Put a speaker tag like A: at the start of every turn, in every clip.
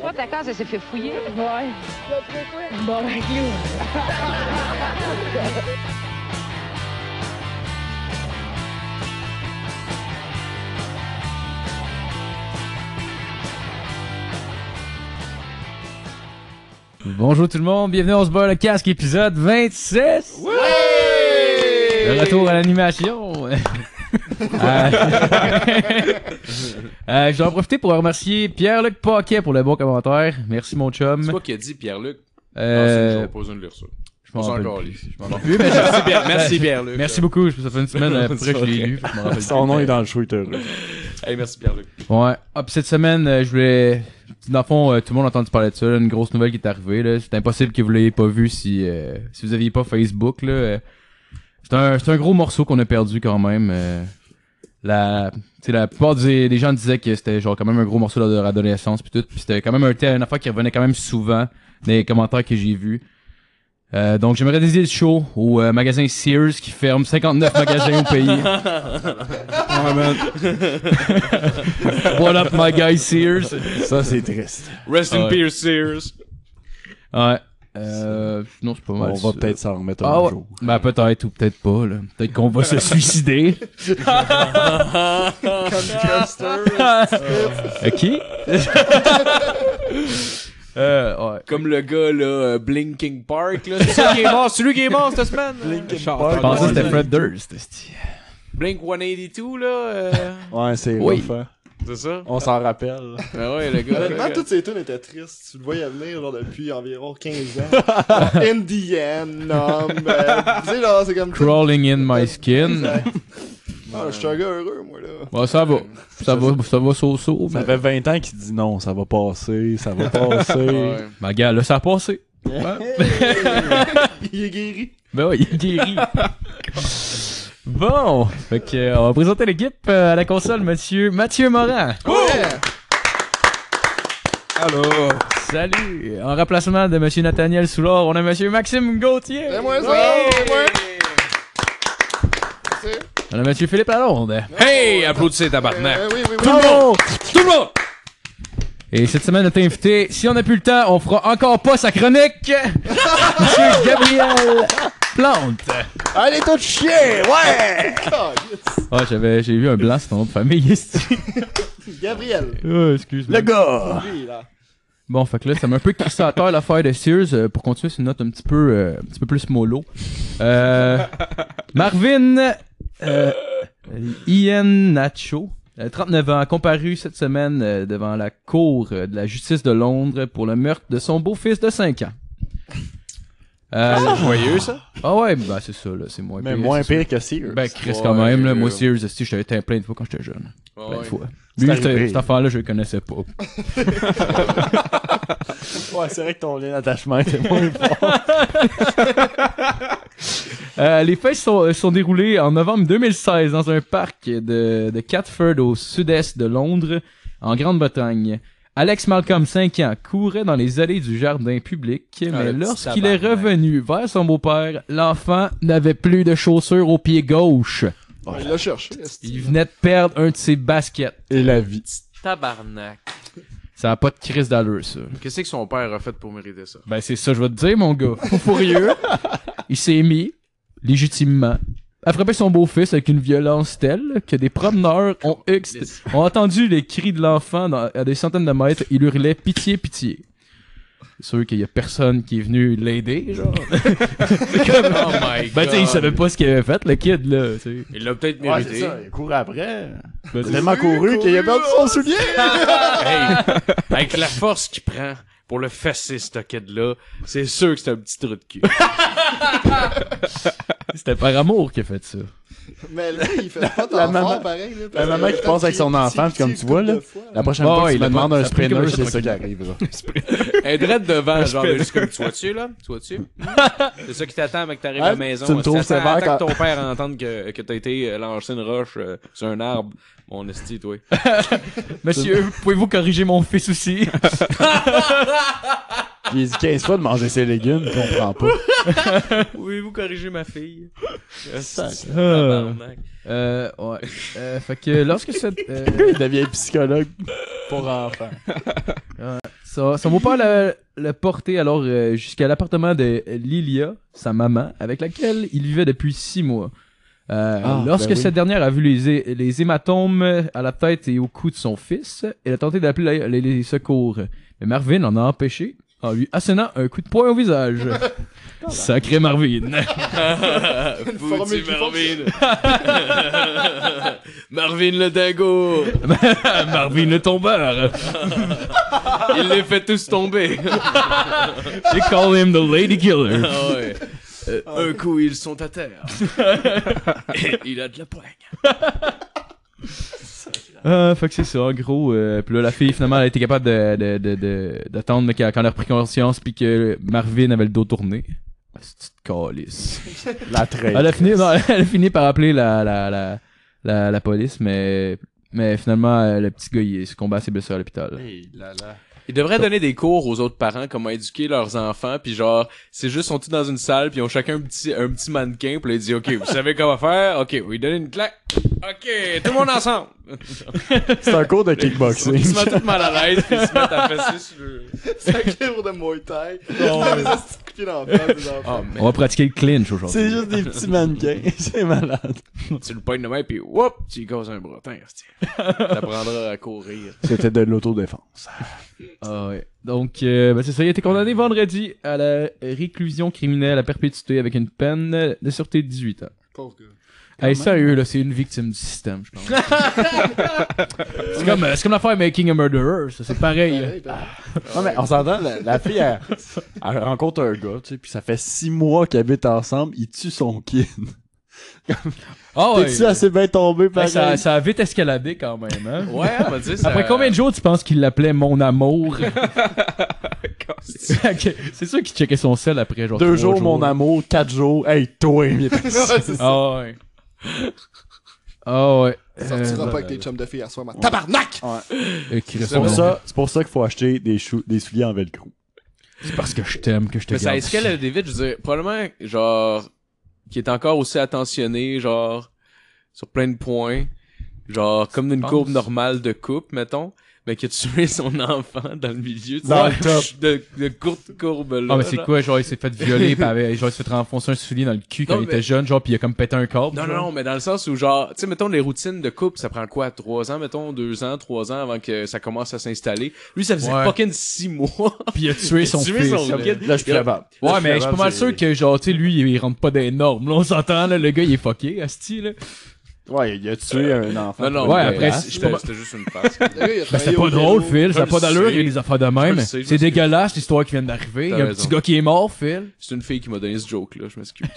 A: Toi, ta case, elle s'est fait fouiller.
B: Ouais. Bon, ben, clou.
C: Bonjour tout le monde, bienvenue on se bat le casque épisode 26.
D: Ouais!
C: Le retour à l'animation. Euh, euh, je dois en profiter pour remercier Pierre-Luc Paquet pour le bon commentaire. Merci mon
D: C'est
C: chum.
D: toi qui as dit Pierre-Luc. Non, c'est
C: Euh,
D: une pas besoin de lire ça.
C: je
D: On
C: m'en
D: s'en
C: rappelle
D: encore
C: plus.
D: lisse.
C: Je m'en rappelle plus, mais je-
D: Merci, Pierre- merci Pierre-Luc.
C: Merci beaucoup, je- ça fait une semaine euh, après que je l'ai
E: C'est
C: lu. fait que je m'en rappelle
E: Son
C: plus.
E: nom est dans le show, il était heureux.
D: Hey, merci Pierre-Luc.
C: Ouais. Ah, puis cette semaine, euh, je voulais. Dans le fond, euh, tout le monde a entendu parler de ça, là, une grosse nouvelle qui est arrivée. Là. C'est impossible que vous l'ayez pas vu si, euh, si vous aviez pas Facebook. Là. Euh, C'est, un, c'est un gros morceau qu'on a perdu quand même. euh, la, tu sais, la plupart des, des gens disaient que c'était genre quand même un gros morceau de leur adolescence puis tout. Puis c'était quand même un thème, une affaire qui revenait quand même souvent dans les commentaires que j'ai vus. Euh, donc j'aimerais dédier le show au euh, magasin Sears qui ferme 59 magasins au pays. What up my guy Sears?
E: Ça, c'est triste.
D: Rest in
C: Ah Ouais.
D: peace, Sears.
C: Ouais. Euh, non, c'est pas mal.
E: On va
C: ça.
E: peut-être s'en remettre
C: Ah
E: un
C: ouais.
E: jour.
C: Ben, peut-être ou peut-être pas, là. Peut-être qu'on va se suicider. Ok. euh, ouais.
D: Comme le gars, là, euh, Blinking Park, là. C'est ça qui est mort. C'est lui qui est mort cette semaine. Blinking
C: Je pensais que c'était Fred Durst. esti.
D: Blink 182, là. euh,
E: Ouais, c'est
C: Oui.
E: rough, hein.
D: C'est ça?
E: On s'en rappelle.
D: Ah ouais, le gars.
F: Honnêtement,
D: le gars.
F: toutes ces tunes étaient tristes. Tu le voyais venir genre, depuis environ 15 ans. Indiana, euh, tu sais, genre, c'est comme.
C: Crawling in my skin.
F: Exact. Ah, je suis un gars heureux, moi, là.
C: Bon, ça va. Ça va, ça va, so-so.
E: Ça
C: mais-
E: fait 20 ans qu'il dit non, ça va passer, ça va passer.
D: Ouais.
C: Ben, gars, là, ça a passé.
F: Il est guéri.
C: Ben oui, il est guéri. bon. Fait que, euh, on va présenter l'équipe euh, à la console, monsieur Mathieu Morin.
G: Alors,
C: Salut! En remplacement de Monsieur Nathaniel Soulard, on a Monsieur Maxime Gauthier!
F: C'est moi, ça. C'est moi. C'est-
C: On a Monsieur Philippe Lalonde!
G: hey, applaudissez tabarnak.
F: Euh, oui, oui, oui.
E: Tout le monde!
G: Tout le monde!
C: Et cette semaine, notre invité, si on n'a plus le temps, on fera encore pas sa chronique! Monsieur Gabriel Plante!
F: Allez, tout chier, ouais!
C: Ah, j'avais, j'ai eu un blanc sur ton nom de famille, ici.
F: Gabriel.
C: excuse-moi.
E: gars!
F: Lui, là.
C: Bon, fait que là, ça m'a un peu crissé à terre l'affaire de Sears. euh, pour continuer sur une note un petit peu, euh, un petit peu plus mollo. Euh, Marvin euh, Ian Nacho, euh, 39 ans, comparu cette semaine euh, devant la cour euh, de la justice de Londres pour le meurtre de son beau-fils de 5 ans. Euh,
D: C'est joyeux, ça?
C: ah ouais, bah c'est ça, là, c'est moins
E: Mais
C: pire,
E: moins
C: c'est
E: pire que Sears.
C: sûr. Ben, Chris, quand même, là,
D: Ouais,
C: moi,
D: euh,
C: Sears, esti, je j'étais plein de fois quand j'étais jeune. Plein de
D: Ouais.
C: fois.
E: C'est
C: Lui,
E: arrivé.
C: c'était- cet enfant-là, je le connaissais pas.
E: Ouais, c'est vrai que ton lien d'attachement était moins fort.
C: Euh, les fêtes sont, euh, sont déroulées en novembre 2016 dans un parc de, de Catford au sud-est de Londres, en Grande-Bretagne. Alex Malcolm, 5 ans, courait dans les allées du jardin public,
D: Ah,
C: mais
D: le petit
C: lorsqu'il est
D: tabarnak.
C: revenu vers son beau-père, l'enfant n'avait plus de chaussures au pied gauche.
F: Ouais, Il l'a cherché. esti.
C: Il venait de perdre un de ses baskets.
E: Et la vie.
D: Tabarnak.
C: Ça a pas de crise d'allure, ça.
D: Qu'est-ce que son père a fait pour mériter ça?
C: Ben, c'est ça, je vais te dire, mon gars. Fou furieux. Il s'est mis, légitimement, à frapper son beau-fils avec une violence telle que des promeneurs ont, ext- ont entendu les cris de l'enfant dans- à des centaines de mètres. Il hurlait pitié, pitié. C'est sûr qu'il y a personne qui est venu l'aider, genre. C'est comme-
D: Oh my god.
C: Ben, tu sais, il savait pas ce qu'il avait fait, le kid, là. tu sais.
D: Il l'a peut-être
E: Ouais,
D: mérité.
E: c'est ça, il court après.
C: Ben,
E: Il
C: c'est-
E: a tellement couru
F: couru,
E: qu'il a perdu son soulier!
D: Hey,
E: Ah!
D: avec la force qu'il prend pour le fesser, ce kid-là, c'est sûr que c'est un petit trou de cul.
C: C'était par amour qu'il a fait ça.
F: Mais là, il fait pas tant
E: La maman-
F: fort, pareil. Là,
E: la
F: parce
E: maman
F: que
E: qui
F: le
E: passe
F: temps
E: avec son
F: qu'il-
E: enfant,
F: qu'il-
E: puis comme
F: qu'il
E: tu vois,
F: coupe de
E: là,
F: fois,
E: La prochaine
C: Ouais,
E: fois
C: ouais,
E: que tu
C: il a
E: me demandes
C: pas-
E: un
C: ça a pris comme
E: sprinter,
C: ça,
E: c'est
C: pas
E: ça qui
C: qu'il-
E: arrive, là.
D: Un drette devant, genre, mais juste comme tu vois-tu, là? Tu vois-tu? C'est ça qui t'attend avant que t'arrives à
E: Ah,
D: la maison.
E: tu me trouves
D: T'attends-
E: sévère
D: attends
E: quand-
D: que ton père entende que, que t'as été euh, lancer une roche euh, sur un arbre. Mon esti, toi.
C: Monsieur, pouvez-vous corriger mon fils aussi?
E: Puis il dit 15 fois de manger ses légumes, puis on prend pas.
D: Pouvez-vous corriger ma fille?
E: Sac.
C: Euh, ouais. Euh, fait que lorsque cette... euh,
E: Pourquoi il devient psychologue pour enfants?
C: Son, son beau-père l'a, l'a porté alors euh, jusqu'à l'appartement de Lilia, sa maman, avec laquelle il vivait depuis six mois. Euh,
E: Ah,
C: lorsque
E: ben oui.
C: cette dernière a vu les, hé- les hématomes à la tête et au cou de son fils, elle a tenté d'appeler la- les, les secours. Mais Marvin en a empêché en lui assénant un coup de poing au visage. Sacré Marvin.
F: Une formule qui fonctionne.
D: Marvin le dingo!
C: Marvin le tombeur.
D: Il les fait tous tomber!
C: They call him the lady killer.
D: Ah ouais. Euh, un coup, ils sont à terre. Et il a de la poigne.
C: Ah, fait que c'est ça, en gros. Euh, puis là, la fille, finalement, elle a été capable de, de, de, de- d'attendre qu'elle- quand elle a repris conscience, puis que Marvin avait le dos tourné. Ah, c'est une petite calice.
E: La traite.
C: Elle a fini, non, elle a fini par appeler la, la, la, la, la police, mais, mais finalement, euh, le petit gars, il succombe à ses blessures à l'hôpital.
D: Ils devraient donner des cours aux autres parents comment éduquer leurs enfants puis genre c'est juste sont tous dans une salle puis ils ont chacun un petit un petit mannequin puis là, ils disent OK, vous savez comment faire OK, vous lui donnez une claque. OK, tout le monde ensemble.
E: C'est un cours de
D: Ils
E: kickboxing.
D: se mettent tout mal à l'aise puis ils se mettent à fesser sur le
F: C'est un cours de Muay Thai. Non, mais ça, c'est coupé dans la face
E: Ah,
F: des enfants.
D: Oh, mais
C: On va pratiquer le clinch aujourd'hui.
E: C'est juste des petits mannequins. C'est malade.
D: tu le pognes de main puis whoop, tu lui causes un bretin. T'apprendras à courir.
E: C'était de l'autodéfense.
C: Ah ouais. Donc, euh, ben, c'est ça. Il a été condamné vendredi à la réclusion criminelle à perpétuité avec une peine de sûreté de 18 ans.
F: Pauvre gars.
C: Hey, sérieux, là, c'est une victime du système, je pense. c'est comme, euh, c'est comme l'affaire Making a Murderer, ça, c'est pareil. là.
F: Pareil, pareil.
E: Non, mais on s'entend, la, la fille, elle, elle rencontre un gars, tu sais, puis ça fait six mois qu'ils habitent ensemble, il tue son kid.
C: Ah ouais.
E: T'es-tu assez bien tombé par
C: Hey, ça, ça a vite escaladé quand même, hein?
D: Ouais, on va dire ça.
C: Après combien de jours tu penses qu'il l'appelait mon amour? Ok, c'est sûr qu'il checkait son sel après genre trois
E: Deux jours, mon amour, quatre jours, hey, toi, il est-
F: Ouais, c'est ça.
C: Ah ouais. Ah ouais.
F: Sortira
C: Euh,
F: pas avec tes chums de filles à soir, ma
E: Bah,
F: tabarnak!
C: euh, qui
E: C'est pour
C: répond-
E: ça, c'est pour ça qu'il faut acheter des, chou- des souliers en velcro.
C: C'est parce que je t'aime que je te
D: Mais ça
C: garde.
D: escalade des vite, je veux dire, probablement, genre, qui est encore aussi attentionné, genre, sur plein de points, genre, comme d'une
C: penses?
D: courbe normale de coupe, mettons, mais qui a tué son enfant dans le milieu, tu
E: Dans
D: sais,
E: le top.
D: de, de courte courbe là.
C: Ah mais c'est
D: genre.
C: quoi genre il s'est fait violer pis avait- genre il s'est fait renfoncer un soulier dans le cul quand
D: Non,
C: il
D: mais-
C: était jeune genre puis il a comme pété un corps.
D: Non, non, non, mais dans le sens où, genre, tu sais, mettons, les routines de couple, ça prend quoi? Trois ans, mettons, deux ans, trois ans avant que ça commence à s'installer. Lui, ça faisait
C: Ouais.
D: fucking six mois.
C: Puis il a tué son
D: tué
C: fils.
D: son
C: là.
D: kid.
E: Là, je suis
D: Là-
E: capable.
C: Ouais, mais je suis pas mal sûr que, genre, tu sais, lui, il rentre pas des normes. Là, on s'entend, là, le gars, il est fucké, Asti, là.
E: Ouais, il a tué un
D: Non,
E: enfant.
D: non,
C: Ouais,
D: mais
C: après,
D: c'était-
C: je suis pas mal-
D: c'était juste une face.
F: Le
E: bah,
F: gars, il a travaillé
C: C'est
F: au
C: pas drôle,
F: vélo.
C: Phil. Ça a
D: Je
C: pas
D: le
C: d'allure, il y a
D: sais.
C: des affaires de
D: Je
C: même.
D: le sais, je
C: C'est
D: le sais.
C: dégueulasse, l'histoire qui vient d'arriver. Il y a
D: T'as
C: un
D: raison.
C: petit gars qui est mort, Phil.
D: C'est une fille qui m'a donné ce joke-là, je m'excuse.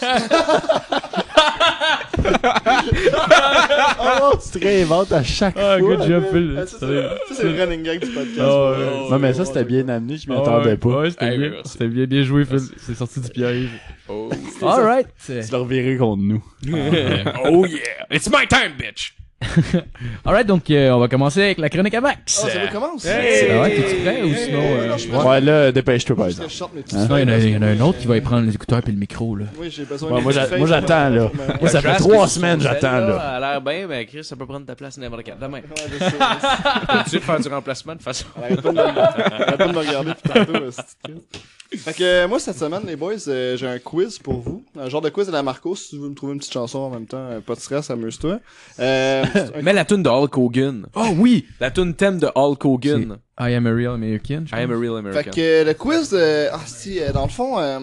E: Oh, tu te réinventes à chaque fois.
C: Phil.
F: Ah, ça, c'est- ça, c'est le running gag du podcast.
C: Ah, ouais.
F: Ouais,
E: Non, mais ça,
F: ouais,
E: c'était
F: ouais.
E: bien amené, je m'y attendais pas.
C: Ouais,
D: Hey,
C: c'était bien.
D: merci.
C: C'était bien, bien joué, Phil. C'est sorti du piège.
D: Oh.
C: Alright.
E: Tu le reverrais contre nous.
D: oh yeah! It's my time, bitch!
C: Alright, donc, euh, on va commencer avec la chronique à Max.
F: Ah, ça recommence?
C: Ah Ouais, t'es-tu prêt ou sinon, euh,
F: je
E: Ouais,
F: pense-
E: là, dépêche-toi, par
F: Parce que
E: exemple.
F: je sorte mes petits
E: Hein?
C: Sinon, il y en a- il y, en a un autre qui va y prendre les écouteurs puis le micro, là.
F: Oui, j'ai besoin
E: Ouais,
F: de
E: moi,
F: mes
E: j'a-
F: petites
E: moi,
F: feuilles.
E: j'attends, là. Moi, ça fait trois semaines, j'attends, là.
D: Elle a l'air bien, mais Chris, ça peut prendre ta place n'importe quand. Demain.
F: Ouais, je sais, je sais.
D: tu faire du remplacement de façon.
F: Arrête pas de me arrête pas de me regarder puis tantôt. euh, c'est- Fait que euh, moi cette semaine les boys euh, j'ai un quiz pour vous un genre de quiz à la Marco si tu veux me trouver une petite chanson en même temps euh, pas de stress amuse-toi euh, c'est un-
D: Mais la tune de Hulk Hogan.
C: Oh oui!
D: La tune thème de Hulk Hogan.
C: I am a real American. je
D: I am a
C: pense.
D: real
F: fait
D: American.
F: que euh, le quiz euh, ah si euh, dans le fond euh,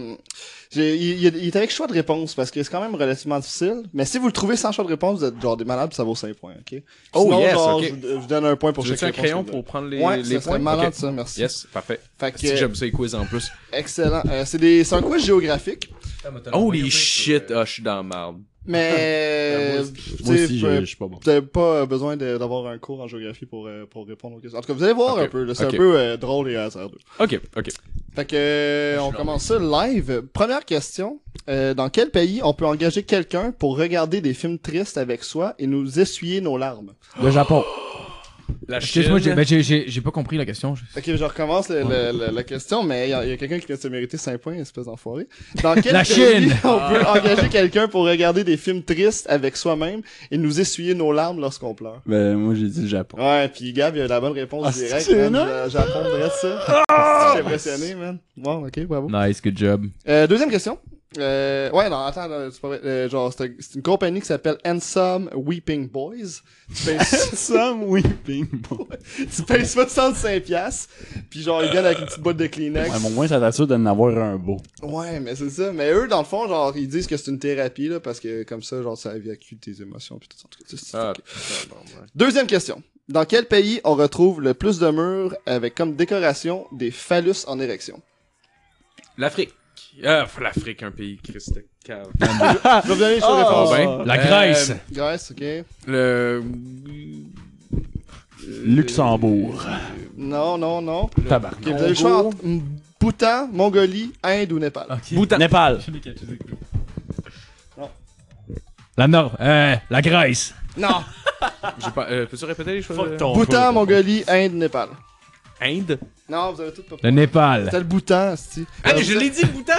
F: j'ai- il, il- il est avec choix de réponse parce que c'est quand même relativement difficile mais si vous le trouvez sans choix de réponse vous êtes genre des malades puis ça vaut 5 points ok
D: Oh,
F: Sinon,
D: yes,
F: genre,
D: ok.
F: je, vous- je vous donne un point pour
D: Tu
F: chaque
D: veux un
F: réponse
D: crayon
F: que vous
D: pour prendre les,
F: donnez. ouais
D: les
F: ça serait
D: points?
F: malade
D: Ok.
F: ça merci
D: Yes, parfait.
F: fait que
D: Si j'aime ça les quiz en plus.
F: excellent Euh, c'est des c'est un quiz géographique
D: Holy shit, ah, je suis dans la merde. Euh,
F: Mais tu
E: Moi
F: sais,
E: aussi,
F: peu-
E: je je suis pas bon.
F: vous avez pas euh, besoin de- d'avoir un cours en géographie pour, euh, pour répondre aux questions. En tout cas, vous allez voir
D: Ok,
F: un peu, là, c'est
D: ok.
F: un peu euh, drôle et hasardeux.
D: Ok, ok.
F: Fait que euh, on commence ça live. Première question, euh, dans quel pays on peut engager quelqu'un pour regarder des films tristes avec soi et nous essuyer nos larmes
C: Le Japon.
D: La
C: Excuse-moi, j'ai- ben, j'ai- j'ai j'ai pas compris la question. je-
F: Ok, je recommence le- le- le- la question, mais il y a, il y a quelqu'un qui vient de se mériter 5 points, espèce d'enfoiré. Dans quel
C: La
F: pays
C: Chine!
F: on peut engager quelqu'un pour regarder des films tristes avec soi-même et nous essuyer nos larmes lorsqu'on pleure
E: Ben, moi, j'ai dit le Japon.
F: Ouais, pis Gab, il a la bonne réponse
E: Ah,
F: directe.
E: c'est
F: man. J'a- J'apprendrais ça. J'étais impressionné, man. Bon, ok, bravo.
C: Nice, good job.
F: Euh, deuxième question. Euh, ouais, non, attends, là, c'est pas vrai. Euh, genre, c'est c'est une compagnie qui s'appelle Handsome Weeping Boys. Tu payes,
E: Some weeping boy.
F: tu payes 65$, piastres, puis genre, ils viennent avec une petite boîte de Kleenex.
E: Ouais, mais au moins, ça t'assure d'en avoir un beau.
F: Ouais, mais c'est ça. Mais eux, dans le fond, genre, ils disent que c'est une thérapie, là, parce que comme ça, genre, ça évacue tes émotions, puis tout ça. En tout cas, c'est-
D: Ah,
F: ok.
D: putain, bon, ouais.
F: Deuxième question. Dans quel pays on retrouve le plus de murs avec comme décoration des phallus en érection?
D: L'Afrique. Ah, pff, l'Afrique, un pays, Christ de cave.
F: Je vais vous donner les choses
D: Ah,
F: réponses.
D: ben.
C: La
D: Euh,
C: Grèce.
F: Grèce, ok.
D: Le.
E: Luxembourg.
F: Non, non, non.
E: Tabarnak.
F: Ok, vous avez le choix entre M- Bhoutan, Mongolie, Inde ou Népal.
D: Bhoutan.
E: Népal.
C: La Nord. Euh, la Grèce.
F: Non.
D: J'ai pas- euh, Peux-tu répéter les choses? euh,
F: Bhoutan, Mongolie, Inde, Népal.
D: Inde.
F: Non, vous avez tout pas.
C: Le Népal.
F: C'était le Bhoutan, c'est
D: Ah, mais je l'ai dit, le Bhoutan!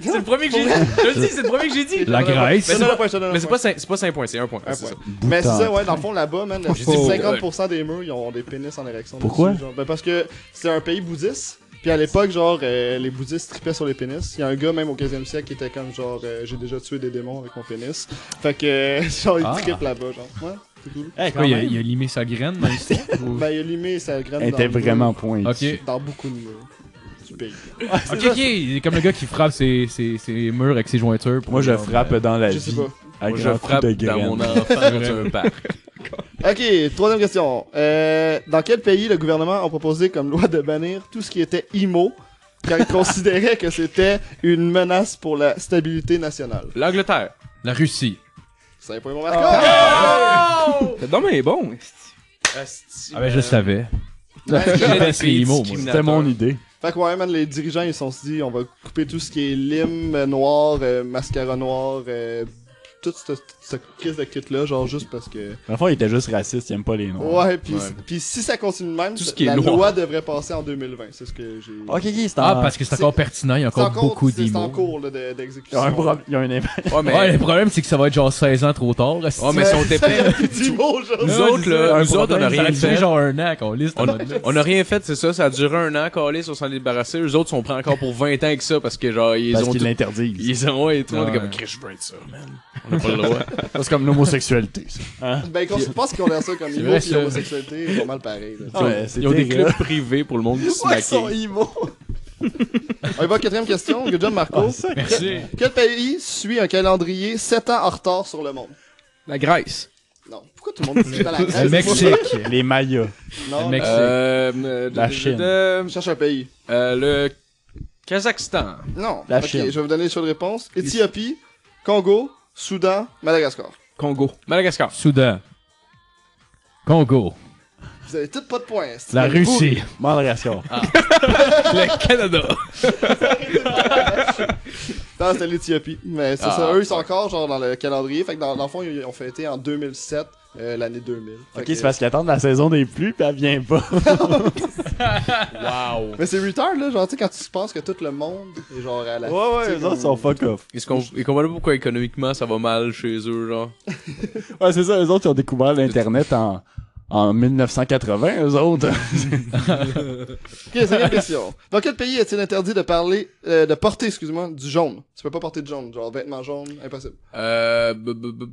D: C'est le premier que j'ai dit! Je le dis, c'est le premier que j'ai dit!
C: La Grèce.
D: Mais c'est pas-
F: Mais
D: Mais c'est pas, cin- c'est pas 5 points, c'est 1 point.
F: Un
D: c'est
F: point.
D: ça.
F: Mais c'est ça, ouais, dans le fond, là-bas, man, le-
D: J'ai dit
F: 50% des murs, ils ont des pénis en érection.
E: Pourquoi?
F: dessus, genre. Ben, parce que c'est un pays bouddhiste. Puis à l'époque, genre, euh, les bouddhistes tripaient sur les pénis. Il y a un gars, même au 15e siècle, qui était comme, genre, euh, j'ai déjà tué des démons avec mon pénis. Fait que, euh, genre, il
C: Ah.
F: trippe là-bas, genre. Ouais, c'est cool.
E: Eh,
C: Quoi, il, a, il a limé sa graine dans l'histoire? ou-
F: Ben, il a limé sa graine
E: Elle
F: dans
E: était
F: le mur,
E: vraiment pointue.
C: Ok.
F: dans beaucoup de murs du pays.
C: Ok, ok, il est comme le gars qui frappe ses, ses, ses murs avec ses jointures. pour euh,
E: Moi, je
C: genre,
E: frappe dans la
F: Je sais
E: vie.
F: pas.
E: À
D: Moi, je
E: grands coups
D: frappe
E: de
D: dans
E: graines.
D: mon enfant dans un parc.
F: Ok, troisième question. Euh, dans quel pays le gouvernement a proposé comme loi de bannir tout ce qui était IMO, car il considérait que c'était une menace pour la stabilité nationale?
D: L'Angleterre.
C: euh, La Russie.
F: C'est pas mon marqueur!
G: Non, mais bon.
C: Ah ben, je le savais.
D: J'ai
C: IMO, moi.
E: C'était mon idée.
F: Fait que ouais, man, les dirigeants, ils se sont dit, on va couper tout ce qui est lime euh, noir, euh, mascara noir, euh, toute cette, cette crise de kit-là, genre juste parce que...
E: Parfois, il était juste raciste, il aime pas les noms.
F: Ouais, pis,
D: Ouais.
F: pis si ça continue de même,
D: Tout ce qui est
F: la
D: noir.
F: loi devrait passer en 2020, c'est ce que j'ai...
E: Ok, ok, c'est
C: Ah,
E: en-
C: parce que c'est encore pertinent, il y a
F: C'est
C: encore beaucoup
F: c'est- c'est en
C: d'IMO.
F: cours là, de-
E: Il y a
F: d'exécution.
E: un problème. Il y a un impact.
D: Oh, mais,
C: Ouais, le problème, c'est que ça va être genre 16 ans trop tard.
F: Ah,
D: oh, mais sont épais.
F: d'IMO, genre.
D: Nous
C: Ouais,
D: autres,
C: c'est
D: là,
E: un
D: nous autres, on a
E: problème,
D: rien
C: ça fait
D: fait.
C: genre un an qu'on liste.
D: On a, on a rien fait, c'est ça. Ça a duré un an, calé, sur s'en débarrasser. Eux autres, sont pris encore pour 20 ans avec ça parce que, genre, ils
E: Parce
D: ont.
E: qu'ils
D: tout-
E: l'interdisent.
D: Ils ont, ouais, et tout le monde est
C: Ouais.
D: comme, Chris, je veux être ça, man. On n'a pas le droit.
E: C'est comme l'homosexualité, ça.
F: Ben, quand je pense qu'on l'air ça comme IMO
C: vrai,
F: pis
C: ça.
F: l'homosexualité, c'est pas mal pareil. là.
E: Ouais, c'est
D: Ils ont des
E: terrible.
D: clubs privés pour le monde qui se
F: Ouais, ils sont
D: maquille.
F: IMO. On y va, quatrième question. Good job, Marco.
E: Ah,
C: Merci.
F: Quel pays suit un calendrier 7 ans en retard sur le monde?
G: La Grèce.
F: Non. Pourquoi tout le monde dit pas la Grèce?
C: Le Mexique.
E: Les Mayas.
F: Non,
C: le Mexique.
D: Euh, euh,
E: La
D: de- de-
E: Chine.
D: de-
F: je cherche un pays.
D: euh, le Kazakhstan.
F: Non.
E: La
F: ok,
E: Chine.
F: je vais vous donner les choix de réponse. Éthiopie, Congo, Soudan, Madagascar.
D: Congo. Madagascar.
C: Soudan. Congo.
F: Vous avez toutes pas de points. c'est-
C: La Russie.
E: Madagascar.
D: Le Canada.
F: Non, c'était l'Éthiopie. Mais c'est
D: Ah,
F: ça. Eux, ils sont
D: ouais.
F: encore genre dans le calendrier. Fait que dans, dans le fond, ils ont fêté en 2007, euh, l'année 2000. Fait
E: Ok,
F: que-
E: c'est parce qu'ils attendent la saison des pluies, puis elle vient pas.
D: Wow.
F: Mais c'est retard, là. Genre, tu sais, quand tu penses que tout le monde est genre à la.
E: ouais,
F: les autres
E: sont fuck off.
D: Ils comprennent pas pourquoi économiquement ça va mal chez eux, genre.
E: Ouais, c'est ça, eux autres, ils ont découvert l'Internet en, en 1980, eux autres.
F: Ok, cinquième question. Dans quel pays est-il interdit de parler, euh, de porter, excuse-moi, du jaune Tu peux pas porter de jaune, genre vêtements jaunes, impossible.
D: Euh. b- b- b-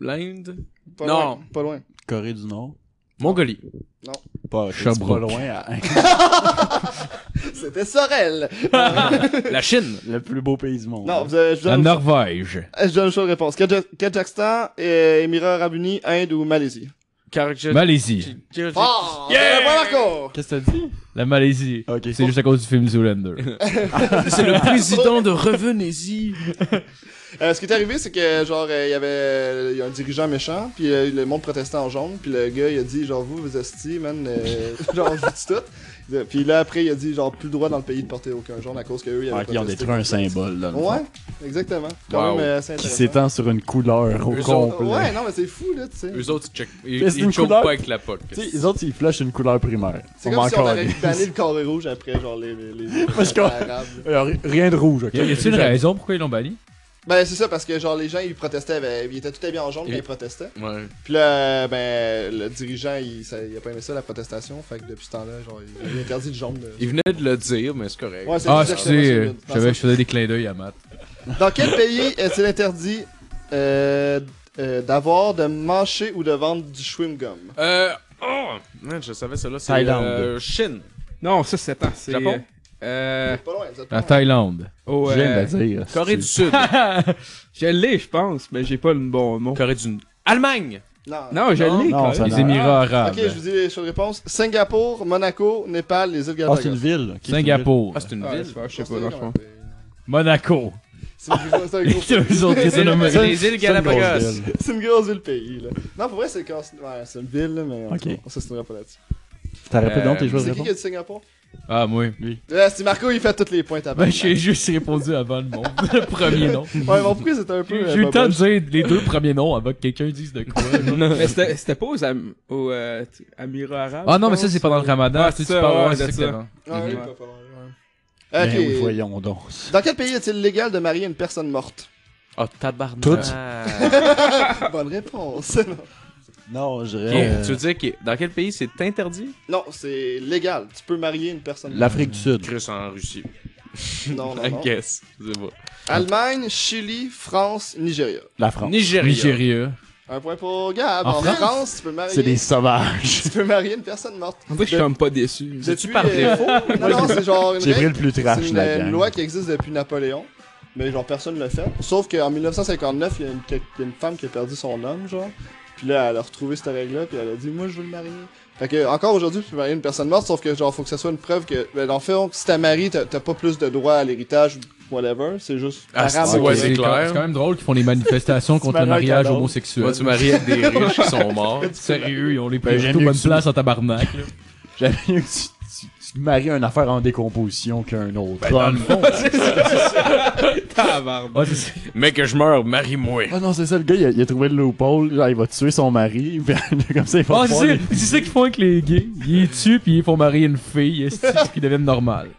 D: L'Inde.
F: Pas
D: Non.
F: loin. Pas loin.
E: Corée du Nord.
D: Mongolie.
E: Pas,
C: c'est pas
E: pas
C: Sherbrooke.
E: loin.
F: C'était Sorel.
D: La Chine.
E: le plus beau pays du monde.
F: Non, vous avez- je
C: La
F: donne,
C: Norvège.
F: je donne une seule réponse. Kajak- Kazakhstan, euh, Émirats Arabes Unis, Inde ou Malaisie.
D: Caractère-
C: Malaisie.
F: Ah, yeah! Marco.
E: Qu'est-ce que t'as dit? Euh,
C: La Malaisie.
E: Ok.
C: C'est juste à cause du film Zoolander.
D: C'est le président de Revenez-y.
F: Euh, ce qui est arrivé, c'est que genre euh, il y avait il y a un dirigeant méchant, puis euh, le monde protestait en jaune, puis le gars il a dit genre vous vous estimez man, euh, genre je vous dis tout. Il a- Puis là après il a dit genre plus le droit dans le pays de porter aucun jaune à cause que eux ils avaient
E: Ah, ils ont
F: protesté.
E: détruit un symbole, là.
F: Ouais, exactement. Quand
D: Wow.
F: même euh, assez
E: Qui
F: intéressant.
E: s'étend sur une couleur au
D: Eux
E: complet.
F: Ouais, non mais c'est fou là, tu sais.
D: Eux autres, ils check. Ils,
E: Mais c'est
D: ils
E: une
D: chopent
E: couleur.
D: pas avec la pote.
E: Tu sais, les autres, ils flushent une couleur primaire.
F: C'est comme si on avait
E: calait.
F: banni le carré rouge après genre les les, les,
E: Parce que-
F: les arabes.
E: Alors, Euh, Rien de rouge, ok?
C: Y a- y a-t-il une raison pourquoi ils l'ont banni
F: Ben, c'est ça, parce que genre les gens, ils protestaient, avec- ils étaient tout habillés en jaune,
D: Et-
F: mais ils protestaient.
D: Ouais.
F: Puis là, ben, le dirigeant, il, ça- il a pas aimé ça, la protestation. Fait que depuis ce temps-là, genre, il il a interdit le jaune. de-
D: Il venait de le dire, mais c'est correct.
F: Ouais, c'est
C: Ah,
F: exactement ça,
C: excusez,
F: Lynn.
C: euh, je savais que je faisais des clins d'œil à Matt.
F: Dans quel pays est-il interdit euh, euh, d'avoir, de mâcher ou de vendre du chewing-gum?
D: Euh. Oh! Man, je savais ça là. C'est
E: Thaïlande.
D: euh, Chine.
G: Non, ça, c'est attends, c'est.
D: Japon?
G: Euh.
D: Ah.
F: Pas loin, vous êtes pas
C: La
F: loin.
C: Thaïlande.
G: Oh,
E: Je
G: euh,
E: viens de le dire.
D: Corée du Sud.
G: je l'ai, je pense, mais j'ai pas le bon mot.
D: Corée du. Allemagne!
F: Non.
G: Non, je
E: Non,
G: l'ai.
E: non,
G: Colin.
E: ça
C: Les Émirats arabes.
F: Ok, je vous dis les choses de réponse. Singapour, Monaco, Népal, les îles
E: Ah, c'est une
F: Galapagos.
E: ville. Qui est une
C: Singapour.
D: Ah, c'est une
G: Ah,
D: ville.
G: c'est pas- je sais pas, non, je pense.
C: Monaco.
F: C'est une grosse- c'est un gros
C: Ils ont- ils ont
F: pays.
C: pris ça nommé.
D: Les, les îles
E: ville. C'est une grosse
D: Galapagos.
E: ville.
F: C'est une grosse ville pays. Là. Non, pour vrai, c'est quand- ouais, c'est une ville, là, mais on,
E: Ok.
F: on s'estimera pas là-dessus.
E: T'as répété
D: Euh,
E: donc tes joueurs de
F: C'est qui qui
E: réponse?
F: a dit Singapour
C: Ah, moi.
F: Ouais, C'est Marco, il fait toutes les points à
C: Ben, j'ai juste répondu avant le nom. Le premier nom.
F: Ouais, bon, pourquoi c'était un peu.
C: J'ai
F: euh,
C: eu le temps de
F: boboche?
C: dire les deux premiers noms avant que quelqu'un dise de quoi.
G: Mais c'était c'était pas aux, Am aux euh, t- Amirats arabes.
C: Ah
G: je
C: non, mais
G: pense.
C: ça, c'est pendant le ramadan.
G: Ah,
C: tu sais,
G: c'est
C: tu
G: ça,
C: parles-
G: ouais,
C: ouais,
G: c'est
C: c'est
G: ça.
C: ça.
F: Ah, oui,
G: Ouais.
F: pas loin,
E: Ben oui,
F: ouais. Ok.
E: voyons donc.
F: Dans quel pays est-il légal de marier une personne morte
D: Oh, tabarnak.
E: Toutes.
F: Bonne réponse.
E: Non, je
D: Ok,
E: dirais... euh,
D: Tu veux dire que dans quel pays c'est interdit?
F: non, c'est légal. Tu peux marier une personne morte.
E: L'Afrique du Sud.
D: Chris en Russie.
F: Non, non,
D: I
F: non.
D: guess. C'est bon.
F: Allemagne, Chili, France, Nigeria.
E: La France.
D: Nigeria.
C: Nigeria.
F: Un point pour Gab.
C: En
F: En,
C: France?
F: France, tu peux marier.
E: C'est des sauvages.
F: Tu peux marier une personne morte.
G: En vrai, je suis comme pas déçu.
F: Depuis,
D: par
F: euh,
D: défaut?
F: Non, non, c'est genre une
E: J'ai pris
F: règle.
E: le plus
F: C'est
E: trash,
F: une,
E: la
F: euh,
E: gang.
F: loi qui existe depuis Napoléon, mais genre personne ne le fait. Sauf qu'en 1959, il y, a une, quel- il y a une femme qui a perdu son homme, genre. Puis là, elle a retrouvé cette règle-là, puis elle a dit, moi, je veux le marier. Fait que, encore aujourd'hui, tu peux marier une personne morte, sauf que, genre, faut que ça soit une preuve que, ben, dans le fait, si t'as marié, t'as t'as pas plus de droit à l'héritage ou whatever, c'est juste.
D: Ah, c'est-
F: arabe,
D: ouais,
F: ok.
D: c'est
C: quand-
D: clair.
C: C'est quand même drôle qu'ils font des manifestations contre le
F: Maroc à
C: mariage
F: Londres.
D: Moi,
C: homosexuel.
D: tu maries avec des riches qui sont morts.
C: Sérieux, ils ont les
E: Ben,
C: plus
E: j'aime
C: bonnes
E: mieux que tu-
C: places en tabarnak. là.
E: J'aime mieux que tu, tu- tu maries une affaire en décomposition qu'un autre.
C: Dans le fond.
G: Tabarnak.
C: Ouais, Ah, c'est ça.
D: Mais que je meure, marie-moi.
E: Ah non, c'est ça, le gars, il a, il a trouvé le loophole, genre, il va tuer son mari, puis comme ça, il va
C: Ah,
E: pouvoir
C: c'est
E: les-
C: ça- c'est ça qu'ils font avec les gays. Ils les tuent, puis ils font marier une fille, esti, puis ils deviennent normal.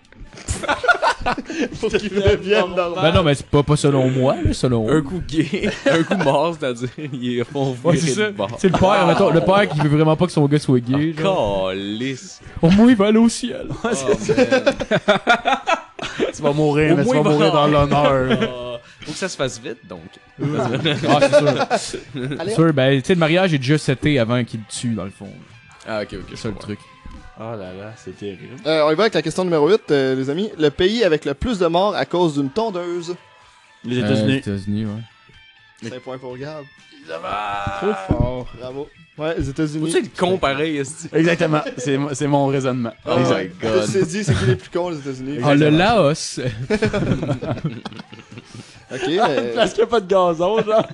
F: Faut qu'il devienne normal.
C: Ben non, mais c'est pas, pas selon moi, là, selon
D: Un coup gay, un coup mort, c'est-à-dire, ils font
C: Ouais,
D: virer
C: c'est ça.
D: de bord.
C: C'est le père, mettons, le père qui veut vraiment pas que son gars soit gay. genre.
D: Calice.
C: Au moins, il va aller au ciel.
D: Oh, man.
E: Tu vas mourir,
D: Au
E: mais tu
D: moins,
E: vas
D: il va-
E: mourir dans l'honneur.
D: Ah, Faut que ça se fasse vite, donc.
C: ah, c'est sûr. C'est sûr, ben, tu sais, le mariage est déjà seté avant qu'il le tue, dans le fond.
D: Ah, ok, ok.
C: C'est ça le truc.
E: Oh là là, c'est terrible.
F: Euh, on y va avec la question numéro 8, euh, les amis. Le pays avec le plus de morts à cause d'une tondeuse.
E: Les
C: Euh,
E: États-Unis.
C: États-Unis, ouais.
F: C'est un point pour Gab.
G: Trop fort.
F: Bravo. Ouais, les États-Unis.
D: Faut-tu être con pareil, esti?
E: Euh, Exactement, c'est mo- c'est mon raisonnement.
D: Oh my
E: Exact.
F: Je
D: god.
F: t'ai Ah, dit, c'est qui les plus cons, les États-Unis.
C: Ah, le Laos.
F: Ok, euh,
E: Parce qu'il n'y a pas de gazon, genre.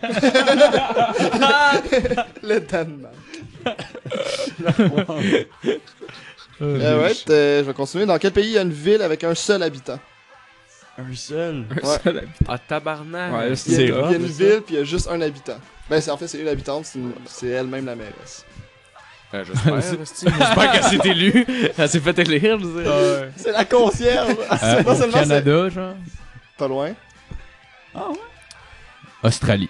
F: Le Danemark. Euh, ouais, euh, je vais continuer. Dans quel pays il y a une ville avec un seul habitant
E: Un seul.
F: Ouais.
G: Ça, la-
D: Ah, tabarnak.
G: Ouais,
F: Il y a,
E: C'est
F: il y a
E: rare,
F: une ville puis il y a juste un habitant. Ben, c'est- en fait, c'est une habitante, c'est une- c'est elle-même la mairesse.
D: Ah, J'espère, esti. J'espère qu'elle s'est élue. Elle s'est fait élire, je veux dire.
F: C'est la concierge
C: Euh,
F: Non
C: au
F: seulement c'est
C: Canada, genre.
F: pas loin.
C: Australie.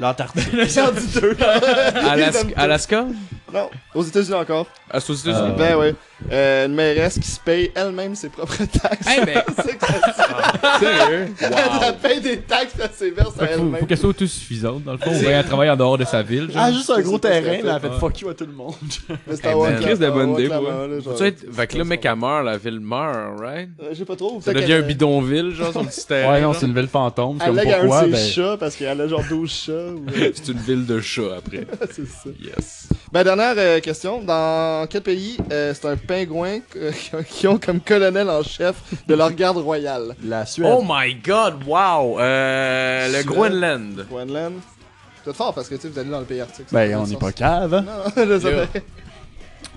E: L'Antarctique.
F: J'en dis deux.
D: Alaska.
F: Ils aiment tout.
D: Alaska?
F: Non, aux États-Unis encore.
D: Ah, c'est aux États-Unis.
C: Euh.
F: Ben ouais. Euh, une mairesse qui se paye elle-même ses propres taxes.
G: Eh ben,
F: C'est que
D: Ah,
F: ça-
D: Sérieux?
F: Elle paye des taxes, elle se verse à
C: Faut,
F: elle-même.
C: faut qu'elle soit autosuffisante, dans le fond. Ou bien elle travaille en dehors de sa ville, genre.
E: Ah, juste un gros
F: C'est ça,
E: terrain,
F: c'est
E: mais elle
F: fait.
E: fait fuck you à tout le monde.
F: Mais c'est
D: Eh
F: à
D: ben,
F: Oklahoma,
G: crise de bonne idée,
F: Oklahoma,
G: ouais.
F: là, genre.
D: Faut-tu être... Fait que là, mec, elle meurt, la ville meurt, right?
F: Euh, Je sais pas trop.
D: Ça
F: peut-être
D: devient un
F: qu'elle-
D: bidonville, genre, son petit terrain.
E: Ouais, non,
D: genre.
E: c'est une ville fantôme. C'est
F: Elle
E: comme
F: lègue à un
E: pourquoi,
F: de ses
E: ben...
F: chats parce qu'elle a genre 12 chats. ou-
D: C'est une ville de chats après.
F: c'est ça.
D: Yes.
F: Ben, dernière euh, question. Dans quel pays euh, c'est un pingouin euh, qui ont comme colonel en chef de leur garde royale
E: La Suède.
D: Oh my god, wow! Euh, le
F: Suède.
D: Groenland.
F: Groenland Vous êtes fort parce que tu sais, vous allez dans le pays arctique. ça
E: ben,
F: fait
E: on
F: du
E: n'est
F: sens.
E: pas cave, hein.
F: Non, je sais
D: Yeah.
F: pas. Ah.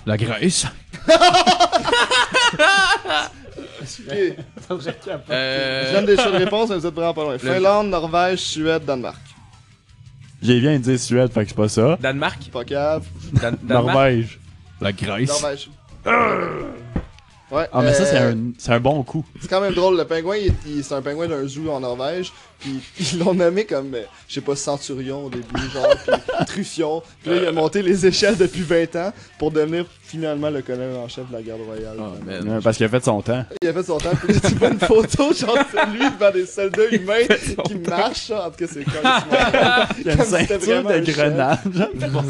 C: La Grèce.
F: Ok, Je
D: Euh,
F: donne des choix de réponse, mais vous êtes vraiment pas loin. Finlande, Norvège, Suède, Danemark.
E: J'ai bien dit Suède, fait que c'est pas ça.
D: Danemark?
F: Pas cave.
D: Dan- Danemark?
E: Norvège.
C: La Grèce.
F: Norvège. Ouais,
E: Ah, mais ça,
F: euh,
E: c'est un, c'est un bon coup.
F: C'est quand même drôle, le pingouin, il, il- c'est un pingouin d'un zoo en Norvège, puis ils l'ont nommé comme, euh, je sais pas, centurion au début, genre, puis truffion, puis là, il a monté les échelles depuis 20 ans pour devenir finalement le colonel en chef de la garde royale.
D: Oh, man.
E: Euh, Parce qu'il a fait son temps.
F: Il a fait son temps, puis là, tu vois une photo, genre, de lui devant des soldats humains qui marchent, genre, en tout cas, c'est comme...
E: Il a une
F: Comme si c'était
E: ceinture
F: vraiment un
E: de
F: chef.
E: grenade. genre.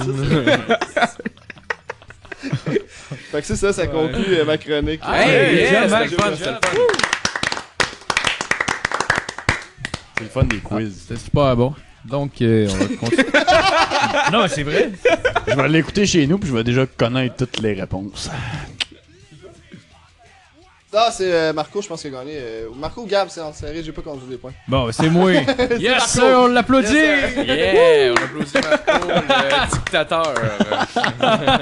F: Fait que c'est ça, ça conclut euh, ma chronique.
D: Hey,
C: Hey,
D: yeah,
C: yes,
D: c'était le
C: Max,
D: fun, c'était le fun.
E: C'est le fun des quiz.
C: C'était super bon. Donc, euh, on va continuer. non, mais c'est vrai.
E: Je vais l'écouter chez nous, puis je vais déjà connaître toutes les réponses.
F: Ah, c'est euh, Marco, je pense qu'il a gagné. euh, Marco ou Gab, c'est en série, j'ai pas compté des points.
C: Bon, c'est moi. yes, sir, on l'applaudit.
F: Yes, sir.
D: Yeah, on applaudit Marco, le dictateur. euh,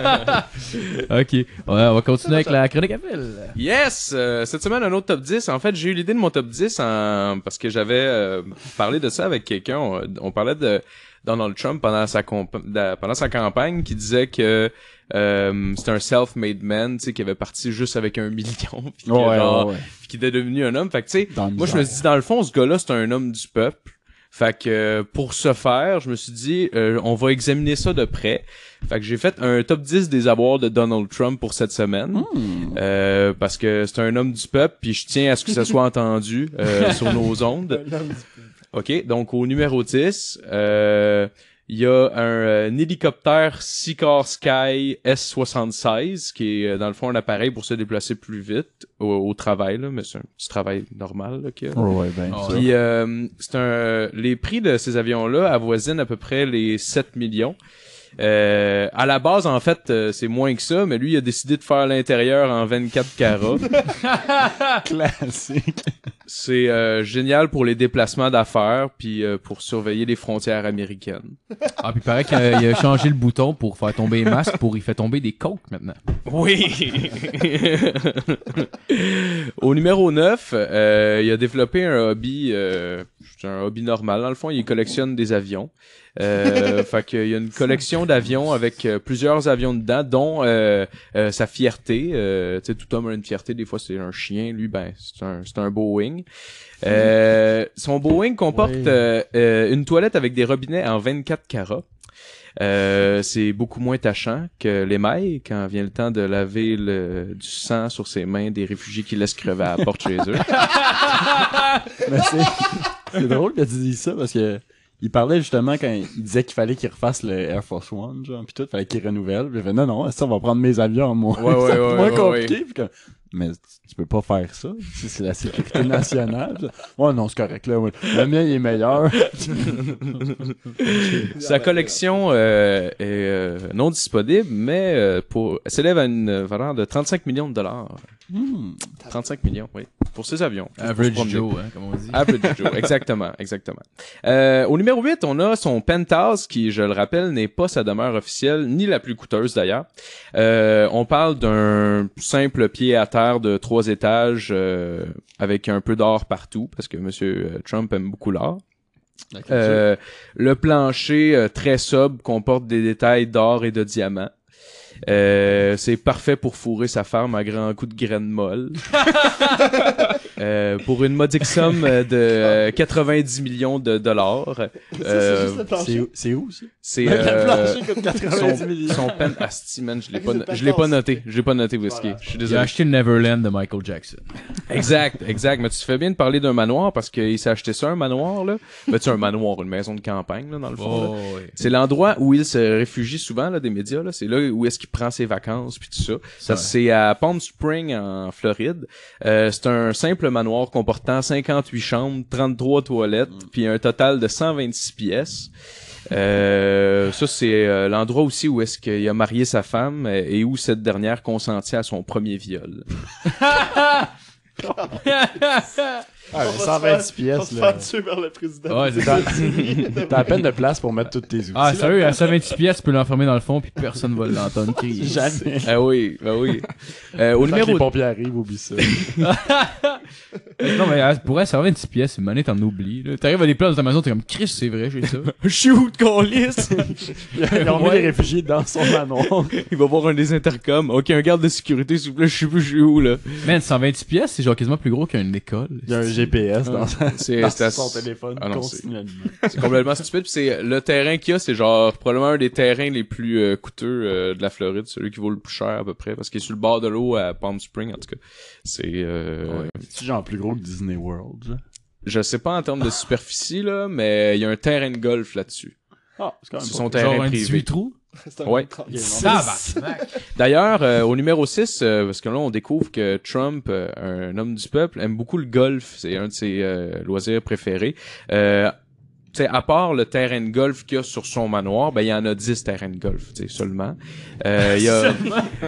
C: ok, ouais, on va continuer avec la chronique à fil.
D: Yes! euh, cette semaine, un autre top 10. En fait, j'ai eu l'idée de mon top 10 en- parce que j'avais euh, parlé de ça avec quelqu'un. On, on parlait de Donald Trump pendant sa, compa- da- pendant sa campagne qui disait que euh, c'était un self-made man, tu sais, qui avait parti juste avec un million. puis que, genre,
E: ouais.
D: puis qui était devenu un homme. Fait que, tu sais,
E: Dans la
D: moi, je me
E: misère.
D: suis dit, dans le fond, ce gars-là, c'est un homme du peuple. Fait que, euh, pour ce faire, je me suis dit, euh, on va examiner ça de près. Fait que j'ai fait un top 10 des avoirs de Donald Trump pour cette semaine.
E: Mmh.
D: Euh, parce que c'est un homme du peuple, puis je tiens à ce que ça soit entendu euh, sur nos ondes. OK, donc au numéro 10, euh, il y a un, euh, un hélicoptère Seacar Sky S-76, qui est euh, dans le fond un appareil pour se déplacer plus vite au, au travail, là, mais c'est un petit travail normal là, qu'il y a.
E: Ouais, ouais, ben.
C: Oh,
E: ça.
D: Puis euh, c'est un les prix de ces avions là avoisinent à peu près les 7 millions. Euh, à la base en fait euh, c'est moins que ça mais lui il a décidé de faire l'intérieur en 24 carats.
E: Classique.
D: c'est euh, génial pour les déplacements d'affaires puis euh, pour surveiller les frontières américaines.
C: Ah, puis il paraît qu'il a, il a changé le bouton pour faire tomber les masques, pour il fait tomber des coques maintenant.
D: Oui. Au numéro 9, euh, il a développé un hobby, euh, c'est un hobby normal. Dans le fond, il collectionne des avions. Euh, fait qu'il y a une collection d'avions avec euh, plusieurs avions dedans, dont euh, euh, sa fierté. Euh, tu sais, tout homme a une fierté. Des fois, c'est un chien. Lui, ben, c'est un, c'est un Boeing. Euh, son Boeing comporte
E: Oui.
D: euh, euh, une toilette avec des robinets en 24 carats. Euh, c'est beaucoup moins tachant que l'émail quand vient le temps de laver le, du sang sur ses mains des réfugiés qui laissent crever à la porte chez eux.
E: Mais c'est... c'est drôle que tu dises ça parce que il parlait justement quand il disait qu'il fallait qu'il refasse le Air Force One, genre, pis tout, fallait qu'il renouvelle. Puis il fait non, non, ça, on va prendre mes avions, moi.
D: Ouais, ouais,
E: C'est
D: ouais,
E: moins
D: ouais,
E: compliqué. Puis comme, mais tu- tu peux pas faire ça. C'est c'est la sécurité nationale. oh non, c'est correct, là. ouais. Le mien, il est meilleur.
D: Sa collection euh, est euh, non disponible, mais euh, pour s'élève à une valeur de 35 millions de dollars.
E: Hmm.
D: 35 millions, oui. Pour ses avions. Pour se
C: Average
D: promener.
C: Joe, hein, comme on dit.
D: Average Joe, exactement, exactement. Euh, au numéro 8, on a son penthouse qui, je le rappelle, n'est pas sa demeure officielle, ni la plus coûteuse d'ailleurs. Euh, on parle d'un simple pied à terre de trois étages euh, avec un peu d'or partout, parce que Monsieur euh, Trump aime beaucoup l'or. Euh, le plancher euh, très sobre comporte des détails d'or et de diamant. Euh, c'est parfait pour fourrer sa femme à grands coups de graines molles. Euh, pour une modique somme euh, de euh, 90 millions de dollars.
F: C'est
D: Euh,
F: juste le plancher.
E: C'est où- c'est où, ça?
D: c'est euh,
E: coûte
D: son,
E: 90 millions.
D: son pen... Ah, si, man, je l'ai
F: Ok,
D: pas,
F: c'est
D: no-
F: le
D: je l'ai pas
F: penthouse.
D: noté. Je l'ai pas noté, Whisky.
F: Voilà.
D: Je suis
C: Il a
D: désolé.
C: acheté le Neverland de Michael Jackson.
D: Exact, exact. Mais tu fais bien de parler d'un manoir parce qu'il s'est acheté ça, un manoir, là. Mais tu sais, un manoir, une maison de campagne, là, dans le fond, là.
C: ouais.
D: C'est l'endroit où il se réfugie souvent là, des médias. Là. C'est là où est-ce qu'il prend ses vacances puis tout ça. ça
C: Ouais.
D: c'est à Palm Spring en Floride. Euh, c'est un simple manoir comportant 58 chambres, 33 toilettes puis un total de 126 pièces. Euh, ça c'est euh, l'endroit aussi où est-ce qu'il a marié sa femme euh, et où cette dernière consentit à son premier viol.
E: Ah,
F: On va se
E: 126
F: faire- on va
E: pièces,
F: se
E: là.
F: faire tuer par le président.
C: Ouais, c'est ça.
E: T'as- T'as à peine de place pour mettre toutes tes outils.
C: Ah, sérieux, à 128 pièces, tu peux l'enfermer dans le fond, puis personne va l'entendre crier.
E: Jamais.
D: Ah oui, ah oui. Euh, au
E: Quand les
D: numéro
E: pompiers arrivent, oublie ça.
C: Non, mais elle pourrait servir une petite pièce, une monnaie, t'en oublies. là. T'arrives à des places dans ta maison, t'es comme Chris, c'est vrai, j'ai ça.
D: shoot qu'on lisse.
E: Ils ont mis les réfugiés dans son manoir.
D: Il va voir un des intercoms. Ok, un garde de sécurité, s'il vous plaît, je sais plus je suis où là.
C: Man, 126 pièces, c'est genre quasiment plus gros qu'une école.
E: Il y a un GPS dans, sa-
D: C'est
E: dans
D: c'est à-
E: son téléphone
D: Ah non, c'est-
E: continuellement.
D: c'est complètement stupide. Puis c'est euh, le terrain qu'il y a, c'est genre probablement un des terrains les plus euh, coûteux euh, de la Floride, celui qui vaut le plus cher à peu près, parce qu'il est sur le bord de l'eau à Palm Springs en tout cas. C'est euh,
E: C'est genre plus gros que Disney World. genre?
D: je sais pas en termes de superficie là, mais il y a un terrain de golf là-dessus.
E: Ah, c'est quand même
D: C'est
E: pas
D: son
E: pire.
D: terrain
C: genre un
D: privé.
C: 18 trous.
F: C'est un
D: Ouais.
F: autre
E: Il y a
F: angle.
E: une
C: Tabarnak.
D: D'ailleurs, euh, au numéro 6, parce que là, on découvre que Trump, euh, un homme du peuple, aime beaucoup le golf. C'est un de ses euh, loisirs préférés. Euh, tu sais, à part le terrain de golf qu'il y a sur son manoir, ben il y en a 10 terrains de golf, tu sais, seulement. Euh, Il y a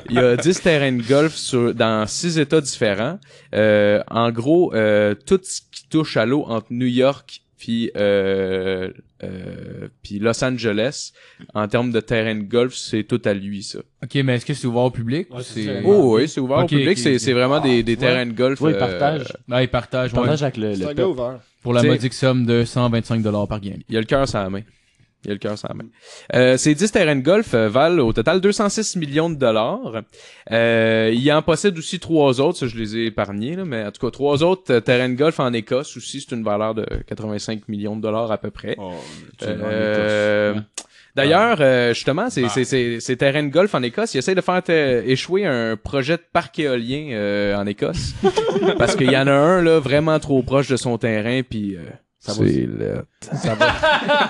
D: il y a 10 terrains de golf sur dans six États différents. Euh, en gros, euh, tout ce qui touche à l'eau entre New York puis euh, euh, puis Los Angeles, en termes de terrain de golf, c'est tout à lui ça.
C: ok, mais est-ce que c'est ouvert au public? ou c'est...
D: Oh oui, c'est ouvert
C: Ok,
D: au public,
C: ok,
D: c'est
C: ok.
D: c'est vraiment des, des terrains de golf.
E: Tu vois, ils
D: euh,
E: partagent.
C: Ah, ils partagent,
E: Ils
C: ouais,
E: partagent avec le,
F: C'est
E: le
F: un gars
E: peuple.
F: ouvert.
C: pour la
D: T'sais-
C: modique somme de 125 dollars par game.
D: Il a le cœur sur la main. Il a le cœur sur la main. Euh, ces 10 terrains de golf euh, valent au total 206 millions de dollars. Euh, il en possède aussi trois autres, ça je les ai épargnés, là, mais en tout cas trois autres euh, terrains de golf en Écosse aussi, c'est une valeur de 85 millions de dollars à peu près.
E: Oh, tu l'as en
D: Euh,
E: Écosse.
D: D'ailleurs, euh, justement, c'est c'est- c'est- ces terrains de golf en Écosse, ils essayent de faire euh, échouer un projet de parc éolien euh, en Écosse. parce qu'il y en a un là vraiment trop proche de son terrain, puis euh,
E: Ça va-
D: c'est le-
E: Ça va...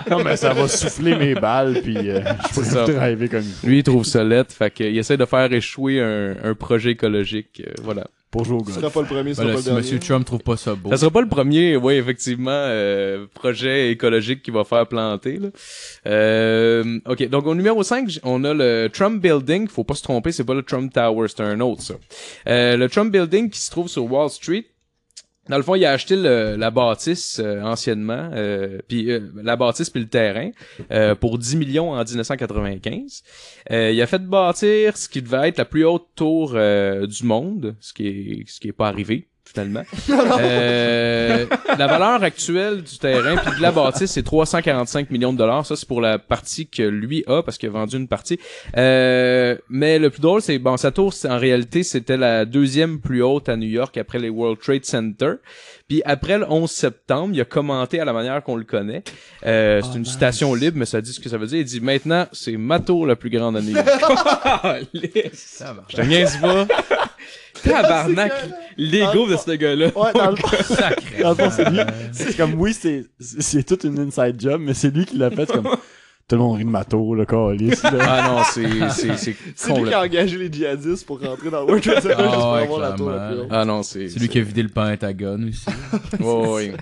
E: non, mais ça va souffler mes balles, puis euh, je
D: C'est ça.
E: pourrais driver comme il faut.
D: Lui, il trouve ça lettre, fait qu'il essaie de faire échouer un, un projet écologique, euh, voilà.
E: Pour jouer au
F: Tu
E: golf.
F: seras pas le premier, tu seras
C: Voilà,
F: pas le
C: si
F: dernier.
C: ben Monsieur Trump trouve pas ça beau.
D: Ça sera pas le premier, oui, effectivement, euh, projet écologique qu'il va faire planter, là. Euh, OK, donc au numéro 5, on a le Trump Building. Faut pas se tromper, c'est pas le Trump Tower, c'est un autre, ça. Euh, le Trump Building qui se trouve sur Wall Street, dans le fond, il a acheté le- la bâtisse euh, anciennement, euh, puis euh, la bâtisse puis le terrain euh, pour 10 millions en 1995. Euh, il a fait bâtir ce qui devait être la plus haute tour euh, du monde, ce qui est ce qui est pas arrivé finalement. Euh, la valeur actuelle du terrain puis de la bâtisse c'est 345 millions de dollars. Ça c'est pour la partie que lui a parce qu'il a vendu une partie. Euh, mais le plus drôle c'est bon sa tour c'est- en réalité c'était la deuxième plus haute à New York après les World Trade Center. Puis après le 11 septembre, il a commenté à la manière qu'on le connaît. Euh, c'est une citation libre, mais ça dit ce que ça veut dire. Il dit maintenant, c'est ma tour la plus grande à New York.
G: Ah, lisse.
C: Ça marche.
D: Je te niaise pas.
G: Tabarnak.
F: C'est
G: L'ego de ce gars-là.
F: Ouais, dans le
C: Sacré.
E: Dans le fond, c'est lui. C'est comme, oui, c'est, c'est c'est toute une inside job, mais c'est lui qui l'a fait c'est comme. Tout le monde rit de ma tour, le calice, là.
D: Ah non, c'est c'est c'est
F: C'est lui qui a
D: complètement.
F: engagé les djihadistes pour rentrer dans World Trade Center
C: Ah
F: juste pour
C: ouais,
F: avoir la tour la
C: clairement.
F: plus haute.
D: Ah non, c'est
C: C'est lui qui a vidé le pentagone aussi.
D: Ouais, ouais, ouais.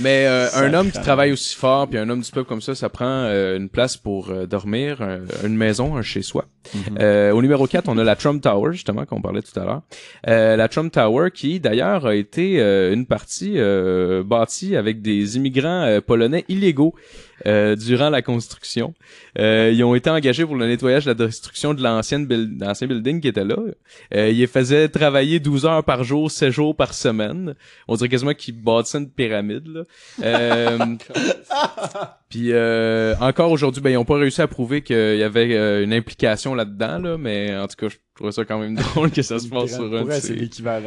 D: Mais euh, un
E: Sacrément.
D: homme qui travaille aussi fort, puis un homme du peuple comme ça, ça prend euh, une place pour euh, dormir, un- une maison, un chez-soi. Euh, au numéro 4, on a la Trump Tower, justement, qu'on parlait tout à l'heure. Euh, la Trump Tower, qui d'ailleurs a été euh, une partie euh, bâtie avec des immigrants euh, polonais illégaux euh, durant la construction. Euh, ils ont été engagés pour le nettoyage, la destruction de l'ancienne buil- l'ancien building qui était là. Euh, ils les faisaient travailler 12 heures par jour, 7 jours par semaine. On dirait quasiment qu'il bâtissait une pyramide, là. Euh, Puis euh, encore aujourd'hui, ben, ils ont pas réussi à prouver qu'il y avait euh, une implication là-dedans, là, mais en tout cas, je trouvais ça quand même drôle que ça se passe sur un...
E: Ouais, c'est
D: petit-
E: l'équivalent.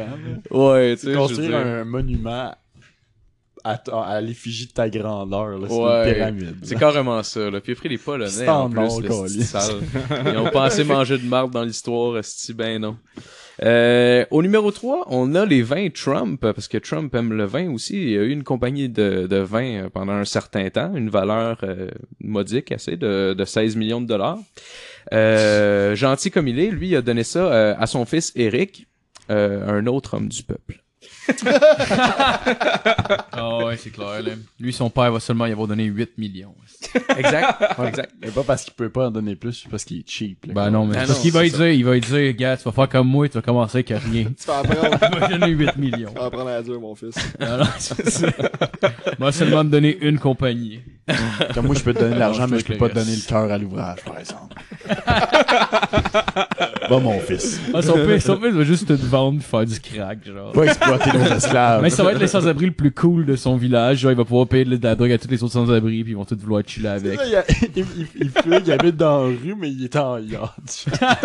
E: là.
D: Ouais, tu sais, je veux
E: Construire
D: dire,
E: un monument à, t- à l'effigie de ta grandeur, là. C'est
D: Ouais.
E: une pyramide.
D: C'est carrément ça, là. Puis après, les Polonais,
E: C'est
D: en
E: en
D: plus,
E: or,
D: le sti
E: câlisse.
D: sale. Ils ont pensé manger de marde dans l'histoire, si ben non. Euh, au numéro 3, on a les vins Trump, parce que Trump aime le vin aussi. Il y a eu une compagnie de, de vins euh, pendant un certain temps, une valeur euh, modique assez de, de 16 millions de dollars. Euh, gentil comme il est, lui, il a donné ça euh, à son fils Eric, euh, un autre homme du peuple.
C: Ah ouais, c'est clair, là. Lui, son père va seulement y avoir donné 8 millions.
D: Exact.
E: Exact. Mais pas parce qu'il pouvait pas en donner plus, c'est parce qu'il est cheap. là.
C: Ben non, mais
D: Ah
C: parce
D: non,
C: qu'il va
D: c'est
C: lui dire, il va lui dire, gars, tu vas faire comme moi, tu vas commencer avec rien.
F: Tu vas apprendre,
C: Il va donner 8 millions.
F: tu vas apprendre à dire, mon fils.
C: Alors, c'est ça. Moi, seulement me donner une compagnie.
E: Comme moi, je peux te donner de l'argent,
C: Non, je
E: mais je peux
C: te
E: pas te
C: laisse.
E: donner le cœur à l'ouvrage, par exemple. Bon, mon fils.
C: Ah, son père, son père, il va juste te vendre et faire du crack, genre.
E: Pas exploiter nos esclaves.
C: Mais ça va être les sans-abri le plus cool de son village. Genre, il va pouvoir payer de la drogue à tous les autres sans-abri, puis ils vont tous vouloir chiller avec.
E: Il, y a- il, il- il fait- il habite dans la rue, mais il est en yacht. ça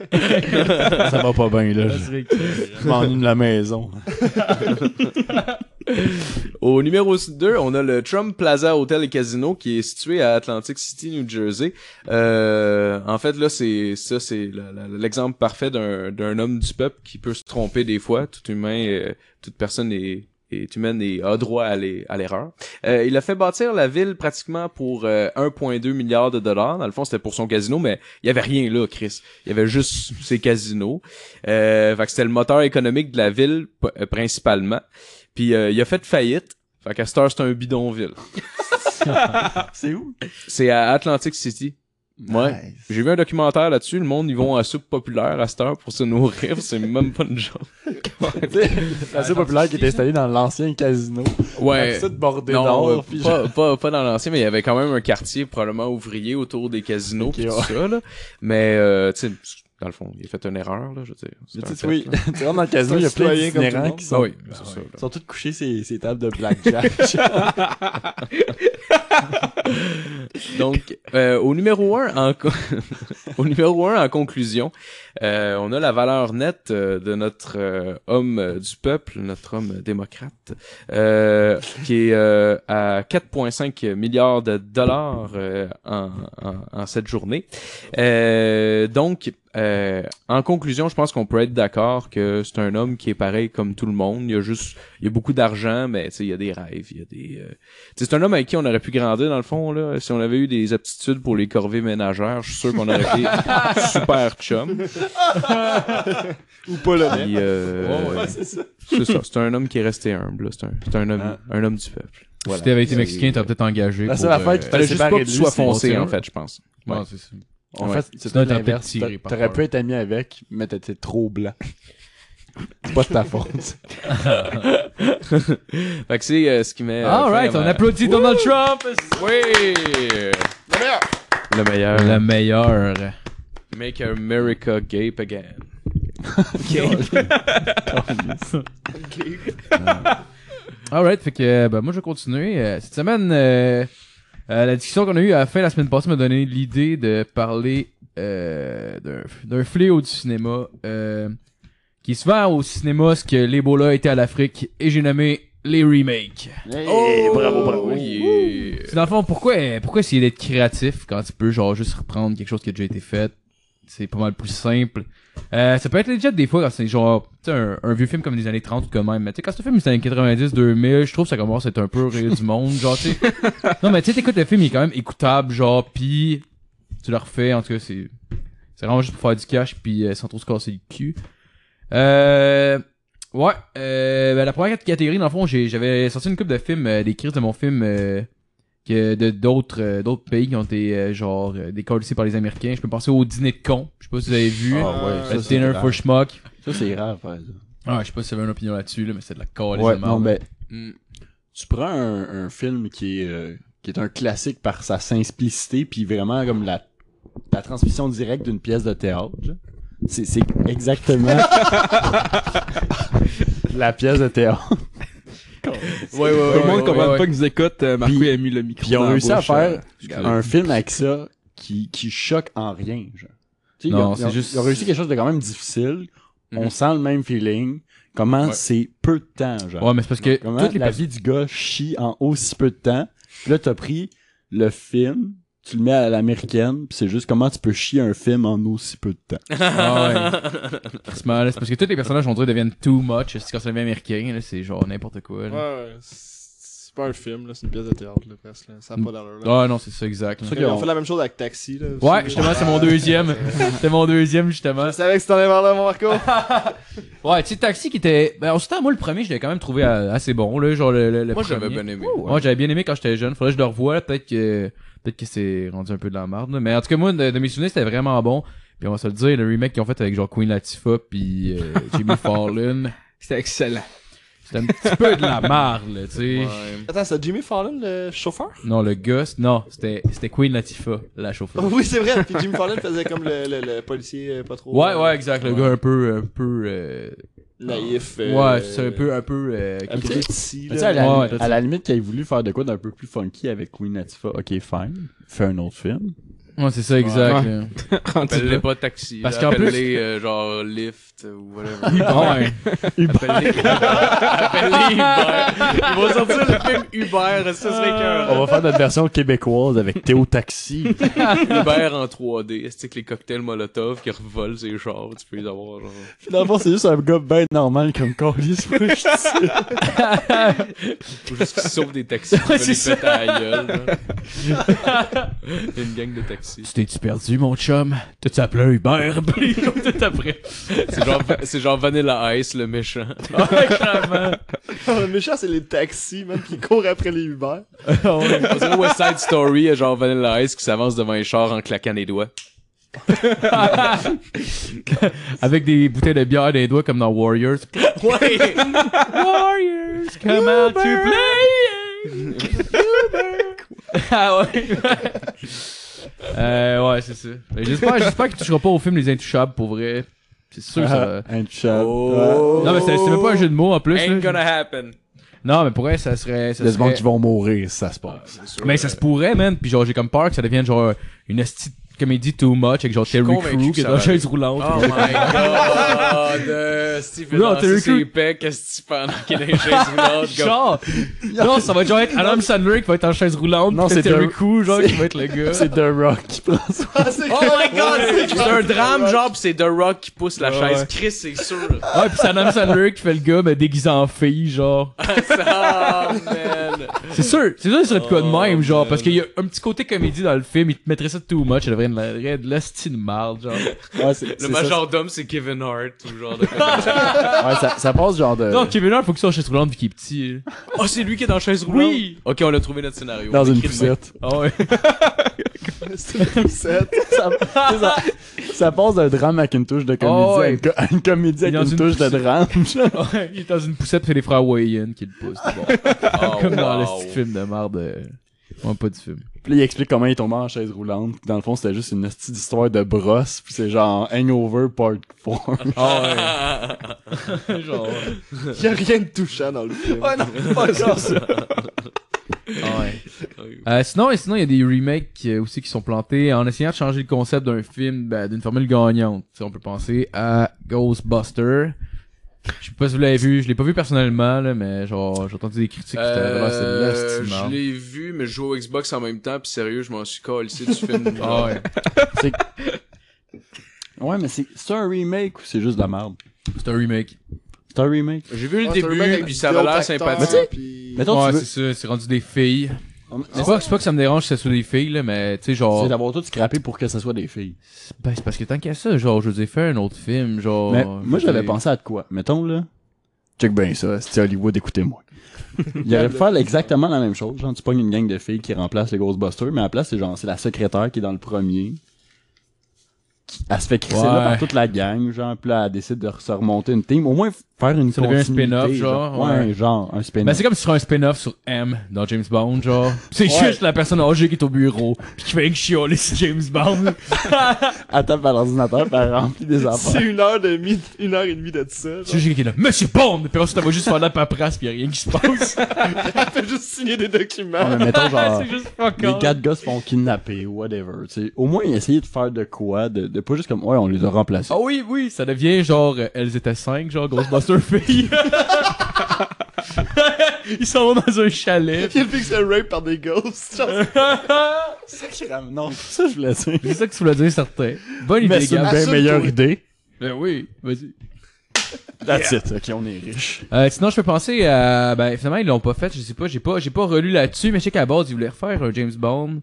E: va pas bien, là.
C: Ça serait cool.
E: Je m'ennuie de la maison.
D: Au numéro 2, on a le Trump Plaza Hotel et Casino qui est situé à Atlantic City, New Jersey. Euh, en fait, là, c'est ça, c'est la- la- l'exemple parfait d'un d'un homme du peuple qui peut se tromper des fois. Tout humain, euh, toute personne est est humaine et a droit à l'e- à l'erreur. Euh, il a fait bâtir la ville pratiquement pour euh, 1,2 milliard de dollars. Dans le fond, c'était pour son casino, mais il y avait rien là, Chris. Il y avait juste ses casinos. Euh, fait que c'était le moteur économique de la ville p- euh, principalement. Puis euh, il a fait faillite. Fait qu'à cette heure, c'est un bidonville.
E: C'est où?
D: C'est à Atlantic City. Ouais. J'ai vu un documentaire là-dessus. Le monde, ils vont à soupe populaire à cette heure pour se nourrir. C'est même pas une joke.
E: La zone populaire qui est installée dans l'ancien casino.
D: Ouais.
E: C'est bordé
D: Non, euh,
E: d'or. puis genre-
D: pas, pas, pas dans l'ancien, mais il y avait quand même un quartier probablement ouvrier autour des casinos
E: Ok,
D: pis tout
E: ouais.
D: ça, là. Mais, euh, tu sais, dans le fond, il a fait une erreur, là, je veux dire. C'est
E: Mais
D: un
E: tu sais,
D: fait,
E: oui,
D: là.
E: tu rentres dans le casino, il y a
F: C'est un
E: plein
F: citoyen comme tout le
E: d'itinérants
F: monde.
E: qui
D: Ah
E: sont,
D: oui, c'est ça, là.
E: qui sont tous couchés ces, ces tables de blackjack.
D: Donc, euh, au numéro 1, en, co- au numéro un, en conclusion, euh, on a la valeur nette euh, de notre euh, homme euh, du peuple, notre homme démocrate, euh, qui est euh, à 4,5 milliards de dollars euh, en, en, en cette journée. Euh, donc, euh, en conclusion, je pense qu'on peut être d'accord que c'est un homme qui est pareil comme tout le monde. Il y a juste, il y a beaucoup d'argent, mais tu sais, il y a des rêves, il y a des, euh, tu sais, c'est un homme avec qui on aurait pu grandir dans le fond là. Si on avait eu des aptitudes pour les corvées ménagères, je suis sûr qu'on aurait été super chum.
F: Ou pas le
D: Puis, euh,
E: c'est ça.
D: C'est ça. C'est un homme qui est resté humble. là. C'est un, c'est un homme,
E: Ah.
D: un homme du peuple.
C: Si t'avais été mexicain, t'aurais peut-être engagé.
E: La
C: pour,
E: seule affaire qui
C: euh,
E: t'a
D: Fallait juste pas
E: séparé
D: que
E: de
D: tu
E: lui,
D: sois
E: c'est-
D: foncé
C: c'est
D: en
C: eux.
D: fait, je pense.
C: non,
D: Ouais.
C: c'est ça.
E: En
D: Ouais.
E: fait, c'est
C: Sinon,
E: peut-être
C: t'as
E: l'inverse.
C: peut-être tiré
E: T'a-
C: par
E: T'aurais
C: peur.
E: pu être ami avec, mais t'étais trop blanc. C'est pas de ta faute.
D: Fait que c'est euh, ce qui met. euh, fin
C: Alright,
D: à
C: on
D: ma-
C: applaudit Donald Trump!
D: Oui. Le meilleur.
C: Le meilleur.
D: Make America gape again.
C: Alright, fait que euh, ben, moi je vais continuer. Euh, Cette semaine, euh, euh, la discussion qu'on a eue à la fin de la semaine passée m'a donné l'idée de parler euh, d'un- d'un fléau du cinéma euh, qui est souvent au cinéma ce que l'Ebola était à l'Afrique et j'ai nommé les remakes.
F: Oh,
C: Oh,
D: bravo, bravo.
C: C'est Dans le fond, pourquoi, pourquoi essayer d'être créatif quand tu peux genre juste reprendre quelque chose qui a déjà été fait? C'est pas mal plus simple. Euh, ça peut être legit des fois quand c'est genre tu sais, un, un vieux film comme des années 30 ou quand même. Mais tu sais, quand c'est un film des années 90, 2000, je trouve que ça commence à être un peu rire du monde. Genre, tu sais. Non, mais tu sais, t'écoutes le film, il est quand même écoutable, genre, pis tu le refais. En tout cas, c'est c'est vraiment juste pour faire du cash puis euh, sans trop se casser le cul. Euh. Ouais, euh, ben, la première catégorie, dans le fond, j'ai- j'avais sorti une coupe de films, euh, des crises de mon film euh, que de d'autres euh, d'autres pays qui ont été euh, genre euh, décalissés par les Américains. Je peux penser au dîner de con. Je sais pas si vous avez vu.
E: Ah ouais,
F: Euh,
E: ça,
C: le
E: c'est
C: dinner
E: grave.
C: for schmuck.
E: Ça, c'est grave, par exemple.
C: Ah, je sais pas si vous avez une opinion là-dessus, là, mais c'est de la calice
E: Ouais,
C: de
E: non,
C: merde.
E: mais
D: Mm.
E: tu prends un, un film qui est, euh, qui est un classique par sa simplicité, puis vraiment comme la, la transmission directe d'une pièce de théâtre. genre. C'est, c'est exactement la pièce de théâtre.
D: Ouais, ouais, ouais.
G: Tout le monde
D: ouais,
G: comprend
D: ouais,
G: pas qu'ils écoutent. euh, Marco
E: Puis-
G: il a mis le micro.
E: Puis ils
G: dans
E: ont
G: la
E: réussi à
G: bouche,
E: faire
G: euh,
E: un film avec ça qui, qui choque en rien. Genre. Tu sais,
C: Non,
E: ils, ont,
C: c'est
E: ils ont-
C: juste-
E: ils ont réussi quelque chose de quand même difficile.
D: Mhm.
E: On sent le même feeling. Comment
C: Ouais.
E: c'est peu de temps, genre.
C: Ouais, mais c'est parce que
E: Comment
C: toutes les
E: la
C: personnes.
E: vie du gars chie en aussi peu de temps. Puis là, t'as pris le film, tu le mets à l'américaine, puis c'est juste comment tu peux chier un film en aussi peu de temps.
C: Ah, ouais. Crissement, là, c'est parce que tous les personnages, on dirait, deviennent too much. C'est quand ça devient américain, là, c'est genre n'importe quoi. là.
F: Ouais, ouais, c'est- C'est pas un film, là, c'est une pièce de théâtre, là, presque. là. Ça a pas d'allure. là.
C: Ah non, c'est ça, exact.
E: C'est pour ça
F: Ils ont
E: qu'on-
F: fait la même chose avec Taxi. Là, aussi,
C: Ouais,
F: là.
C: justement, c'est mon deuxième. C'était mon deuxième, justement.
F: Je savais que c'était vers là, mon Marco.
C: Ouais, tu sais, Taxi qui était. Ben, en ce temps, moi, le premier, je l'ai quand même trouvé euh, assez bon, là. Genre, le, le- le
D: Moi,
C: premier.
D: j'avais bien aimé.
C: Moi, j'avais bien aimé quand j'étais jeune. Faudrait que je le revoie, là. Peut-être que. Peut-être que c'est rendu un peu de la merde, là. Mais en tout cas, moi, de, de mes souvenirs, c'était vraiment bon. Puis on va se le dire, le remake qu'ils ont fait avec genre Queen Latifah puis euh, Jimmy Fallon,
G: C'était excellent.
C: c'était un petit peu de la marde, là, tu sais.
F: Attends, c'est Jimmy Fallon, le chauffeur
C: Non, le gosse, non, c'était c'était Queen Latifah, la chauffeur.
F: Oh
D: Oh.
F: Oui, c'est vrai. Puis Jimmy Fallon faisait comme le, le, le policier euh, pas trop.
C: Ouais,
F: euh,
C: ouais, exact. Le
F: ouais.
C: gars un peu, un peu, euh,
F: Naïf. euh,
C: ouais, c'est un peu, un peu. euh,
F: Un peu
C: qui-
F: petit,
E: Tu sais, à,
F: là.
E: la,
C: Ouais, ouais.
E: à la limite qu'il ait voulu faire de quoi d'un peu plus funky avec Queen Latifah, ok fine, fais un autre film.
C: Ouais, c'est ça, exact.
G: Ouais.
C: là.
G: Rendu là.
D: Appelle-les pas taxi.
C: Parce
D: Parce
C: qu'en
D: qu'en
C: plus-
D: Appelle-les euh, genre lift ou whatever.
C: Ouais.
D: Appelle-les Uber. Ils vont sortir le film Uber. Ça
C: Ah.
D: serait qu'un
E: On va faire notre version québécoise avec Théo Taxi.
D: Uber en 3D. C'est que les cocktails Molotov qui revolent ces chars. Tu peux les avoir genre.
E: Finalement, c'est juste un gars ben normal comme Carlis.
D: Ou juste qu'ils sauvent des taxis. Ils les
C: c'est
D: pètent à la gueule. là. Une gang de taxis.
C: Tu t'es-tu perdu, mon chum? T'as-tu appelé un Uber? Puis tout après.
D: C'est genre, c'est genre Vanilla Ice, le méchant.
F: Le méchant, c'est les taxis, même, qui courent après les Uber.
D: On dirait West Side Story, euh, genre Vanilla Ice qui s'avance devant les chars en claquant les doigts.
C: Avec des bouteilles de bière des doigts comme dans Warriors.
D: Ouais!
C: Warriors, come out to play! ah ouais. euh, ouais, c'est ça. Mais J'espère, j'espère qu'il touchera pas au film Les Intouchables pour vrai. C'est sûr que ça.
E: Un chat. Oh.
C: Non, mais c'est c'est même pas un jeu de mots en plus. là.
D: Ain't gonna happen.
C: Non, mais pour vrai, ça serait. Ça
E: Les gens
C: serait...
E: qui vont mourir si ça se passe.
C: Mais ça se pourrait, man. Puis genre, j'ai comme peur que ça devienne genre une esti de comédie too much avec genre Terry
D: convaincu
C: Crew
D: que
C: qui est
D: ça
C: dans la
D: va
C: chaise roulante.
D: Oh my god! euh, Steve veut
C: Non,
D: lancer
C: Terry
D: ses
C: Crews.
D: pecs, qu'est-ce que tu penses qu'il est dans les chaises roulantes, gars?
C: genre, non, ça va genre être Adam Sandler qui va être en chaise roulante.
E: Non,
C: puis
E: c'est
C: Terry
E: de-
C: Crew, genre, qui va être le gars.
E: C'est The Rock qui prend ça.
F: Ah, c'est
D: Oh my god!
F: Ouais,
D: C'est un drame, genre, pis c'est The Rock qui pousse la
C: Ouais, ouais.
D: chaise. Chris, c'est sûr.
C: Ouais, pis c'est Adam Sandler qui fait le gars, mais déguisé en fille, genre.
D: Ça, Ah, man!
C: C'est sûr, c'est sûr, il serait de quoi de
D: Oh,
C: même, genre,
D: man.
C: parce qu'il y a un petit côté comédie dans le film, il te mettrait ça too much, il devrait une de l'hostie de marde, genre.
E: Ouais, c'est-
D: Le
E: c'est ça.
D: majordome, c'est Kevin Hart, ou genre de
E: Ouais, ça, ça passe genre de.
C: Non, Kevin Hart, faut qu'il soit en chaise roulante vu qu'il est petit. hein.
D: Oh, c'est lui qui est dans la chaise roulante? Oui! Ok, on a trouvé notre scénario.
E: dans une
D: Écris demain.
E: poussette.
C: Ah ouais.
F: C'est une poussette.
E: ça, tu sais, ça, ça passe d'un drame avec une touche de comédie
C: Oh,
E: à une, co- à une comédie avec
C: Dans
E: une,
C: une
E: touche de
C: poussée.
E: drame.
C: Ouais, il est dans une poussette, pis c'est les frères Wayan qui le poussent. Bon.
D: Oh,
C: Comme dans le
D: wow.
C: petit film de marde. euh, Ouais, pas du film.
E: Puis là, il explique comment il est tombé en chaise roulante. Dans le fond, c'était juste une petite histoire de brosse. Puis c'est genre Hangover Part 4.
C: Ah ouais. Genre.
F: Y a rien de touchant dans le film.
D: Ah
C: ouais. Euh, sinon, et sinon, il y a des remakes euh, aussi qui sont plantés en essayant de changer le concept d'un film ben, d'une formule gagnante. Tu sais, on peut penser à Ghostbuster. Je sais pas si vous l'avez vu, je l'ai pas vu personnellement, là, mais genre, j'ai entendu des critiques qui étaient vraiment,
D: Euh,
C: c'est l'hostie de
D: je
C: marde.
D: l'ai vu, mais je joue au Xbox en même temps, pis sérieux, je m'en suis ici du film.
C: Ah ouais.
E: ouais, mais c'est c'est un remake ou c'est juste de la merde?
C: C'est un remake.
E: C'est un remake.
D: J'ai vu le
F: Ouais, Ah, c'est un remake
D: début,
F: avec
D: puis ça avait l'air
F: d'autres acteurs,
D: sympathique.
F: puis-
E: Mettons,
C: ouais,
E: tu
C: c'est
E: veux-
C: ça, c'est rendu des filles.
E: Mais
C: C'est pas, c'est pas que ça me dérange que ce soit des filles, là, mais tu sais, genre.
E: C'est d'avoir tout scrappé pour que ça soit des filles.
C: Ben, c'est parce que tant qu'à ça, genre, je vous ai fait un autre film, genre.
E: mais moi,
C: Oh, je
E: j'avais
C: sais-
E: pensé à de quoi? Mettons, là. Check bien ça, c'est Hollywood, écoutez-moi. Il aurait pu faire exactement la même chose. Genre, tu pognes une gang de filles qui remplace les Ghostbusters, mais à la place, c'est genre, c'est la secrétaire qui est dans le premier. Qui- Elle se fait crisser là
C: Ouais.
E: par toute la gang, genre, puis là, elle décide de se remonter une team. Au moins, f- faire une
C: Ça devient un
E: continuité,
C: spin-off, genre,
E: Ouais,
C: ouais.
E: genre, un spin-off.
C: Ben, c'est comme si tu ferais un spin-off sur M dans James Bond, genre. C'est juste la personne âgée qui est au bureau, pis qui fait que chialer sur James Bond.
E: Elle tape à l'ordinateur, puis elle remplit des affaires.
F: C'est une heure, de mi- une heure et demie de ça.
C: C'est juste quelqu'un qui est là, Monsieur Bond! Pis ensuite, elle va juste faire de la paperasse pis y a rien qui se passe.
F: Elle fait juste signer des documents.
E: Ouais, mais mettons, genre,
C: c'est juste fuck
E: les
C: off.
E: quatre gars se font kidnapper, whatever. tu sais. Au moins, essayer de faire de quoi, de, de pas juste comme, ouais, on les a remplacés.
C: Ah oui, oui, ça devient genre, euh, elles étaient cinq, genre Ghostbuster filles. Ils s'en vont dans un chalet.
F: Puis le fait que c'est un rape par des ghosts. genre,
E: Non, ça, je voulais dire.
C: C'est ça que tu voulais dire, certain. Bonne idée, Ben
E: Mais c'est une
C: Gab.
E: bien
F: Assume-toi.
E: meilleure idée.
C: Ben oui, vas-y.
E: That's it. Ok, on est riche.
C: Euh, sinon, je peux penser à. Ben, finalement, ils l'ont pas fait. Je sais pas. J'ai pas, j'ai pas relu là-dessus. Mais je sais qu'à la base, ils voulaient refaire un James Bond.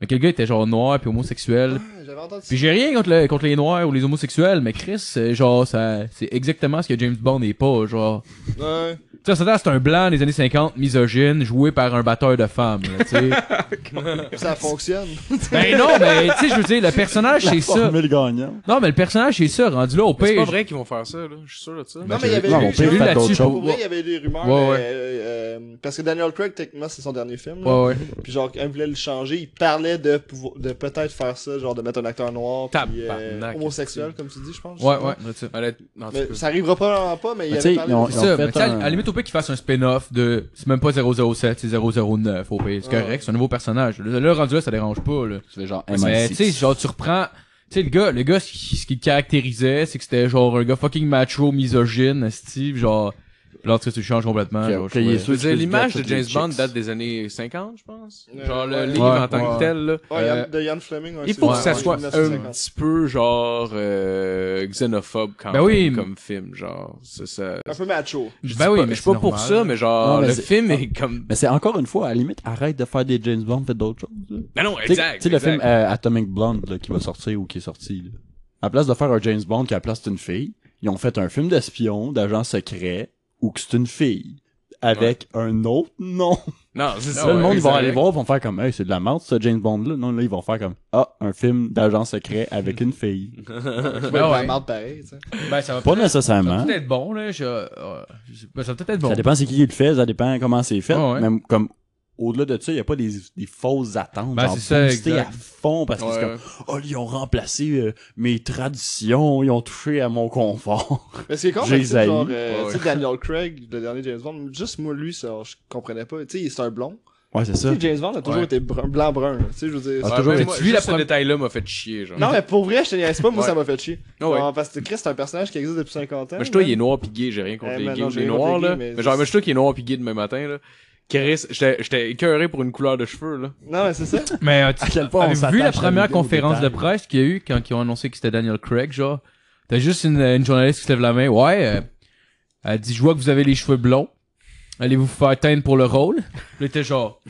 C: Mais que le gars était genre noir puis homosexuel.
D: Ah,
F: J'avais entendu
C: Puis j'ai rien contre, le- contre les noirs ou les homosexuels. Mais Chris, euh, genre, ça, c'est exactement ce que James Bond n'est pas. Genre.
F: Ouais.
C: Tu sais, Sadat, c'est un blanc des années 50, misogyne, joué par un batteur de femmes. là, tu sais.
F: Puis ça fonctionne.
C: ben non, mais tu sais, je veux dire, le personnage, c'est ça.
E: Formule gagnant.
C: Non, mais le personnage, c'est ça. Rendu là au
D: Mais C'est pas
C: pire.
D: vrai qu'ils vont faire ça, là. Je suis sûr de ça.
F: Non, mais il y avait
E: Non,
F: eu-
E: on
F: j'ai
E: peut
F: lu
E: faire
C: là-dessus,
E: d'autres
C: je
F: Pour
E: choses.
F: vrai, il y avait eu des rumeurs.
C: Ouais,
F: mais,
C: ouais.
F: euh, euh, parce que Daniel Craig, techniquement, c'est son dernier film. là.
C: Ouais, ouais.
F: Puis genre, quand il voulait le changer, il parlait de, pouvo- de peut-être faire ça, genre de mettre un acteur noir, puis euh,
D: Tabarnak.
F: homosexuel, comme tu dis, je pense.
C: Ouais, ouais.
D: Honnêtement, en tout
F: Mais
D: cas.
F: ça arrivera probablement pas, mais il
E: Mais
F: avait
E: tu sais,
F: parlé
E: ils ont-
F: de
C: C'est
F: ça.
E: Ils
C: ça,
E: fait
C: mais tu sais, à
E: un-
C: à la limite, au pire qu'ils fassent un spin-off de. C'est même pas 007, c'est 009 au pire. C'est
F: Ouais.
C: correct, c'est un nouveau personnage. Là, là, rendu là, ça dérange pas, là.
E: Tu fais genre
C: Mais tu sais,
E: MI6.
C: genre, tu reprends. Tu sais, le gars, le gars, ce qui, ce qui le caractérisait, c'est que c'était genre un gars fucking macho, misogyne, Steve, genre. Là, en tout cas, tu le changes complètement.
E: Ok,
C: genre,
E: ok,
C: je
E: il est
C: trouvais-
E: sûr.
D: Je veux dire, l'image de
E: toutes les
D: James Bond
E: chicks.
D: date des années 50, je pense.
F: Euh,
D: Genre le
F: ouais.
D: livre
C: Ouais,
D: en tant
C: ouais.
D: que tel, là.
F: Ouais,
D: Euh,
F: Yann- de Yann Fleming. ouais,
D: Il
F: c'est
D: faut que
F: vrai,
D: ça
F: ouais,
D: soit un
F: 1950.
D: petit peu genre euh, xénophobe quand
C: Ben
D: même
C: oui, mais-
D: comme film, genre. C'est ça.
F: Un peu macho.
D: Je
C: Ben
D: dis
C: oui,
D: pas-
C: mais
D: je suis pas
C: c'est
D: pour
C: normal.
D: ça, mais genre
E: Non, mais
D: le
E: c'est-
D: film est comme.
E: Mais c'est encore une fois, à la limite, arrête de faire des James Bond, fais d'autres choses. là.
D: Ben non,
E: Tu sais-
D: exact.
E: Tu sais, le
D: exact.
E: film euh, Atomic Blonde là, qui va sortir ou qui est sorti. là. À place de faire un James Bond qui à la place d'une fille, ils ont fait un film d'espion, d'agent secret, ou que c'est une fille. Avec un autre nom.
D: Non, c'est
E: Là,
D: ça.
E: le monde, ils vont
D: exact.
E: aller voir, ils vont faire comme, hey, c'est de la merde, ce James Bond-là. Non, là, ils vont faire comme, ah, un film d'agent secret avec une fille.
F: Ouais,
C: Ben
F: la
C: ouais.
F: marde pareil, tu sais.
C: Ben, ça va
E: Pas
C: peut-être- ça va
E: nécessairement.
C: peut-être être bon, là. Je... euh, je sais pas, ça va peut-être être bon.
E: Ça dépend c'est qui qui le fait, ça dépend comment c'est fait.
C: Ouais, ouais.
E: Même comme, au-delà de ça, il n'y a pas des, des fausses attentes.
C: Ben,
E: genre,
C: c'est ça,
E: boostées
C: exact.
E: à fond parce que c'est
D: Ouais.
E: comme, Oh, ils ont remplacé euh, mes traditions, ils ont touché à mon confort.
F: Mais c'est con,
E: J'ai
F: mais tu sais,
E: zaï.
F: genre, euh,
D: Ouais,
F: tu sais, Daniel Craig, le dernier James Bond, juste moi, lui, ça, je comprenais pas. Tu sais, c'est un blond.
E: Ouais, c'est ça.
F: Tu sais, James Bond a toujours
D: Ouais.
F: été brun- blanc-brun. là. Tu sais, je veux dire.
E: Ah,
F: c'est-
D: Ouais,
E: toujours
D: mais
E: été-
D: moi,
C: Tu vis la
D: juste ce
C: première-
D: détail-là m'a fait chier, genre.
F: Non, mais pour vrai, je te niaise pas, moi,
D: Ouais.
F: ça m'a fait chier.
D: Ah ouais.
F: Genre, parce que Chris, c'est un personnage qui existe depuis 50 ans.
D: Mais je toi, il est
F: man.
D: noir pis gay, j'ai rien contre
F: Eh,
D: les
F: mais
D: gays
F: non,
D: ou
F: j'ai
D: les
F: rien contre
D: noirs,
F: les
D: là.
F: gays, mais
D: Mais genre,
F: c'est-
D: mais je toi qui est noir pis gay demain matin, là. Chris, j'étais j'étais écœuré pour une couleur de cheveux, là.
F: Non, mais c'est ça.
C: Mais euh, tu-
E: À quel point on
C: avez-vous vu la
E: s'attache à la
C: première
E: vidéo au
C: conférence de
E: détail?
C: presse qu'il y a eu quand ils ont annoncé que c'était Daniel Craig, genre T'as juste une, une journaliste qui se lève la main. Ouais, euh, elle dit Je vois que vous avez les cheveux blonds. Allez-vous vous faire teindre pour le rôle Puis il était genre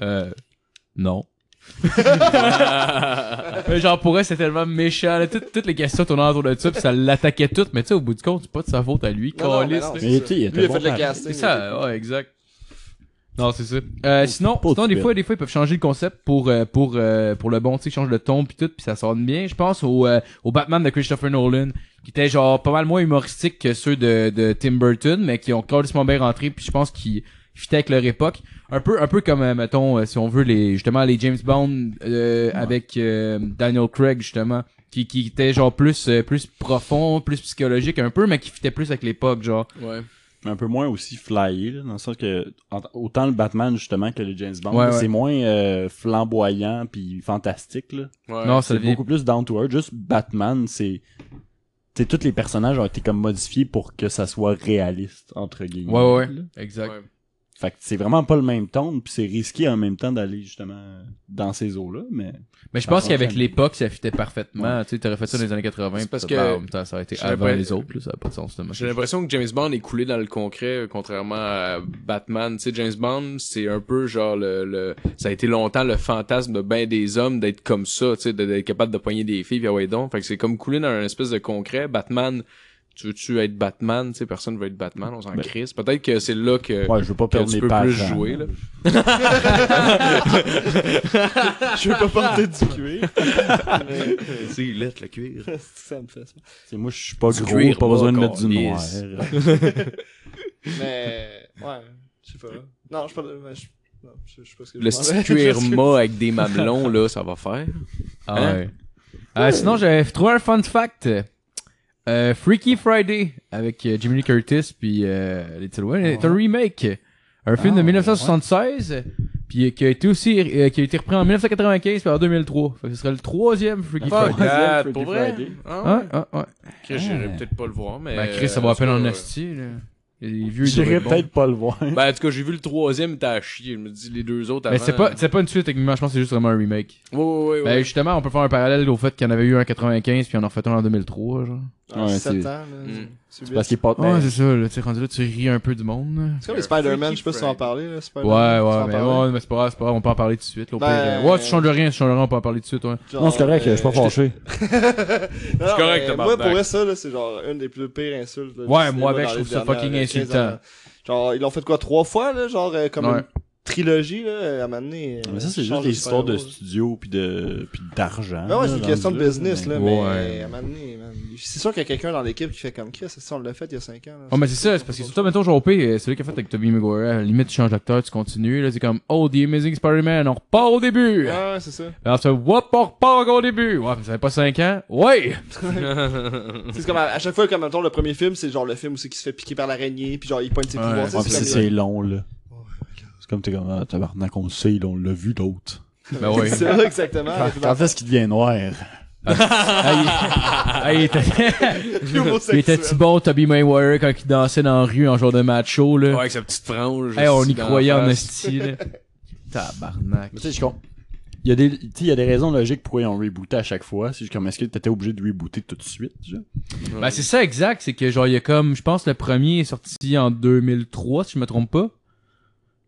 C: Euh. Non. Mais genre pour elle, c'était tellement méchant. là. Toutes, toutes les questions tournaient autour de ça, puis ça l'attaquait toutes. Mais tu sais, au bout du compte, c'est pas de sa faute à lui.
F: Non, non, mais
C: Caliste,
F: non,
C: là.
F: c'est
E: Mais
F: ça.
E: tu sais, il
F: Lui,
E: était
F: il a
E: bon
F: fait le
E: par-
F: casting.
C: C'est ça, ouais, exact. Non, c'est ça. Euh, sinon,
E: pas
C: sinon
E: du
C: des
E: pire.
C: fois, des fois, ils peuvent changer le concept pour euh, pour euh, pour le bon, tu sais, change le ton puis tout, puis ça sonne bien. Je pense au euh, au Batman de Christopher Nolan, qui était genre pas mal moins humoristique que ceux de, de Tim Burton, mais qui ont complètement bien rentré, puis je pense qu'ils fitaient avec leur époque. Un peu un peu comme euh, mettons, euh, si on veut les justement les James Bond euh, avec euh, Daniel Craig justement, qui qui était genre plus euh, plus profond, plus psychologique un peu, mais qui fitait plus avec l'époque, genre.
D: Ouais.
E: mais un peu moins aussi flyé, là, dans le sens que en- autant le Batman justement que le James Bond,
C: Ouais, ouais.
E: c'est moins euh, flamboyant puis fantastique. Là.
D: Ouais.
C: non, ça
E: C'est
C: devient
E: beaucoup plus down to earth. Juste Batman, c'est tu sais, tous les personnages ont été comme modifiés pour que ça soit réaliste entre guillemets.
C: Ouais, ouais,
E: là.
C: exact.
D: Ouais.
E: Fait que c'est vraiment pas le même ton, puis c'est risqué en même temps d'aller justement dans ces eaux là, mais
C: Mais je
E: Ça
C: pense qu'avec
E: fonctionne.
C: l'époque, ça fitait parfaitement. Tu sais, t'aurais fait bah, ça dans les années 80.
D: C'est parce
C: puis
D: que-
C: bam, t'as- ça a été
D: j'avais
C: avant
D: pas-
C: les autres. là, ça n'a pas de sens. justement.
D: J'ai l'impression que James Bond est coulé dans le concret, euh, contrairement à Batman. Tu sais, James Bond, c'est un peu genre le, le- ça a été longtemps le fantasme de ben des hommes d'être comme ça, tu sais, de- d'être capable de poigner des filles, puis ah ouais donc. Fait que c'est comme coulé dans un espèce de concret. Batman, tu veux-tu être Batman, tu sais, personne veut être Batman, on s'en
E: Ben-
D: crisse. Peut-être que c'est là que,
E: ouais, je veux pas
D: Euh, que
E: perdre
D: tu
E: mes
D: peux
E: parents.
D: plus jouer, là.
F: Je veux pas porter du cuir. Mais
D: C'est lettre, le cuir.
F: ça me fait ça.
E: C'est moi, je suis pas
D: Du
E: gros,
D: cuir,
E: pas
D: moi,
E: besoin de mettre
D: qu'on
E: du noir.
D: lisse.
F: Mais, ouais, je sais pas. Non, je parle. mais Je non, je- je sais pas ce que je
D: Le
F: parlais.
D: petit cuir
F: Je sais-
D: mat avec des mamelons, là, ça va faire.
C: Ah
D: hein?
C: ouais. Euh, sinon, j'avais trouvé un fun fact. Euh, Freaky Friday avec euh, Jimmy Lee Curtis puis euh, Little Wayne. C'est un remake. Un film
E: Ah,
C: de 1976 puis euh, qui a été aussi euh, qui a été repris en 1995 puis en 2003. Fait que ce serait le troisième Freaky Friday.
D: Fuck that,
E: Freaky
D: pour vrai?
E: Friday.
D: Ah,
C: Ah,
D: ouais.
C: ah, ouais.
D: Chris, j'irai peut-être pas le voir, mais...
C: Ben, Chris, ça va à peine
D: euh,
C: en
D: ouais.
C: asti, là. Les vieux, ils doivent
E: J'irais
C: être bons.
E: peut-être pas le voir.
D: Ben, en tout cas, j'ai vu le troisième, t'as chier. Je me dis, les deux autres avant.
C: Hmm? Mais c'est pas, c'est pas une suite, techniquement, je pense que c'est juste vraiment un remake.
D: Ouais, ouais, ouais.
C: Ben
D: ouais.
C: justement, on peut faire un parallèle au fait qu'il y en avait eu un en 95 puis on en refait un en 2003, genre.
F: En
E: Ouais,
F: 7 Ah,
E: c'est-
F: ans, là.
D: Mm.
F: C'est
E: Parce
F: vite.
E: qu'il est pas.
C: Ah, Ouais, c'est ça, là, tu sais, rendu là, tu ris un peu du monde.
F: C'est comme les Spider-Man, je sais pas si tu en
G: Freaky
F: parlais, là. Spider-Man,
C: Ouais,
F: tu
C: ouais,
F: en
C: mais
F: parlais?
C: ouais, mais c'est pas grave, c'est pas grave, on peut en parler tout de suite. là, au pire,
F: Ben,
C: euh, ouais, tu changes rien, tu changes rien, on peut en parler tout de suite, ouais.
F: Genre,
E: Non, c'est correct,
F: euh,
E: je suis pas fâché.
F: Non, non,
D: correct,
F: mais
D: tabarnak.
F: Moi, pour vrai, ça, là, c'est genre une des plus pires insultes. là, du
C: Ouais,
F: cinéma
C: moi, avec,
F: dans
C: je
F: les
C: trouve ça
F: dernières,
C: fucking
F: euh, 15
C: insultant.
F: ans. Genre, ils l'ont fait quoi, trois fois, là? Genre, euh, comme
C: Ouais.
F: une trilogie, là, à un moment donné. euh,
E: Ah, Mais ça, c'est juste
F: change de
E: des histoires de
F: super-héros, là.
E: studio puis de puis d'argent.
F: Ah Ouais, ouais, c'est
E: là,
F: une
E: dans
F: question de
E: le jeu,
F: business,
E: mais-
F: là,
C: Ouais.
F: mais à un moment donné, man, c'est sûr qu'il y a quelqu'un dans l'équipe qui fait comme Chris, ça, on l'a fait il y a 5 ans. là.
C: Oh, mais c'est ça, c'est parce que surtout, mettons, genre, au pire, euh, celui qui a fait avec Tobey Maguire, à la limite, tu changes d'acteur, tu continues, là, c'est comme, oh, The Amazing Spider-Man, on repart au début!
F: Ouais, c'est ça.
C: Alors, tu fais, whoop, on repart encore au début! Ouais, mais ça fait pas 5 ans? Ouais!
F: C'est comme à, à chaque fois, comme mettons, le premier film, c'est genre le film où c'est qui se fait piquer par l'araignée, puis genre il pointe ses
C: Ouais.
F: pouvoirs. tu sais,
E: Ouais, puis c'est
F: comme-
E: c'est long, là. C'est comme t'es comme, ah, tabarnak, on le sait, là, on l'a vu d'autres.
C: ben ouais.
F: C'est ça, exactement.
E: Quand quand est-ce qu'il devient noir?
C: Ah, il était,
F: Plus
C: il
F: homosexuel.
C: était-tu bon, Tobey Maguire, quand il dansait dans la rue en genre de macho, là?
D: Ouais, avec sa petite frange.
C: Hey, on
D: aussi,
C: y
D: dans
C: croyait
D: la
C: en
D: face.
C: esti, là. Tabarnak.
E: Mais tu sais, je comprends. Il y, a des, tu sais, il y a des raisons logiques pourquoi ils ont rebooté à chaque fois. C'est juste comme, est-ce que t'étais obligé de rebooter tout de suite, genre?
C: Ben, c'est ça exact, c'est que genre, il y a comme, je pense, le premier est sorti en 2003, si je me trompe pas.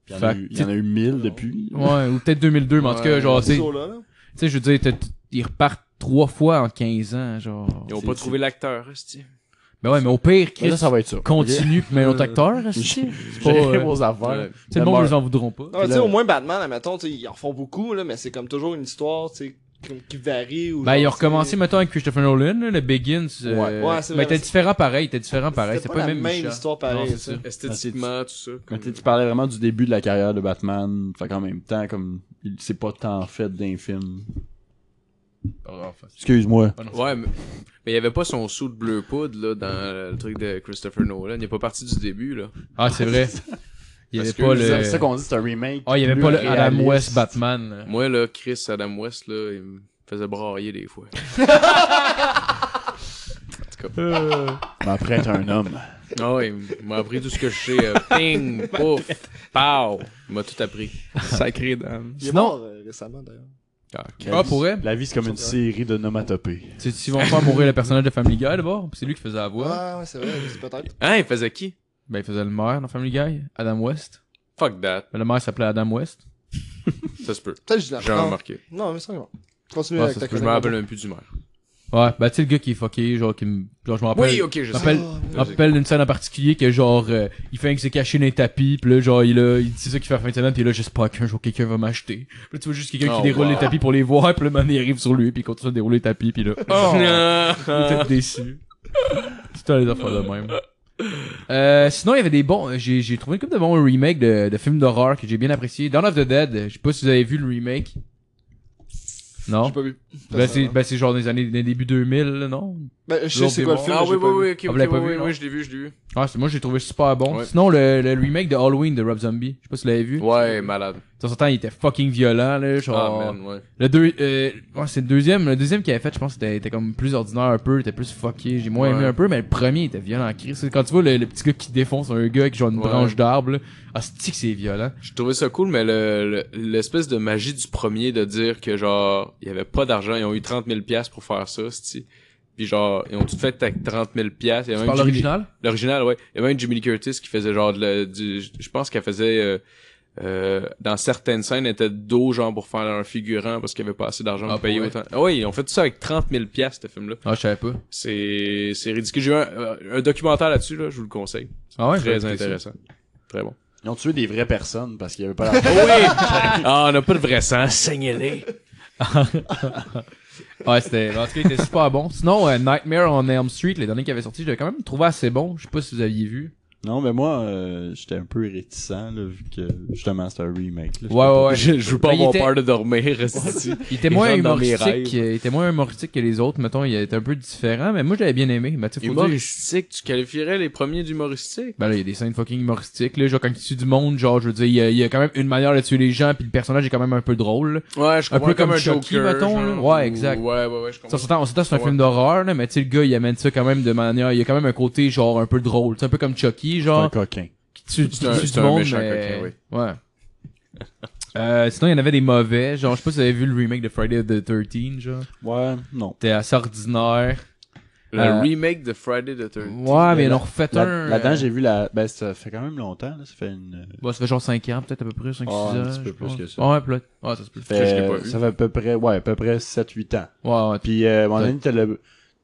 E: Puis Il y en a
C: Fait
E: eu-
C: que,
E: il y en a eu mille depuis.
C: Ouais, ou peut-être 2002, mais en tout cas,
D: Ouais,
C: genre, tu sais,
F: Ce saut-là, là.
C: tu sais, je veux dire, t'as- t- ils repartent trois fois en 15 ans, genre.
D: Ils ont pas trouvé l'acteur, hostie.
C: Ben ouais, mais au pire,
E: Mais
C: Chris,
E: là, ça va être ça.
C: continue pis mets un autre acteur, esti. C'est pas,
E: J'ai
C: euh,
E: vos affaires.
C: tu sais, le monde, ils en voudront pas.
F: Non, mais tu sais,
E: Là-
F: au moins Batman, admettons, tu sais, ils en font beaucoup, là, mais c'est comme toujours une histoire, tu sais, comme qui varie. Ou
C: Ben,
F: genre,
C: ils ont
F: tu sais,
C: recommencé, mettons, avec Christopher Nolan, là, le Begins. euh,
F: Ouais, ouais, c'est
C: ben,
F: vrai,
C: t'es
F: mais-
C: différent pareil, t'es différent
F: c'était
C: pareil. C'est pas,
F: la
C: le même,
F: même
C: méchant.
F: histoire
C: Non,
F: pareil.
C: c'est
F: ça.
C: ça.
D: Esthétiquement, tout ça.
E: Quand
D: comme-
E: tu tu parlais vraiment du début de la carrière de Batman, fait qu'en même temps, comme, il s'est pas tant fait d'un film.
C: Oh,
E: Excuse-moi.
D: Ouais, mais mais il y avait pas son sou de bleu poudre là dans le truc de Christopher Nolan. Il est pas parti du début là.
C: Ah, c'est vrai. Il y avait
D: Parce que
C: pas
E: C'est ça
C: le.
E: qu'on dit, c'est un remake.
C: Ah, il y avait
E: plus
C: pas le Adam
E: réaliste.
C: West Batman, là.
D: Moi là, Chris Adam West là, il me faisait brailler des fois.
E: Mais après, t'es un homme.
D: Ah ouais, il m'a appris tout ce que je sais. euh, ping, pouf, pow. Il m'a tout appris.
G: Sacré dame.
F: Il est
C: Sinon-
F: mort euh, récemment, d'ailleurs.
C: Ah, pour vrai?
E: La vie, c'est comme une série de nomatopées.
C: Tu sais, ils vont faire mourir le personnage de Family Guy d'abord, c'est lui qui faisait la voix.
F: Ouais, ouais, c'est vrai, c'est peut-être.
D: Hein, il faisait qui?
C: Ben, il faisait le maire dans Family Guy, Adam West.
D: Fuck that.
C: Ben, le maire s'appelait Adam West.
D: Ça se peut.
F: Peut-être que je l'ai
D: J'ai
F: non.
D: remarqué.
F: Non, mais c'est bon. Continue
C: Ah,
F: avec
C: ça
F: ta
C: se
D: Je
C: peut,
D: me rappelle même plus du maire.
C: Ouais, ben, tu sais, le gars qui est fucké, genre, qui me. Genre, je me rappelle.
D: Oui, ok, je
C: Je
D: sais.
C: me rappelle,
F: Oh,
C: je me rappelle d'une scène en particulier que genre, euh, il fait un que c'est caché dans les tapis, pis là, genre, il a, il dit ça qu'il fait la fin de semaine, pis là, j'espère qu'un jour quelqu'un va m'acheter. Pis là, tu vois juste quelqu'un
D: Oh,
C: qui déroule
D: wow.
C: les tapis pour les voir, pis le man, il arrive sur lui, pis il continue à dérouler les tapis, pis là,
D: Oh,
C: il
D: non.
C: est tout déçu. C'est toi les affaires de même. Euh, sinon, il y avait des bons, j'ai, j'ai trouvé une couple de bons remakes de, de films d'horreur que j'ai bien apprécié. Dawn of the Dead, je sais pas si vous avez vu le remake. Non?
F: J'ai pas vu.
C: Ben, c'est, ben, c'est genre des années, des débuts 2000, là, non?
F: Ben, je sais c'est quoi le film.
D: Ah
F: mais
D: oui, oui,
F: j'ai pas vu.
D: oui,
C: Ah,
D: ok, ok,
C: vous l'avez pas
D: oui,
C: vu,
D: oui,
C: non?
D: oui, je l'ai vu, je l'ai vu.
C: Ah, c'est, moi, j'ai trouvé super bon.
D: Ouais.
C: Sinon, le, le remake de Halloween de Rob Zombie, je sais pas si vous l'avez vu.
D: Ouais, malade.
C: Dans son temps, il était fucking violent, là, genre.
D: Ah, man, ouais.
C: le deux, euh, ouais, c'est le deuxième, le deuxième qu'il avait fait, je pense, c'était était comme plus ordinaire un peu, il était plus fucké, j'ai moins
D: Ouais.
C: aimé un peu, mais le premier, il était violent en crise. C'est Quand tu vois le, le petit gars qui défonce un gars avec genre une
D: Ouais.
C: branche d'arbre, là, ah, c'est que c'est violent.
D: J'ai trouvé ça cool, mais le- le- l'espèce de magie du premier de dire que genre, il y avait pas d'argent, ils ont eu 30 000 piastres pour faire ça, c'ti. Puis genre, ils ont tout fait avec 30 000 piastres. Il y a
C: Tu
D: même
C: parles
D: Jimmy-
C: l'original?
D: L'original, ouais. Il y avait même Jimmy Lee Curtis qui faisait genre de la- du, je pense qu'elle faisait, euh, euh, dans certaines scènes, elle était dos genre pour faire un figurant parce qu'il y avait pas assez d'argent
C: Ah,
D: pour payer
C: pour
D: autant. Ah oui, ils ont fait tout ça avec 30 000 piastres, ce film-là.
C: Ah, je savais pas.
D: C'est, c'est ridicule. J'ai eu un, euh, un documentaire là-dessus, là, je vous le conseille.
C: Ah ouais? je vais
D: Très
C: écouter
D: intéressant. Très bon.
E: Ils ont tué des vraies personnes parce qu'il y avait pas la
D: Ah, on n'a pas de vrai sens. Saignez-les.
C: ça. Ouais, c'était, en tout cas, il était super bon. Sinon, euh, Nightmare on Elm Street, les derniers qui avaient sorti, je l'avais quand même trouvé assez bon. Je sais pas si vous aviez vu.
E: Non, mais moi, euh, j'étais un peu réticent, là, vu que justement c'était un remake. là.
C: Ouais, ouais, ouais.
D: Je, je veux pas
C: Mais il
D: avoir
C: était-
D: peur de dormir. esti.
C: Il était
D: Il
C: moins
D: rentre dans mes
C: humoristique, euh, il était moins humoristique que les autres, mettons, il était un peu différent, mais moi j'avais bien aimé. Mais tu sais, faut dire,
D: Humoristique, tu qualifierais les premiers d'humoristiques?
C: ben là, il y a des scènes fucking humoristiques, là, genre quand tu tues du monde, genre je veux dire, il y a, il y a quand même une manière de tuer les gens, puis le personnage est quand même un peu drôle.
D: Ouais, je
C: Un
D: comprends
C: peu comme Chucky, mettons, là. Ouais,
D: ou-
C: exact.
D: Ouais, ouais, ouais, je
C: Ça,
D: comprends.
C: on s'entend, on s'entend, c'est un
D: Ouais.
C: film d'horreur, là, mais tu sais, le gars, il amène ça quand même de manière, il y a quand même un côté genre un peu drôle, c'est un peu comme Chucky,
E: C'est un
C: genre,
E: coquin.
C: qui tue, qui
D: C'est un-
C: tue
D: c'est
C: du
D: un
C: monde,
D: méchant
C: mais...
D: coquin,
C: ouais. Euh, sinon, il y en avait des mauvais, genre, je sais pas si vous avez vu le remake de Friday the 13 genre.
E: Ouais, non.
C: C'était assez ordinaire.
D: Le
E: Euh,
D: remake de Friday the 13th.
C: Ouais, mais ils en ont refait
E: Là-
C: un.
E: Là-dedans,
C: euh,
E: j'ai vu la. Ben, ça fait quand même longtemps, là. Ça fait une.
C: Bon, ça fait genre 5 ans, peut-être à peu près, 5-6
E: Ouais,
C: ans.
E: un petit peu
C: je
E: plus
C: pense.
E: que ça.
C: Ouais, peut-être. Ouais, ça se peut.
E: fait-
D: que je l'ai pas vu.
E: euh, ça fait à peu près, ouais, à peu près 7-8 ans.
C: Ouais, ouais.
E: Puis, euh, à un moment
C: Ouais.
E: donné, t'as le-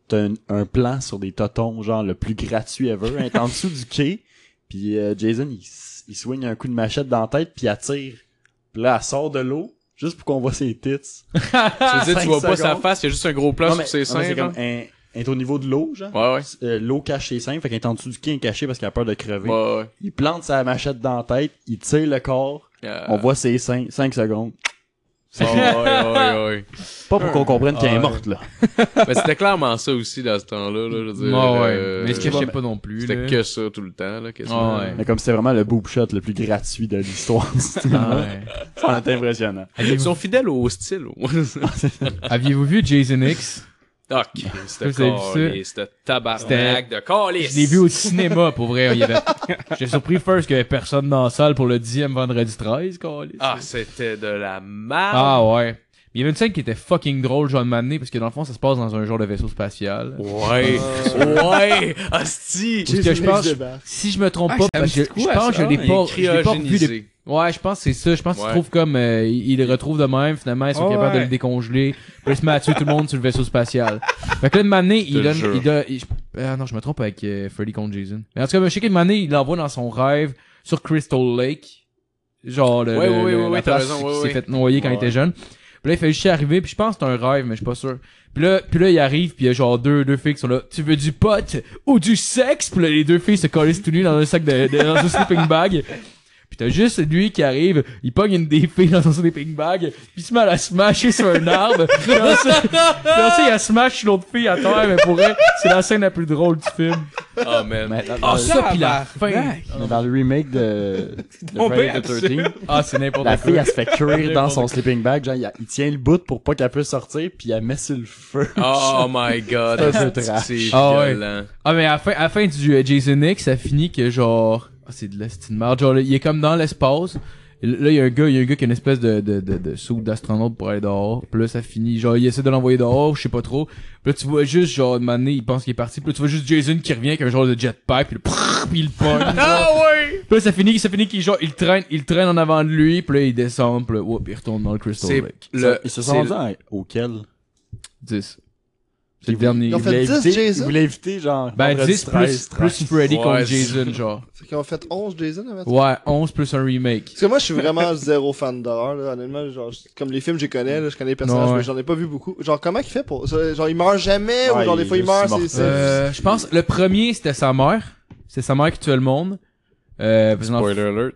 E: t'as un, un plan sur des totons, genre le plus gratuit ever, hein, t'es en dessous du quai. Puis, euh, Jason, il, s- il swing un coup de machette dans la tête, puis il attire. Puis là, elle sort de l'eau, juste pour qu'on voit ses tits.
D: Tu veux dire, tu
E: Cinq
D: vois pas sa
E: secondes.
D: face, il y a juste un gros plan
E: Non,
D: sur
E: mais-
D: ses
E: non, mais
D: seins.
E: c'est
D: genre.
E: comme, elle- elle est au niveau de l'eau, genre.
D: Ouais, ouais.
E: Euh, l'eau cache ses seins, fait qu'elle est en dessous du quai, elle est cachée parce qu'elle a peur de crever.
D: Ouais, ouais.
E: Il plante sa machette dans la tête, il tire le corps,
D: Euh,
E: on voit ses seins, 5 secondes.
D: ouais, ouais, ouais, ouais.
E: Pas pour qu'on comprenne qu'elle
C: Ah,
E: est
C: ouais.
E: morte, là.
D: Mais c'était clairement ça aussi dans ce temps-là. Là, je veux dire,
C: Ouais,
D: euh,
C: ouais. Mais ce que je sais
E: mais-
C: pas non plus.
D: C'était
C: là. Ah,
D: que ça tout le temps. Là, quasiment.
C: Ouais, ouais.
E: Mais comme c'était vraiment le boob shot le plus gratuit de l'histoire, c'était
C: Ah, ouais.
E: vraiment impressionnant.
D: Ils sont fidèles au style. au moins.
C: Aviez-vous vu Jason X
D: Ah, c'était
C: Vous avez vu ça?
D: caliste, c'était tabarnak de calice.
C: Je l'ai vu au cinéma, pour vrai. Il y avait... J'étais surpris, first, qu'il y avait personne dans la salle pour le 10e vendredi 13, câlisse.
D: Ah, c'était de la merde.
C: Ah ouais. Il y avait une scène qui était fucking drôle, genre de m'amener, parce que dans le fond, ça se passe dans un genre de vaisseau spatial.
D: Ouais.
C: Ah.
D: ouais. Asti.
C: Parce que je pense, si je me trompe
G: Ah,
C: pas,
G: ça me
C: parce que
G: dit de
C: je
G: quoi,
C: pense que je
G: ça?
C: l'ai
D: Il
C: pas,
D: est
C: je l'ai pas revu depuis-
D: cryogénisé.
C: Ouais, je pense que c'est ça. Je pense qu'il
D: Ouais.
C: se trouve comme, euh, il il le retrouve de même, finalement, ils sont
G: Oh,
C: capables de
G: ouais.
C: le décongeler. Puis il se met à tuer tout le monde sur le vaisseau spatial. Fait que là, de m'amener,
D: te
C: il donne,
D: jure.
C: il donne, il- ah non, je me trompe avec euh, Freddy contre Jason. Mais en tout cas, je sais que de m'amener, il l'envoie dans son rêve sur Crystal Lake. Genre, le,
D: Ouais,
C: le-
D: ouais,
C: le-
D: ouais,
C: la
D: ouais, t'as
C: place
D: raison,
C: qui
D: ouais,
C: s'est
D: ouais.
C: fait noyer quand il
E: Ouais.
C: était jeune. Puis là, il fait juste arriver, puis je pense que c'est un rêve, mais je suis pas sûr. Puis là, puis là, il arrive, puis il y a genre deux, deux filles qui sont là. Tu veux du pot ou du sexe? Puis là, les deux filles se collent tout nu dans un sac de, de- dans un sleeping bag. Puis t'as juste lui qui arrive, il pogne une des filles dans son sleeping bag, puis il se met à la smasher sur un arbre. Puis ensuite, puis ensuite, il a smash l'autre fille à terre, mais pour elle, c'est la scène la plus drôle du film.
D: Ah, man.
E: Mais dans,
C: Ah, ça, puis la fin.
G: tabarnak.
E: mais dans le remake de, de
G: Mon
E: Friday
G: père,
E: the 13
C: Ah, c'est n'importe
E: la
C: quoi.
E: fille, elle se fait cuire dans
C: N'importe
E: son sleeping bag, genre, il, a- il tient le bout pour pas qu'elle puisse sortir, puis elle met sur le feu.
D: Oh my god.
E: C'est un peu
D: asti,
E: trash.
D: C'est
C: Ah, ouais.
D: violent.
C: Ah, mais à la fin, à la fin du euh, Jason X, ça finit que genre. Ah, c'est de la c'est de merde. Genre, il est comme dans l'espace. Là, il y a un gars, il y a un gars qui a une espèce de, de, de, de soupe d'astronaute pour aller dehors. Puis là, ça finit. Genre, il essaie de l'envoyer dehors, je sais pas trop. Puis là, tu vois juste, genre, de manière, il pense qu'il est parti. Puis là, tu vois juste Jason qui revient avec un genre de jetpack. Puis là, prrr, puis il le pogne. genre.
D: Ah ouais.
C: Puis là, ça finit, ça finit qu'il, genre, il traîne, il traîne en avant de lui. Puis là, il descend. Puis là, whoop, il retourne dans le Crystal
D: C'est
C: Lake.
D: le.
E: Ils se
D: c'est
E: sont rendus à- auquel?
C: 10. C'est
E: Ils
C: le dernier.
E: Ils
F: ont fait
E: voulaient
F: 10
E: éviter-
F: Jason?
E: Ils voulaient éviter, genre,
C: Ben,
E: vendredi
C: 10 plus,
E: 13,
C: plus Freddy
D: Ouais,
C: contre
D: c'est-
C: Jason, genre.
F: Fait qu'ils ont fait 11 Jason, avant
C: Ouais, 11 plus un remake.
F: Parce que moi, je suis vraiment zéro fan d'horreur, là. Honnêtement, genre, je- comme les films, je les connais, là, je connais les personnages,
C: Ouais.
F: mais j'en ai pas vu beaucoup. Genre, comment il fait pour, ça- genre, il meurt jamais, ou
E: Ouais,
F: genre, des
E: il
F: fois,
E: est
F: il meurt,
E: juste immortel.
F: c'est, c'est-
C: Euh, je pense le premier c'était sa mère. C'est sa mère qui tuait le monde. Euh, parce que dans-
D: Spoiler alert.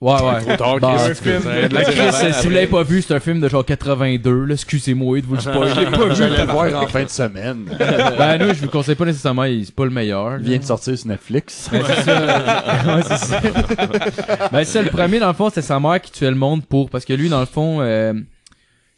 C: Ouais, ouais. Bah,
D: Trop tard,
C: Bon,
D: Chris.
C: c'est un
D: Ça va être
C: La
D: la
C: Chris,
D: semaine
C: si vous l'avez pas vu, c'est un film de genre 82, là, excusez-moi de vous le spoiler. Je l'ai pas vu.
E: Je vais le voir en fin de semaine.
C: Ben, nous, je vous le conseille pas nécessairement, il- c'est pas le meilleur.
E: Il
C: là.
E: vient de sortir sur Netflix. Ah,
C: Ouais, c'est ça. ben, c'est ça, le premier, dans le fond, c'était sa mère qui tuait le monde pour. Parce que lui, dans le fond, euh,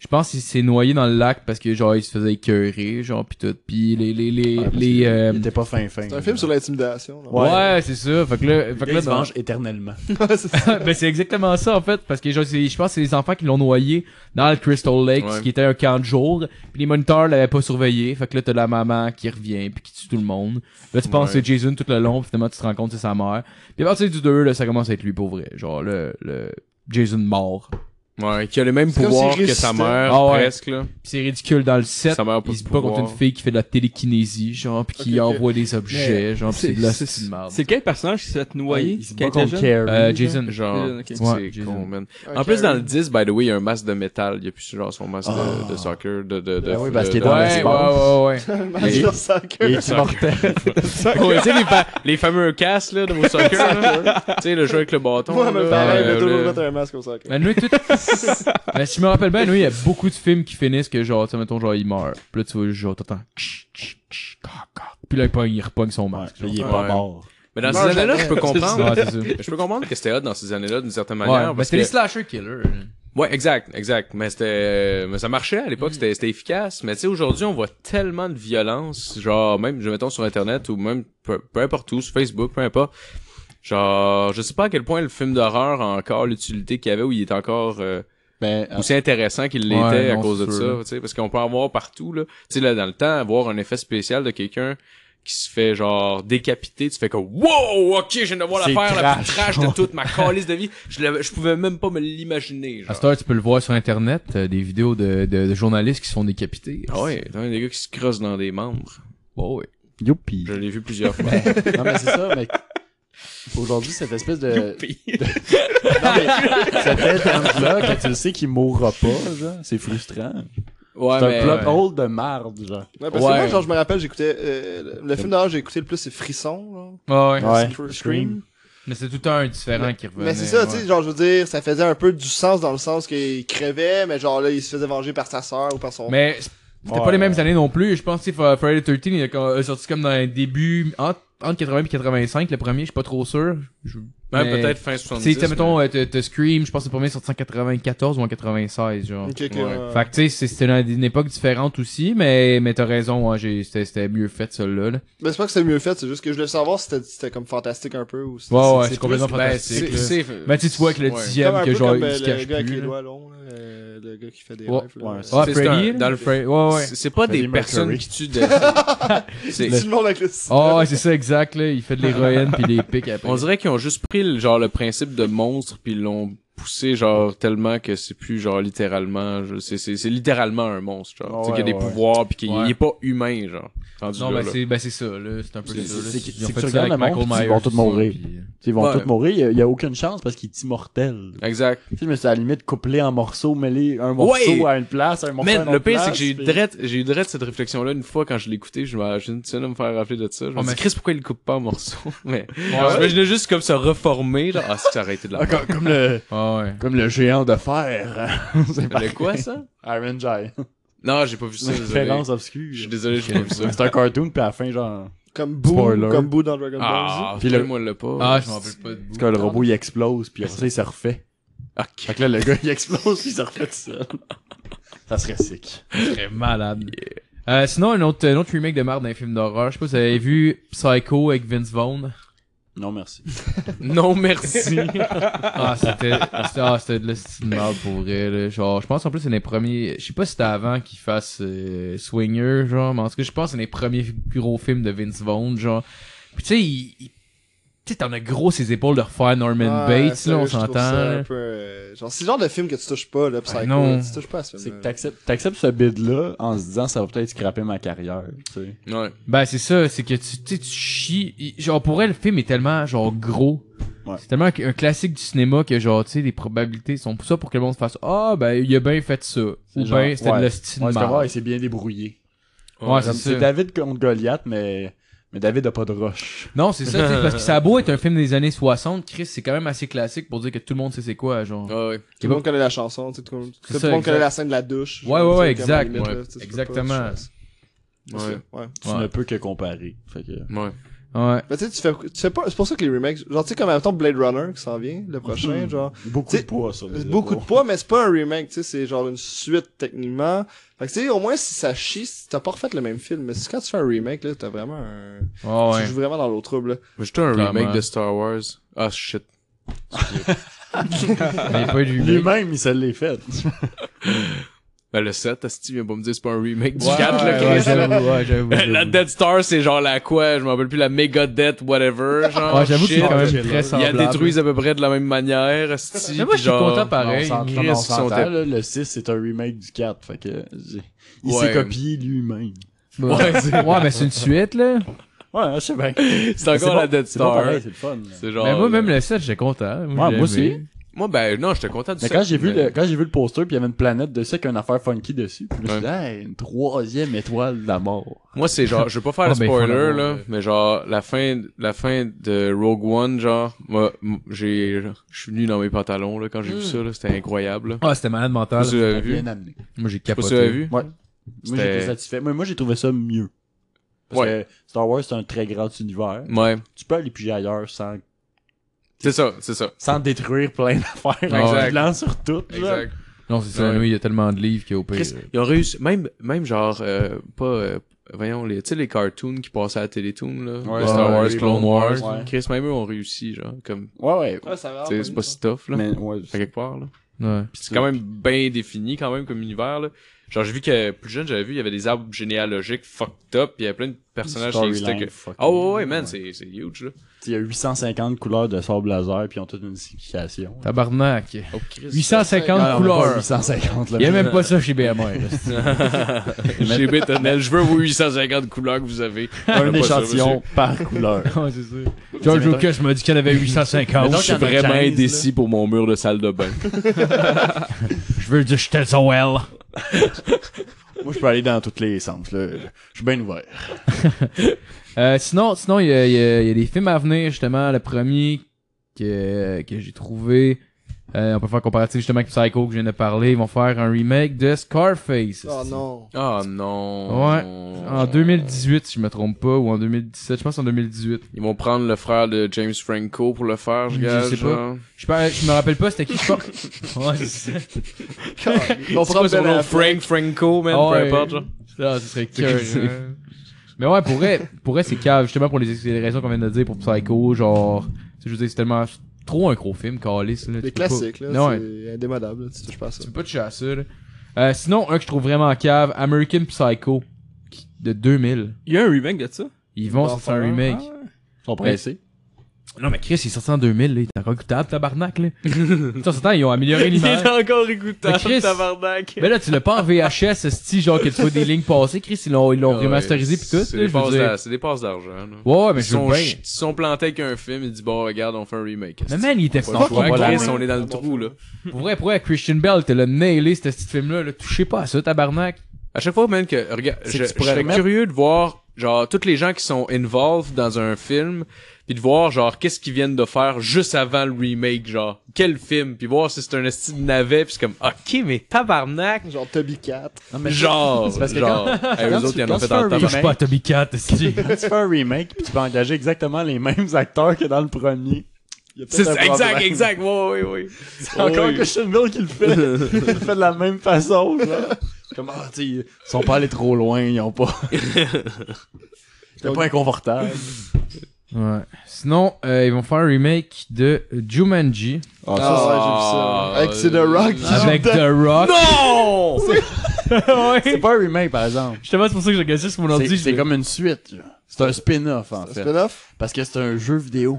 C: je pense qu'il s'est noyé dans le lac parce que, genre, il se faisait écœurer, genre, pis tout. Pis les. les, les,
E: Ouais, Ah, parce
C: les,
E: qu'il-
C: euh,
E: il était pas fin fin.
F: c'est un film sur l'intimidation, là.
C: Ouais, c'est ça. Fait que là, fait que là,
E: il se
C: dans-
E: venge éternellement.
C: ben c'est exactement ça en fait parce que genre, c'est- je pense que c'est les enfants qui l'ont noyé dans le Crystal Lake
D: Ouais.
C: ce qui était un camp de jour puis les moniteurs l'avaient pas surveillé fait que là t'as la maman qui revient puis qui tue tout le monde là tu penses
D: Ouais.
C: que c'est Jason tout le long puis finalement tu te rends compte que c'est sa mère puis à partir du 2 là ça commence à être lui pour vrai genre le, le Jason mort puis
D: Ouais, qui a les mêmes
F: C'est comme
D: pouvoirs
F: s'il
D: que sa
F: résistait.
D: mère,
C: Ah ouais.
D: presque, là.
C: c'est ridicule dans le set
D: Sa mère a pas
C: il
D: de
C: se bat contre
D: pouvoir.
C: une fille qui fait de la télékinésie genre puis qui
F: Ok, ok.
C: envoie des objets genre puis c'est de la petite merde
G: C'est quel personnage qui s'est noyé
E: il se
G: quand
E: bat
G: il était
E: contre
G: jeune?
E: Carrie.
C: euh, Jason
D: Genre,
G: Ok.
D: c'est
C: Ouais,
D: con,
C: Jason.
D: man.
F: Un
D: En plus, dans le
F: Karen.
D: 10, by the way, il y a un masque de métal. Il n'y a plus genre son masque de,
E: Ah.
D: de soccer. De, de, de,
E: Ah oui,
D: de-
E: parce qu'il est
D: de-
E: dans
D: ouais,
E: l'espace.
D: ouais, ouais, ouais.
F: Un match de soccer.
E: Il est immortel.
D: Ouais, tu sais, les, fa- les fameux casques là, de vos soccer. là. tu sais, le jeu avec le bâton.
F: Moi,
D: là,
F: même pareil,
D: euh,
F: mais toujours
D: le-
F: mettre un masque au soccer.
C: Mais nous, tout... Mais Ben, si je me rappelle bien, nous, il y a beaucoup de films qui finissent que genre, tu sais, mettons, genre, il meurt. Puis là, tu vois, genre, t'entends. tch, tch, tch, cac, cac. Puis là, il pogne, il repogne son
E: Ouais,
C: masque.
E: il est
C: genre.
E: pas
D: Ouais.
E: mort.
D: Mais dans ces
F: Meurt
D: années-là, je peux comprendre.
C: Ouais, c'est ça.
D: Je peux comprendre que c'était hot dans ces années-là, d'une certaine manière.
C: Ouais, mais
D: parce
C: c'était les
D: que...
C: slasher killers. hein.
D: Ouais, exact, exact. Mais c'était, euh, mais ça marchait à l'époque, c'était, c'était efficace. Mais tu sais, aujourd'hui, on voit tellement de violence, genre, même, je mettons sur Internet ou même peu, peu importe où, sur Facebook, peu importe. Genre, je sais pas à quel point le film d'horreur a encore l'utilité qu'il y avait où il est encore, euh,
E: Ben,
D: aussi intéressant qu'il l'était
C: Ouais,
D: à
C: non,
D: cause
C: c'est
D: de
C: sûr,
D: ça, tu sais, parce qu'on peut en voir partout, là. Tu sais, là, dans le temps, avoir un effet spécial de quelqu'un qui se fait, genre, décapiter, tu fais que, wow, ok, je viens de voir
E: C'est
D: l'affaire la plus
E: trash.
D: trash de toute ma calice de vie. Je, l'avais- je pouvais même pas me l'imaginer, genre.
C: À cette heure, tu peux le voir sur Internet, euh, des vidéos de, de, de journalistes qui se font décapiter.
D: Ah ouais, t'as des gars qui se crossent dans des membres.
C: Bon, ouais.
E: youpi.
D: Je l'ai vu plusieurs fois.
E: non, mais c'est ça, mais aujourd'hui, cette espèce de.
D: Youpi.
E: Non, mais cet interne-là, que tu le sais qu'il mourra pas, genre, c'est frustrant.
D: Ouais,
E: c'est
D: mais-
E: un plot
D: ouais.
E: hole de marde, genre.
F: Ouais, parce que
D: Ouais.
F: moi, genre, je me rappelle, j'écoutais. euh, le film d'horreur que j'ai écouté le plus, c'est Frisson,
C: Ah ouais.
F: là.
E: Ouais.
F: Scr-
E: Scream.
F: Scream.
C: Mais c'est tout le temps un différent qui revenait.
F: Mais c'est ça,
C: ouais.
F: tu sais, genre, je veux dire, ça faisait un peu du sens dans le sens qu'il crevait, mais genre là, il se faisait venger par sa sœur ou par son.
C: Mais c'était
E: Ouais.
C: pas les mêmes années non plus. Je pense que tu sais, Friday the 13 il est comme- est sorti comme dans le début, entre, entre 80 et 85, le premier, je suis pas trop sûr. Je-
D: Même
C: mais-
D: peut-être fin
C: Tu sais,
D: 70.
C: tu sais, mettons, euh, te, te Scream, je pense que le premier est sorti en 94 ou en 96, genre.
F: Ok, ok,
D: Ouais.
F: ouais.
C: Fait que tu sais, c'est- c'était dans une époque différente aussi, mais, mais t'as raison, ouais, j'ai- c'était c'était mieux fait, celui-là. là.
F: Mais c'est pas que c'est mieux fait, c'est juste que je voulais savoir si c'était- c'était comme fantastique un peu ou si.
C: Ouais, ouais,
F: si-
C: c'est complètement
D: Ben,
C: fantastique.
D: c'est-
C: là.
D: c'est-
C: Mais Ben, tu sais, tu vois que le
D: Ouais.
F: Comme
C: dixième,
F: un
C: que
F: peu
C: genre,
F: comme
C: il
F: euh,
C: se
F: le
C: cache
F: gars avec
C: plus,
F: les
C: là.
F: doigts longs, là, euh, le gars qui fait des
C: Ouais.
F: rêves. là.
E: Ouais, ça,
C: Ouais,
D: C'est
C: Freddy,
D: un-
C: là.
D: dans le
C: Fre- ouais, ouais.
D: C'est c'est pas
E: Freddie
D: des personnes
E: Mercury.
D: qui tuent de... C'est-
F: Tout le monde avec le système.
C: Ah ouais, c'est ça, exact, là. Il fait de l'héroïne puis des pics après.
D: On dirait qu'ils ont juste pris le, genre le principe de monstre puis ils l'ont poussé genre tellement que c'est plus genre littéralement je- c'est c'est c'est littéralement un monstre genre
E: Ah
D: tu sais qu'il y a
E: ouais,
D: des
E: ouais.
D: pouvoirs puis qu'il
C: Ouais.
D: il est pas humain genre rendu
C: Non,
D: là,
C: ben
D: là.
C: c'est ben c'est ça, là. C'est un peu ça.
E: C'est-
C: là.
E: c'est-
C: Ils
E: c'est
C: ont
E: que
C: fait
E: tu
C: ça avec
E: regardes le monde,
C: Michael
E: puis ils
C: Myers
E: vont tous
C: aussi,
E: mourir.
C: puis- euh,
E: Ils vont
D: Ouais.
E: tous mourir, il y a- il y a, aucune chance parce qu'il est immortel.
D: exact
E: Tu sais, mais c'est à la limite couplé en morceaux, mêlé un morceau
D: Ouais.
E: à une place, un morceau à
D: Man,
E: une
D: le
E: autre
D: pire c'est que
E: place,
D: j'ai eu
E: puis-
D: drette j'ai eu drette cette réflexion là une fois quand je l'écoutais je m'imagine tu viens de me faire rappeler de ça je me
C: Oh,
D: dis
C: mais-
D: Chris pourquoi il le coupe pas en morceaux mais
C: Ah ouais?
D: j'imaginais juste comme se reformer là ah c'est que ça aurait été de la
E: Ah, comme, comme le,
C: Ah ouais.
E: comme le géant de fer. c'est
D: merde. de quoi ça
E: Iron Giant.
D: non j'ai pas vu ça désolé
E: Référence
D: je suis
E: obscure.
D: désolé j'ai pas vu ça
E: C'est un cartoon, puis à la fin, genre.
F: Comme Boo,
E: Spoiler.
F: comme Boo dans Dragon Ball
D: ah
F: Z.
E: Puis le-
D: moi le pas
C: Ah, je m'en rappelle pas de
E: En
C: bout.
E: tout cas, le robot il explose, puis après ça, il se refait.
D: Ok.
E: Fait que là, le gars il explose, puis il se refait tout seul. Ça serait sick.
C: Très malade. Euh, sinon, un autre, un autre remake de merde d'un film d'horreur. Je sais pas si vous avez vu Psycho avec Vince Vaughn.
E: Non, merci.
D: non merci
C: Ah, c'était, c'était, ah, c'était de la style de merde pour vrai, là. Genre, je pense en plus c'est les premiers, je sais pas si c'était avant qu'il fasse euh, Swinger, genre, mais en tout cas, je pense que c'est les premiers gros films de Vince Vaughn, genre. Puis tu sais, il, il- tu sais, t'en as gros ses épaules de refaire Norman
F: Ah,
C: Bates, là,
F: sérieux,
C: on
F: je trouve
C: s'entend.
F: ça
C: là.
F: un peu, euh, Genre, c'est le genre de film que tu touches pas, là, Psycho.
C: Ah, non.
F: là, Tu touches pas à ce
E: C'est que
F: film.
E: t'acceptes, t'acceptes ce bid-là en se disant ça va peut-être scraper ma carrière, tu sais.
D: ouais
C: Ben, c'est ça, c'est que tu, tu sais, tu chies. Il- Genre, pour elle, le film est tellement, genre, gros.
E: Ouais.
C: C'est tellement un classique du cinéma que, genre, tu sais, les probabilités sont pour ça pour que le monde fasse Ah, ben, il a bien fait ça. Ou
E: genre,
C: ben, c'était
E: ouais.
C: de la style
E: Ouais,
C: de
E: c'est
C: merde.
E: comme, ouais, il s'est bien débrouillé.
C: Ouais, c'est
E: Comme,
C: ça.
E: c'est David contre Goliath, mais, mais David a pas de roche.
C: Non, c'est ça, tu sais, parce que ça a beau être un film des années 60, Chris, c'est quand même assez classique pour dire que tout le monde sait c'est quoi, genre.
D: Ah ouais.
F: Tout le monde connaît la chanson, tu sais, tout le monde- tout
C: C'est
F: le
C: ça,
F: monde
C: exact.
F: connaît la scène de la douche.
C: Ouais,
F: genre,
C: ouais, ouais,
F: tu sais, comme à la
C: exact,
F: limite,
C: ouais.
F: là, tu sais, tu peux pas,
C: Exactement.
F: tu sais. C'est
D: Ouais.
F: ça, ouais.
E: Tu
C: Ouais.
E: ne peux que comparer. Fait que...
D: Ouais.
C: Ouais.
F: Mais tu sais, tu fais, tu fais pas, c'est pour ça que les remakes, genre, tu sais, comme, mettons, Blade Runner qui s'en vient, le
C: Mhm.
F: prochain, genre.
E: Beaucoup
F: T'sais,
E: de poids, ça.
F: C'est Beaucoup de poids, mais c'est pas un remake, tu sais, c'est genre une suite, techniquement. Fait que, tu sais, au moins, si ça chie, si t'as pas refait le même film, mais si quand tu fais un remake, là, t'as vraiment un...
C: Ouais,
F: Tu
C: ouais.
F: joues vraiment dans l'eau trouble, là.
D: Mais j'étais un remake
C: Clairement.
D: de Star Wars. Ah shit.
C: Mais il y a pas eu de remake.
E: Lui-même, il se l'est fait.
D: Ben le 7, Asti vient pas me dire c'est pas un remake du
C: Ouais,
D: 4, là,
C: ouais,
D: Chris.
C: j'avoue, ouais, j'avoue.
D: la
C: j'avoue.
D: Dead Star, c'est genre la quoi, je m'en rappelle plus, la méga Death, whatever, genre.
C: Ouais, Ah, j'avoue que c'est
D: shit.
C: quand
E: Shit.
C: même très
D: Il y a
C: semblable.
D: détruit à peu près de la même manière, Asti.
C: Mais moi, je suis
D: genre-
C: content pareil.
E: Non, on s'entend,
D: Chris,
E: on
D: ils sont
E: s'entend, là, le 6, c'est un remake du 4. Fait que, j'ai- il
D: Ouais.
E: s'est copié lui-même.
C: Ouais, ouais, mais c'est une suite, là.
E: Ouais, je sais bien.
D: C'est encore la Dead
E: C'est pas
D: Star.
E: pareil, c'est le fun. là.
D: C'est genre.
C: mais moi, même
D: euh,
C: le 7, j'étais content.
E: Ouais,
C: j'ai
E: moi
C: aimé.
E: aussi.
D: Moi, ben non, j'étais content du
E: Mais
D: set,
E: quand j'ai vu,
D: mais-
E: le, quand j'ai vu le poster, puis il y avait une planète dessus avec une affaire funky dessus, puis là, je me suis dit, hey, une troisième étoile de la mort.
D: Moi, c'est genre, je vais pas faire
C: Ah,
D: le
C: ben, faut
D: spoiler,
C: l'avoir,
D: là,
C: ouais.
D: mais genre, la fin, la fin de Rogue One, genre, moi, m- j'ai, je suis venu dans mes pantalons, là, quand
C: Hmm.
D: j'ai vu ça, là, c'était incroyable, là.
C: Ah, c'était malade
D: Je
C: mental.
D: sais pas si vous l'avez vu.
E: Bien amené.
C: Moi, j'ai
D: Je sais pas
C: capoté.
D: si vous l'avez vu.
E: Ouais. Moi,
D: C'était-
E: j'étais satisfait. Moi, moi, j'ai trouvé ça mieux. Parce
D: Ouais.
E: que Star Wars, c'est un très grand univers.
D: Ouais.
E: Tu peux aller piger ailleurs sans,
D: C'est ça, c'est ça.
E: sans détruire plein d'affaires.
D: Exact.
E: En Ah blanc sur tout. là.
D: Exact.
C: Non, c'est ça.
D: Ouais.
C: nous, il y a tellement de livres qu'il y a au pire.
D: Chris,
E: euh,
D: ils ont réussi, même, même genre, euh, pas, euh, voyons, les, tu sais, les cartoons qui passaient à la Télétoon, là.
E: Ouais,
D: le Star
C: ouais,
D: Wars,
E: les
D: Clone
E: Clone
D: Wars.
E: Wars, ouais.
D: Chris, même eux ont réussi, genre, comme,
E: Ouais, ouais.
F: Ouais, ça va.
D: tu sais, c'est pas si tough, là.
E: Mais, ouais,
D: À quelque part, là.
C: euh, Ouais.
D: Puis c'est quand même bien défini quand même comme univers là. Genre j'ai vu que plus jeune, j'avais vu il y avait des arbres généalogiques fucked up, puis il y avait plein de personnages qui existaient que Oh ouais, ouais man, c'est c'est huge là.
E: Il y a 850 couleurs de sable laser, puis ils ont toutes une signification.
C: Tabarnak.
D: Oh Christ.
C: 850
E: Ah, non, mais pas
C: couleurs.
E: 850, là.
C: Il y a même pas ça chez BMR. là.
D: J'ai bétonnel, je veux vos 850 couleurs que vous avez.
E: un
D: Pas ça,
E: échantillon par couleur.
C: Ouais, c'est ça. George Lucas m'a dit qu'il y en avait 850.
D: Je
E: Mettons qu'il
D: suis
E: y en a
D: vraiment
E: 15,
D: indécis pour mon mur de salle de bain.
C: Je veux dire, j'étais Zoel.
E: Moi, je peux aller dans tous les sens, là. Je suis bien ouvert.
C: Euh, sinon, sinon il y, a- il y a il y a des films à venir, justement. Le premier que, que j'ai trouvé, euh, on peut faire un comparatif justement avec Psycho que je viens de parler. Ils vont faire un remake de Scarface.
F: Oh
C: c'est-
F: non.
D: Oh non.
C: Ouais. En 2018, si je me trompe pas, ou en 2017, je pense en 2018.
D: Ils vont prendre le frère de James Franco pour le faire, je
C: Je
D: gage.
C: sais pas.
D: genre.
C: Je, par- je me rappelle pas c'était qui je pense. Ouais, c'est ça.
F: Mon
D: C'est quoi
F: propre
D: son
F: Ben
D: nom?
F: Affleck.
D: Frank Franco, man,
C: Ah
D: peu
C: ouais.
D: importe, genre.
C: Ah, ce serait curieux. Mais ouais, pour vrai, pour vrai, c'est cave, justement pour les les raisons qu'on vient de dire pour Psycho, genre, je veux dire, c'est tellement trop un gros film, calice. là, tu peux
F: Les
C: pas-
F: classiques, là.
C: Non, ouais.
F: C'est indémodable, là, tu touches pas à ça.
C: Tu peux pas toucher à ça, là. Euh, sinon, un que je trouve vraiment cave, American Psycho, qui- de 2000.
G: Il y a un remake de ça.
C: Ils vont
F: Ils vont
C: sortir
F: en
C: un
F: faire un,
C: remake.
E: Ils sont pressés.
C: Non, mais Chris, il est sorti en 2000, là. Il est encore écoutable, tabarnak, là. Putain, c'est temps, ils ont amélioré l'image.
D: encore
C: Mais
D: écoutable,
C: Chris-
D: tabarnak.
C: Mais là, tu l'as pas en VHS, ce genre que tu vois des lignes passer. Chris, ils l'ont, ils l'ont remasterisé pis tout, là,
D: C'est
C: je
D: des
C: veux
D: passes
C: dire.
D: d'a- c'est des passes d'argent, là.
C: Ouais, ouais, mais
D: Ils
C: je veux
D: sont,
C: bien.
D: ch- ils sont plantés avec un film, ils disent bon regarde on fait un remake.
C: Mais man, il était
D: Pas le
C: fucking
D: choix,
C: bon,
D: Chris,
C: là.
D: on est dans le trou là.
C: Pour vrai, pour vrai, Christian Bell, t'as le nailé, ce petit film-là, là. Touchez pas à ça, tabarnak.
D: À chaque fois même que regarde,
E: C'est
D: je,
E: que tu
D: je
E: pourrais
D: serais
E: remettre-
D: curieux de voir genre toutes les gens qui sont involved dans un film puis de voir genre qu'est-ce qu'ils viennent de faire juste avant le remake genre quel film puis voir si c'est un style navet puis c'est comme OK mais tabarnak
F: Genre Toby Cat.
E: Non,
D: genre
E: c'est parce que
D: genre hey,
E: quand
D: eux autres
E: tu-
D: ils en
E: quand
D: ont
E: tu
D: fait
E: fais un
D: en tabarnak.
C: Touche pas à Toby Cat, esti.
E: Quand tu fais un remake, puis tu peux engager exactement les mêmes acteurs que dans le premier. il y a peut-être
D: C'est
E: un
D: ça, exact
E: problème.
D: exact oui oui oui.
E: C'est encore
D: Oui.
E: Christian Bale qui le fait. il le fait de la même façon, genre. Comme, ah, tu sais, ils sont pas allés trop loin, ils ont pas. C'était pas inconfortable.
C: Ouais. Sinon, euh, ils vont faire un remake de Jumanji
E: Ah,
F: ça, c'est-
D: Ah,
F: ouais, j'ai vu ça. Avec, c'est The Rock qui
C: avec The Rock.
D: Non!
E: c'est pas un remake, par exemple.
C: Justement, c'est pour ça que j'ai regardé ça sur mon
E: C'est-
C: ordi. je
E: C'est
C: l'ai-
E: comme une suite, là. C'est un spin-off, en fait.
F: Spin-off?
E: Parce que c'est un jeu vidéo.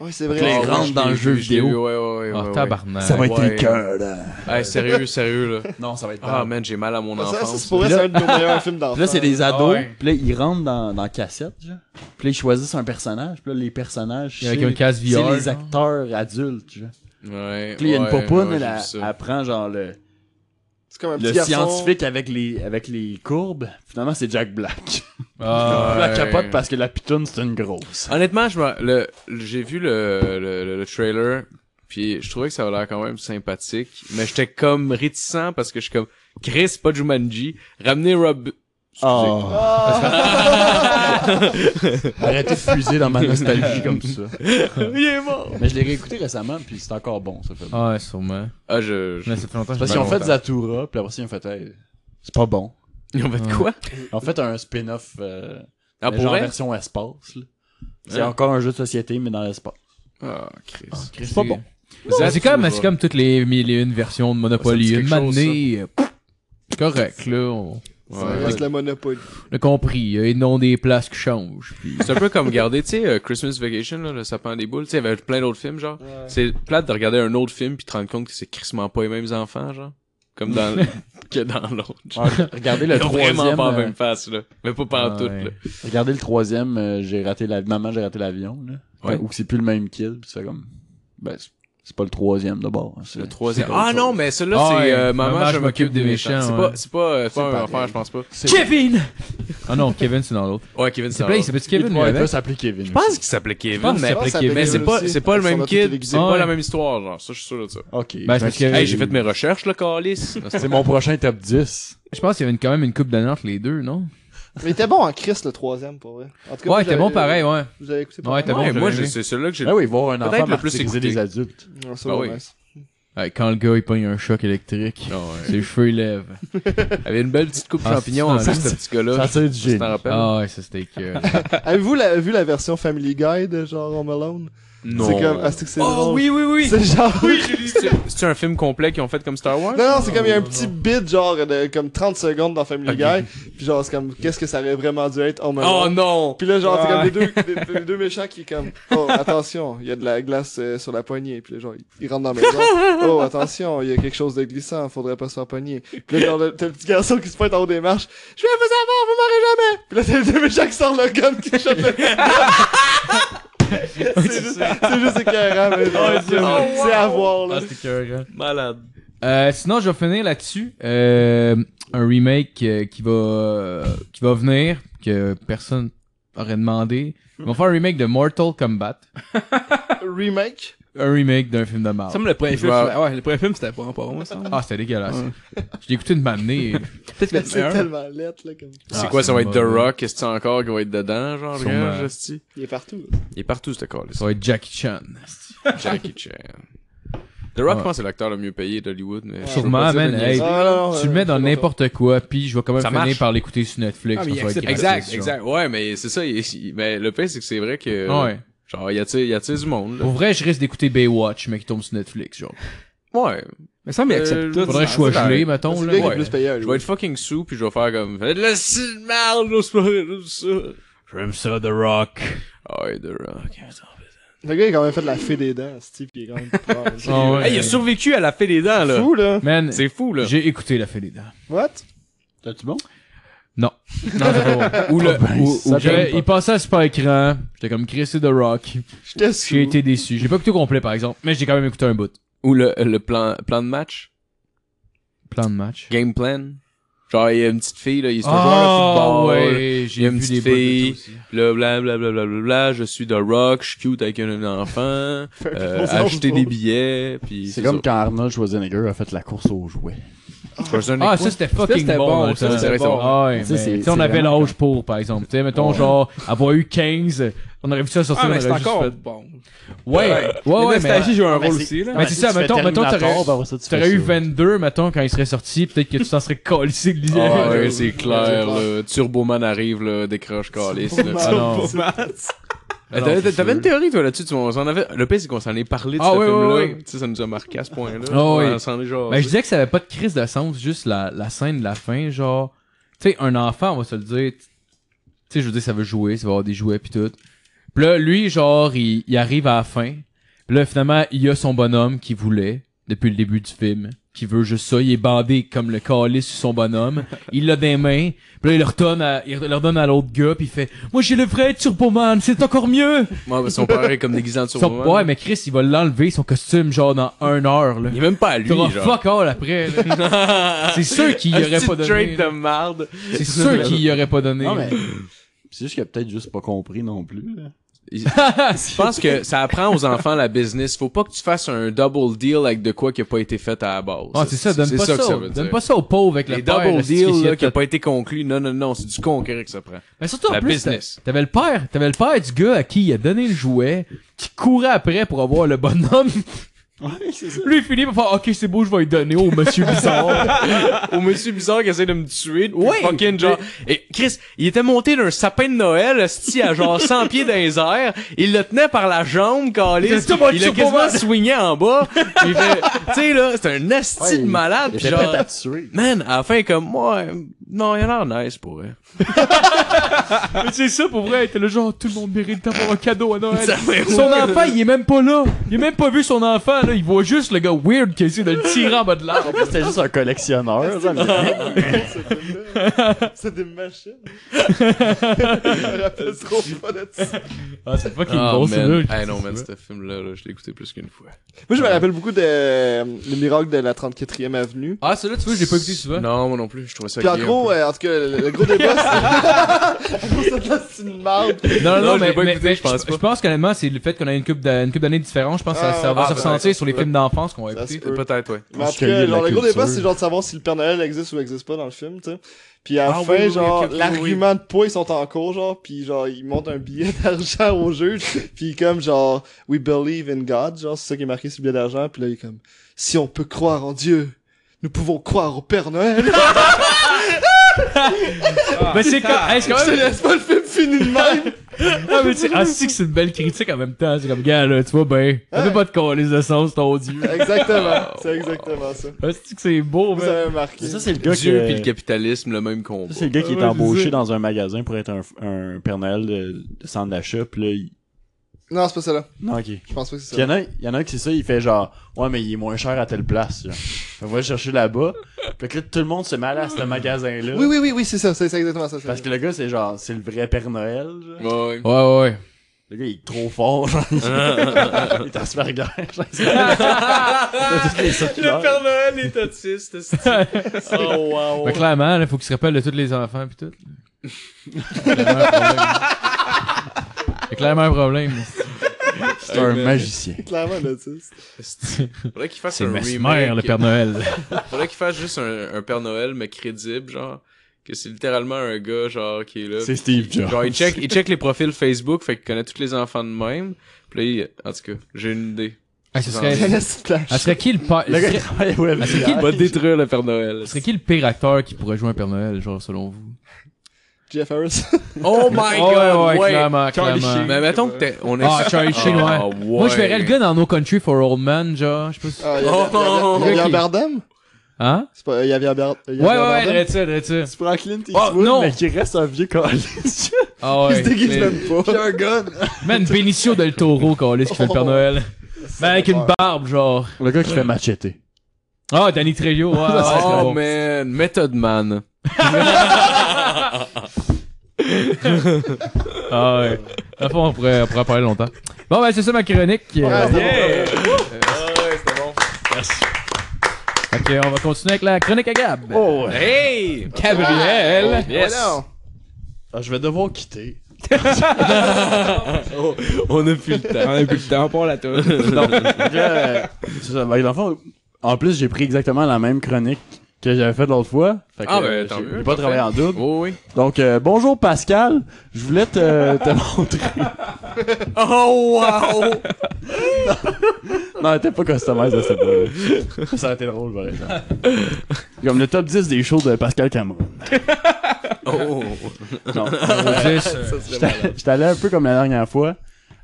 F: Ouais, c'est
E: Les
F: vrai.
D: Ah, ouais,
E: rentres
D: je
E: dans
D: l'ai
E: le
D: vu,
E: jeu
D: je l'ai vu,
E: vidéo.
D: Ouais, ouais, ouais,
C: Ah,
D: ouais, ouais.
C: tabarnak.
E: Ça va être
D: Ouais.
E: les cœurs, là.
D: Hey, sérieux, sérieux, là.
E: Non, ça va être
D: Ah, man, j'ai mal à mon
F: Ça, ça,
D: enfance.
F: c'est pour vrai,
E: Puis
F: c'est
E: là-
F: un de nos meilleurs films d'enfants.
E: Puis là, c'est des ados,
C: ouais.
E: puis là, ils rentrent dans, dans cassette, genre. Puis là, ils choisissent un personnage, puis là, les personnages,
C: Avec un
E: c'est
C: casque
E: c'est
C: VR.
E: les acteurs adultes, genre.
D: Ouais,
E: Puis là, Ah, il y a une
D: ouais,
E: popoune,
D: ouais,
E: elle,
D: j'ai vu
E: elle-
D: ça.
E: elle prend, genre, le,
F: C'est comme un
E: le
F: petit garçon.
E: scientifique avec les, avec les courbes. Finalement, c'est Jack Black.
C: Ah,
E: La
D: ouais.
E: capote parce que la pitoune, c'est une grosse.
D: Honnêtement, je me- le- j'ai vu le, le, le- le trailer, puis je trouvais que ça avait l'air quand même sympathique, mais j'étais comme réticent parce que je suis comme Chris, pas Jumanji, ramener Rob.
E: Oh.
F: Ah,
E: Arrêtez de puiser dans ma nostalgie comme ça.
D: Il est mort.
E: Mais je l'ai réécouté récemment, puis c'est encore bon, ce film.
C: Ah, ouais, sûrement.
D: Ah, je. je-
C: Mais ça fait longtemps que
E: Parce
C: j'ai
E: qu'ils ont
C: pas
E: fait
C: longtemps.
E: Zatura, puis après ça, ils ont fait, hey, c'est pas bon.
D: Ils ont fait quoi
E: Ils ont fait un spin-off, euh,
D: Ah,
E: mais
D: pour
E: genre
D: vrai
E: version espace, là. C'est
D: Hein?
E: encore un jeu de société, mais dans l'espace.
D: Ah, Chris.
C: C'est
E: pas bon.
C: Mais C'est comme,
D: Zatura.
C: c'est comme toutes les mille et une versions de Monopoly.
D: Ça me dit
C: Une
D: quelque chose,
C: manée, euh, pff, correct, là. On
F: ça
D: Ouais.
F: reste le Monopoly.
C: on a compris. euh, Et non des places qui changent. puis-
D: C'est un peu comme regarder, tu sais, euh, Christmas Vacation, là, le sapin des boules, tu sais, il y avait plein d'autres films, genre. C'est plate de regarder un autre film puis te rendre compte que c'est crissement pas les mêmes enfants, genre. Comme dans le- que dans l'autre. genre.
E: Ah, regardez le
D: Ils ont vraiment
E: troisième.
D: pas la
E: euh,
D: même face, là. Mais pas pantoute,
C: Ah, ouais.
D: là.
E: regardez le troisième, euh, j'ai raté l'avion. Maman, j'ai raté l'avion, là.
D: Ouais.
E: Ou que c'est plus le même kid, puis c'est comme, ben, c'est- c'est pas le troisième d'abord. C'est
D: Le troisième.
E: c'est autre
D: Ah
E: chose.
D: non, mais celui-là,
C: Ah
D: c'est
C: ouais,
D: euh, maman, je m'occupe des méchants. C'est pas,
C: ouais.
D: c'est pas, euh, c'est pas
E: C'est
D: un
E: pareil.
D: affaire, je pense pas.
C: Kevin! Ah non, Kevin, c'est dans l'autre.
D: Ouais, Kevin, c'est
C: C'est plein, il
D: un-
C: s'appelle
E: Il
C: Kevin, lui,
E: pourrait- il peut
C: avec?
E: s'appeler Kevin.
D: Je pense qu'il s'appelait Kevin,
C: pense
D: mais,
C: qu'il
F: s'appelait
D: mais
F: Kevin
D: c'est pas,
F: aussi.
D: c'est pas le
F: Ils sont
D: même
F: dans toutes les
D: kid, c'est
F: églises.
D: pas
C: Ouais.
D: la même histoire, genre. Ça, je suis sûr de ça.
E: Ok.
C: Ben, c'est parce que-
D: Hey, j'ai fait mes recherches, le calice.
E: C'est mon prochain top 10.
C: Je pense qu'il y avait une- quand même une coupe d'années entre les deux, non?
F: Mais il était bon en Chris, le troisième, pour vrai. En tout cas, moi,
C: Ouais, t'es bon
F: j'avais-
C: pareil, ouais.
F: Vous avez écouté
C: Ouais, t'es
D: Ouais,
C: bon,
D: moi,
C: j'avais
D: j'ai-
C: aimé.
D: c'est celui-là que j'ai.
E: Ah oui, voir un
D: Peut-être
E: enfant
D: le plus
E: martyriser
D: écouté.
E: des adultes.
F: Non, Ah, ça,
D: Bah
F: ouais,
D: oui.
F: nice.
C: Ouais, quand le gars, il pogne un choc électrique,
D: Ah ouais.
C: ses cheveux, ils lèvent.
D: Il avait une belle petite coupe
C: Ah,
D: champignon en
C: c'est-
D: plus, ce petit
E: Ça
D: gars-là.
E: tire du
D: Tu
E: génie.
D: Ah, t'en rappelles?
C: Ah ouais, ça c'était que.
F: Avez-vous la- vu la version Family Guy de genre Home Alone?
D: Non.
F: C'est comme, ah, c'est que c'est
D: Oh
F: drôle.
D: oui, oui, oui.
F: C'est genre.
D: Oui, j'ai lu ça. C'est un film complet qu'ils ont fait comme Star Wars?
F: Non, non, c'est comme il y a un petit bit genre de comme 30 secondes dans Family
D: Ok.
F: Guy, puis genre c'est comme qu'est-ce que ça aurait vraiment dû être en même
D: Oh non!
F: Puis là genre c'est comme
G: Ouais.
F: les deux les, les deux méchants qui comme oh attention, il y a de la glace euh, sur la poignée, puis là genre ils- ils rentrent dans la maison. oh attention, il y a quelque chose de glissant, faudrait pas se faire pogner. Puis là genre le- t'as le petit garçon qui se pointe en haut des marches. Je vais vous avoir, vous m'aurez jamais. Puis là t'as les deux méchants qui sortent leur gun qui shot le C'est juste, c'est juste écœurant, mais genre,
D: Oh, Dieu.
F: c'est à voir, là.
C: Ah, c'était cœur, hein.
D: Malade.
C: Euh, sinon, je vais finir là-dessus. Euh, un remake euh, qui va euh, qui va venir, que personne aurait demandé. Ils vont faire un remake de Mortal Kombat.
F: Remake?
C: Un remake d'un film de
G: Il me
C: Marvel.
G: semble que le premier film,
D: Joueur.
G: c'était- ouais, le premier film, c'était vraiment pas bon, ça.
C: Ah, c'était dégueulasse. Je l'ai écouté une matinée. et-
G: Peut-être que
F: C'est
G: c'était
F: tellement lettre, là, comme...
D: C'est
C: Ah,
D: quoi,
C: c'est
D: ça va être The
C: mauvais.
D: Rock? Qu'est-ce que c'est encore qui va être dedans, genre, le
C: Sûrement.
D: gars, Justy?
F: Il est partout.
D: Il est partout, ce corps
C: Ça va être Jackie Chan.
D: Jackie Chan. The Rock,
C: Ouais.
D: je pense, c'est l'acteur le mieux payé d'Hollywood, mais.
F: Ouais.
C: Sûrement,
F: je veux pas
C: man.
F: dire de
C: Hey,
F: niaiserie. Ah, non, non,
C: tu le
F: euh,
C: mets dans
F: je veux pas
C: n'importe quoi, puis je vais quand même
D: Ça
C: finir
D: marche.
C: par l'écouter sur Netflix.
G: Ah,
C: quand
G: mais
C: ça va être
G: accepte-
C: gratuit,
D: Exact,
C: genre.
D: exact. Ouais, mais c'est ça. il- il- mais le pire, c'est que c'est vrai que.
C: Ah ouais.
D: Genre, y a-t-il y a-t-il du monde, là?
C: Pour vrai, je risque d'écouter Baywatch, mais qui tombe sur Netflix, genre.
D: Ouais.
G: Mais ça, mais il accepte tout. Ah,
C: Faudrait que
G: ça.
C: je sois
D: c'est
C: gelé,
D: correct.
C: mettons,
F: C'est le
C: là.
F: gars qui est
C: Ouais.
F: plus payé à
D: Je vais
F: jouer.
D: être fucking sous, puis je vais faire comme. Faites de la sale merde, j'ose pas, j'ose ça.
C: J'aime ça, The Rock.
D: Ah ouais, The Rock.
F: Le gars, il a quand même fait la fée des dents, Steve, qui est quand même propre. C'est
C: Ah ouais.
D: Hey, il a survécu à la fée des dents, là.
F: fou, là.
C: Man,
D: C'est fou, là.
C: j'ai écouté La Fée des Dents.
F: What?
E: T'as-tu bon?
C: Non. Non, c'est pas bon. Ou le.
E: Ah ben,
C: ou-
E: ça
C: ou j'avais-
E: t'aime pas.
C: il passait à super écran. J'étais comme Chris et The Rock.
F: J'étais
C: J'ai
F: sous.
C: été déçu. J'ai pas écouté au complet, par exemple, mais j'ai quand même écouté un bout.
D: Ou le, le plan, plan de match.
C: Plein de matchs.
D: Game plan. Genre, il y a une petite fille, là. Il se fait
C: Ah,
D: jouer à football.
C: ouais,
D: Il y
C: j'ai
D: a une
C: vu des
D: petite
C: bouts de
D: fille.
C: ça aussi.
D: Là, blablabla, je suis The Rock, je suis cute avec un enfant, euh, acheter des billets, puis
E: C'est comme quand Arnold Schwarzenegger a fait la course aux jouets.
C: Ah, ça c'était fucking
G: c'était
C: bon.
G: bon,
C: là,
G: ça,
C: ça.
D: c'était bon.
C: Ah, ouais,
E: Tu sais,
C: mais,
E: c'est-
C: tu sais, on
E: c'est
C: avait
E: vraiment-
C: l'âge pour, par exemple. Tu sais, mettons, genre, avoir eu 15, on aurait vu ça sortir.
G: Ah,
C: on
G: mais
C: aurait
G: c'est
C: juste
G: encore
C: fait-
G: bon.
C: Ouais, ouais, ouais,
G: La
C: mais.
G: nostalgie joue un
F: mais
G: rôle
F: c'est-
G: aussi, là.
C: Mais c'est ça, mettons, mettons, t'aurais, t'aurais eu 22, mettons, quand il serait sorti, peut-être que tu t'en serais collé de l'idée.
D: Ah ouais,
F: Ouais,
D: c'est
F: ouais,
D: clair,
F: ouais.
D: là. Turboman arrive, là, décroche, calice. là.
C: Ah non.
D: Eh,
C: Ah non,
D: t'avais-
C: c'est
D: T'avais
C: sûr.
D: une théorie, toi, là-dessus, tu m'en- on s'en avait... Le pire, c'est qu'on s'en est parlé de
C: Ah
D: ce
C: ouais,
D: film-là.
C: ouais, ouais.
D: Tu sais, ça nous a marqué à ce point-là.
C: Ah ouais.
D: On s'en est genre...
C: Ben, je disais que ça avait pas de crise de sens, juste la, la scène de la fin, genre. Tu sais, un enfant, on va se le dire. Tu sais, je veux dire, ça veut jouer, ça va avoir des jouets pis tout. Pis là, lui, genre, il, il arrive à la fin. Pis là, finalement, il y a son bonhomme qui voulait, depuis le début du film, qui veut juste ça. Il est bandé comme le calice sur son bonhomme. Il l'a des mains. Pis là, il le retourne à, il le redonne à l'autre gars pis il fait, moi, j'ai le vrai Turboman, c'est encore mieux!
D: Moi, parce qu'on parlait comme déguisant de
C: Son-
D: Turboman.
C: ouais, mais Chris, il va l'enlever, son costume, genre, dans une heure, là.
D: Il est même pas à lui,
C: T'auras
D: genre.
C: fuck all après, là. C'est sûr qu'il y aurait pas donné.
D: trade de
C: là.
D: marde.
C: C'est sûr qu'il y aurait pas donné.
E: Non, Ah, mais. C'est juste qu'il a peut-être juste pas compris non plus. là.
D: Je pense que ça apprend aux enfants la business. Faut pas que tu fasses un double deal avec de quoi qui a pas été fait à la base.
C: Ah, c'est ça, donne pas ça.
D: que
C: au-
D: veut
C: donne
D: dire.
C: pas ça au pauvre avec
D: Les
C: le père.
D: double
C: là, si tu
D: deals
C: essayes
D: là,
C: de
D: qui a
C: te-
D: pas été conclu, non, non, non, c'est du concret que ça prend.
C: Mais surtout, en
D: la
C: plus,
D: business.
C: t'a- t'avais le père, t'avais le père du gars à qui il a donné le jouet, qui courait après pour avoir le bonhomme.
E: Ouais, c'est ça.
C: Lui, il finit par faire, ok, c'est beau, je vais lui donner au monsieur bizarre.
D: Au monsieur bizarre qui essaie de me tuer.
C: Ouais.
D: Ouais. Fucking genre. Et Chris, il était monté d'un sapin de Noël, sti à genre 100 pieds dans les airs. Il le tenait par la jambe, calé.
C: C'est ça, moi,
D: Il
C: le
D: le quasiment
C: Superman.
D: swingé en bas. Il fait- tu sais, là, c'est un asti
E: Ouais,
D: de
E: il-
D: malade.
E: Il
D: Pis
E: était
D: genre,
E: prêt à tuer.
D: man, à la fin, comme, ouais, non, il a l'air nice pour elle.
C: Mais c'est ça, pour vrai, il était le genre, tout le monde mérite d'avoir un cadeau à Noël.
D: Ça fait
C: Son enfant, il est même pas là. Il a même pas vu son enfant, là. Il voit juste le gars weird qui essaie de le tirer en bas de l'arbre.
E: C'était juste un
F: Ah,
E: collectionneur. là, mais-
F: C'est des machines. Je me rappelle trop pas de ça.
C: Ah, c'est fucking
D: Ah,
C: bon, c'est
D: man.
C: nul.
D: Hey, non, man, ce film-là, là, je l'ai écouté plus qu'une fois.
F: Moi, je me rappelle beaucoup de euh, Le miracle de la 34e avenue.
C: Ah, celui-là, tu vois, j'ai pas écouté souvent.
D: Non, moi non plus, je trouvais ça
F: Puis en
D: gay un
F: gros,
D: peu.
F: euh, en tout cas, le, le gros débat, c'est. En gros, cette là, c'est une merde.
C: Non, non,
D: Non, je l'ai
C: mais,
D: pas
C: mais-
D: écouté,
C: mais
D: je pense pas.
C: je pense qu'honnêtement, c'est le fait qu'on a une coupe d'a- une couple d'années différentes. Je pense que ça,
F: Ah,
C: ça va
D: ah,
C: se
D: ben,
C: ressentir
F: ça
C: sur les
F: se
C: films d'enfance qu'on va
F: Ça se
C: écouter.
E: euh,
F: peut.
D: Peut-être, ouais.
F: Mais en
E: Parce
F: tout
E: qu'il y a
F: cas,
E: eu de
F: genre,
E: la
F: le gros
E: culture.
F: débat, c'est genre de savoir si le Père Noël existe ou existe pas dans le film, tu sais. Puis à la
D: Ah
F: fin,
D: oui, oui,
F: genre,
D: ok, ok,
F: l'argument de poids, ils sont en cours, genre, puis genre, ils montent un billet d'argent au juge, puis comme genre, we believe in God, genre, c'est ça qui est marqué sur le billet d'argent, puis là, il est comme, si on peut croire en Dieu, nous pouvons croire au Père Noël.
G: Ah,
C: Mais c'est comme. Hey, c'est quand même.
F: laisse pas le film fini de même.
C: Ah, mais tu ah, c'est que c'est une belle critique en même temps. C'est comme, gars, là, tu vois, ben, ça fait pas de colis de sens, ton dieu.
F: exactement. C'est exactement ça.
C: Ah, c'est que c'est beau,
F: Vous
C: man.
F: avez marqué.
E: Ça, c'est le gars
D: Dieu puis le
E: qui...
D: capitalisme, le même combat.
E: Ça, c'est le gars qui est
C: Ouais, je sais.
E: embauché dans un magasin pour être un, un Père Noël de, de centre d'achat, pis là, il...
F: Non, c'est pas ça là.
E: Non, ok.
F: Je pense pas que c'est
E: Il y,
F: ça.
E: en a, il y en a un qui c'est ça, il fait genre Ouais, mais il est moins cher à telle place. genre. Fait, va le chercher là-bas. Fait que là, tout le monde se met à aller à ce magasin-là.
F: Oui, oui, oui, oui, c'est ça. C'est c'est exactement ça. c'est
E: Parce
F: ça.
E: que le gars, c'est genre, c'est le vrai Père Noël. genre.
D: Ouais, ouais.
C: Ouais, ouais, ouais.
E: Le gars, il est trop fort. Genre, il est Asperger. genre, c'est- T'as toutes les circulaires.
D: Noël est autiste.
E: Oh, wow.
C: Mais Ben, clairement, là, faut qu'il se rappelle de tous les enfants pis tout. C'est clairement un problème.
E: C'est un magicien.
F: Clairement, là, tu sais.
D: Faudrait qu'il fasse
C: C'est
D: un
C: Mesmer, le
D: remake.
C: Père Noël.
D: Faudrait qu'il fasse juste un, un Père Noël, mais crédible, genre. Que c'est littéralement un gars, genre, qui est là.
E: C'est Steve Jobs.
D: Genre, il check, il check les profils Facebook, fait qu'il connaît tous les enfants de même. Puis là, il- en tout cas, j'ai une idée.
C: Ah, ce
F: Je
C: serait.
F: laisse flash.
C: Ah, ce serait qui le père.
E: Ah, Le gars, il travaille au
F: Ah,
E: FBI.
C: c'est qui
D: Il va détruire le Père Noël.
C: Ce serait qui le pire acteur qui pourrait jouer un Père Noël, genre, selon vous?
F: Jeff Harris.
D: Oh my
C: ouais,
D: god,
C: ouais,
D: ouais.
C: clairement,
G: Charlie
C: clairement.
D: Mais mettons que t'es, on est.
C: Ah, Charlie Sheen, ouais.
D: Ah,
C: Moi, je verrais le gars dans No Country for Old Man, genre, je sais pas si...
F: Ah, il y
D: Oh, oh,
F: a- il y a- il y a
C: ok.
F: Javier Bardem.
C: Hein?
F: C'est pas. Il y a Javier Bardem. il y a
C: Ouais, ouais,
F: Javier
C: ouais,
F: Bardem.
C: dirais ça, dirais ça.
F: Tu prends Clint
E: Oh,
F: Eastwood.
E: non!
C: non.
E: Mais qui reste un vieux calice.
C: Ah
F: Il
C: ouais.
F: se déguise
C: mais-
F: même
D: Oh,
F: pas.
E: un gun.
C: Man, Benicio del Toro, câlisse, qui fait le Père Noël.
E: ben,
C: Mais avec une barbe, genre.
E: Le gars qui fait machete.
C: Ah, Danny Trejo, ouais, ouais,
D: Oh,
C: ça serait bon.
D: man, Method Man.
C: Ah ouais. Dans le fond, on pourrait, on pourrait en parler longtemps. Bon, ben, c'est ça ma chronique.
F: Ah,
C: Euh,
F: c'est bon.
C: ok, on va continuer avec la chronique à Gab.
E: Oh, ouais.
D: Hey!
C: Gabriel.
D: Yes!
F: Voyons.
E: Ah, je vais devoir quitter.
D: On a plus le temps.
G: On a plus le temps pour la tour. Non.
E: Euh, c'est ça. Ben, dans le fond, en plus, j'ai pris exactement la même chronique que j'avais faite l'autre fois. Fait que,
D: Ah, ben,
E: euh,
D: tant
E: j'ai-
D: mieux,
E: J'ai pas
D: parfait.
E: travaillé en double.
D: Oh oui.
E: Donc, euh, bonjour Pascal. Je voulais te, te montrer.
D: Oh wow!
E: Non, elle était pas customisée à cette époque. Ça aurait été drôle, par exemple. Comme le top 10 des shows de Pascal Cameron.
D: Oh!
E: Non.
C: Juste, euh,
E: J'étais j'étais allé un peu comme la dernière fois.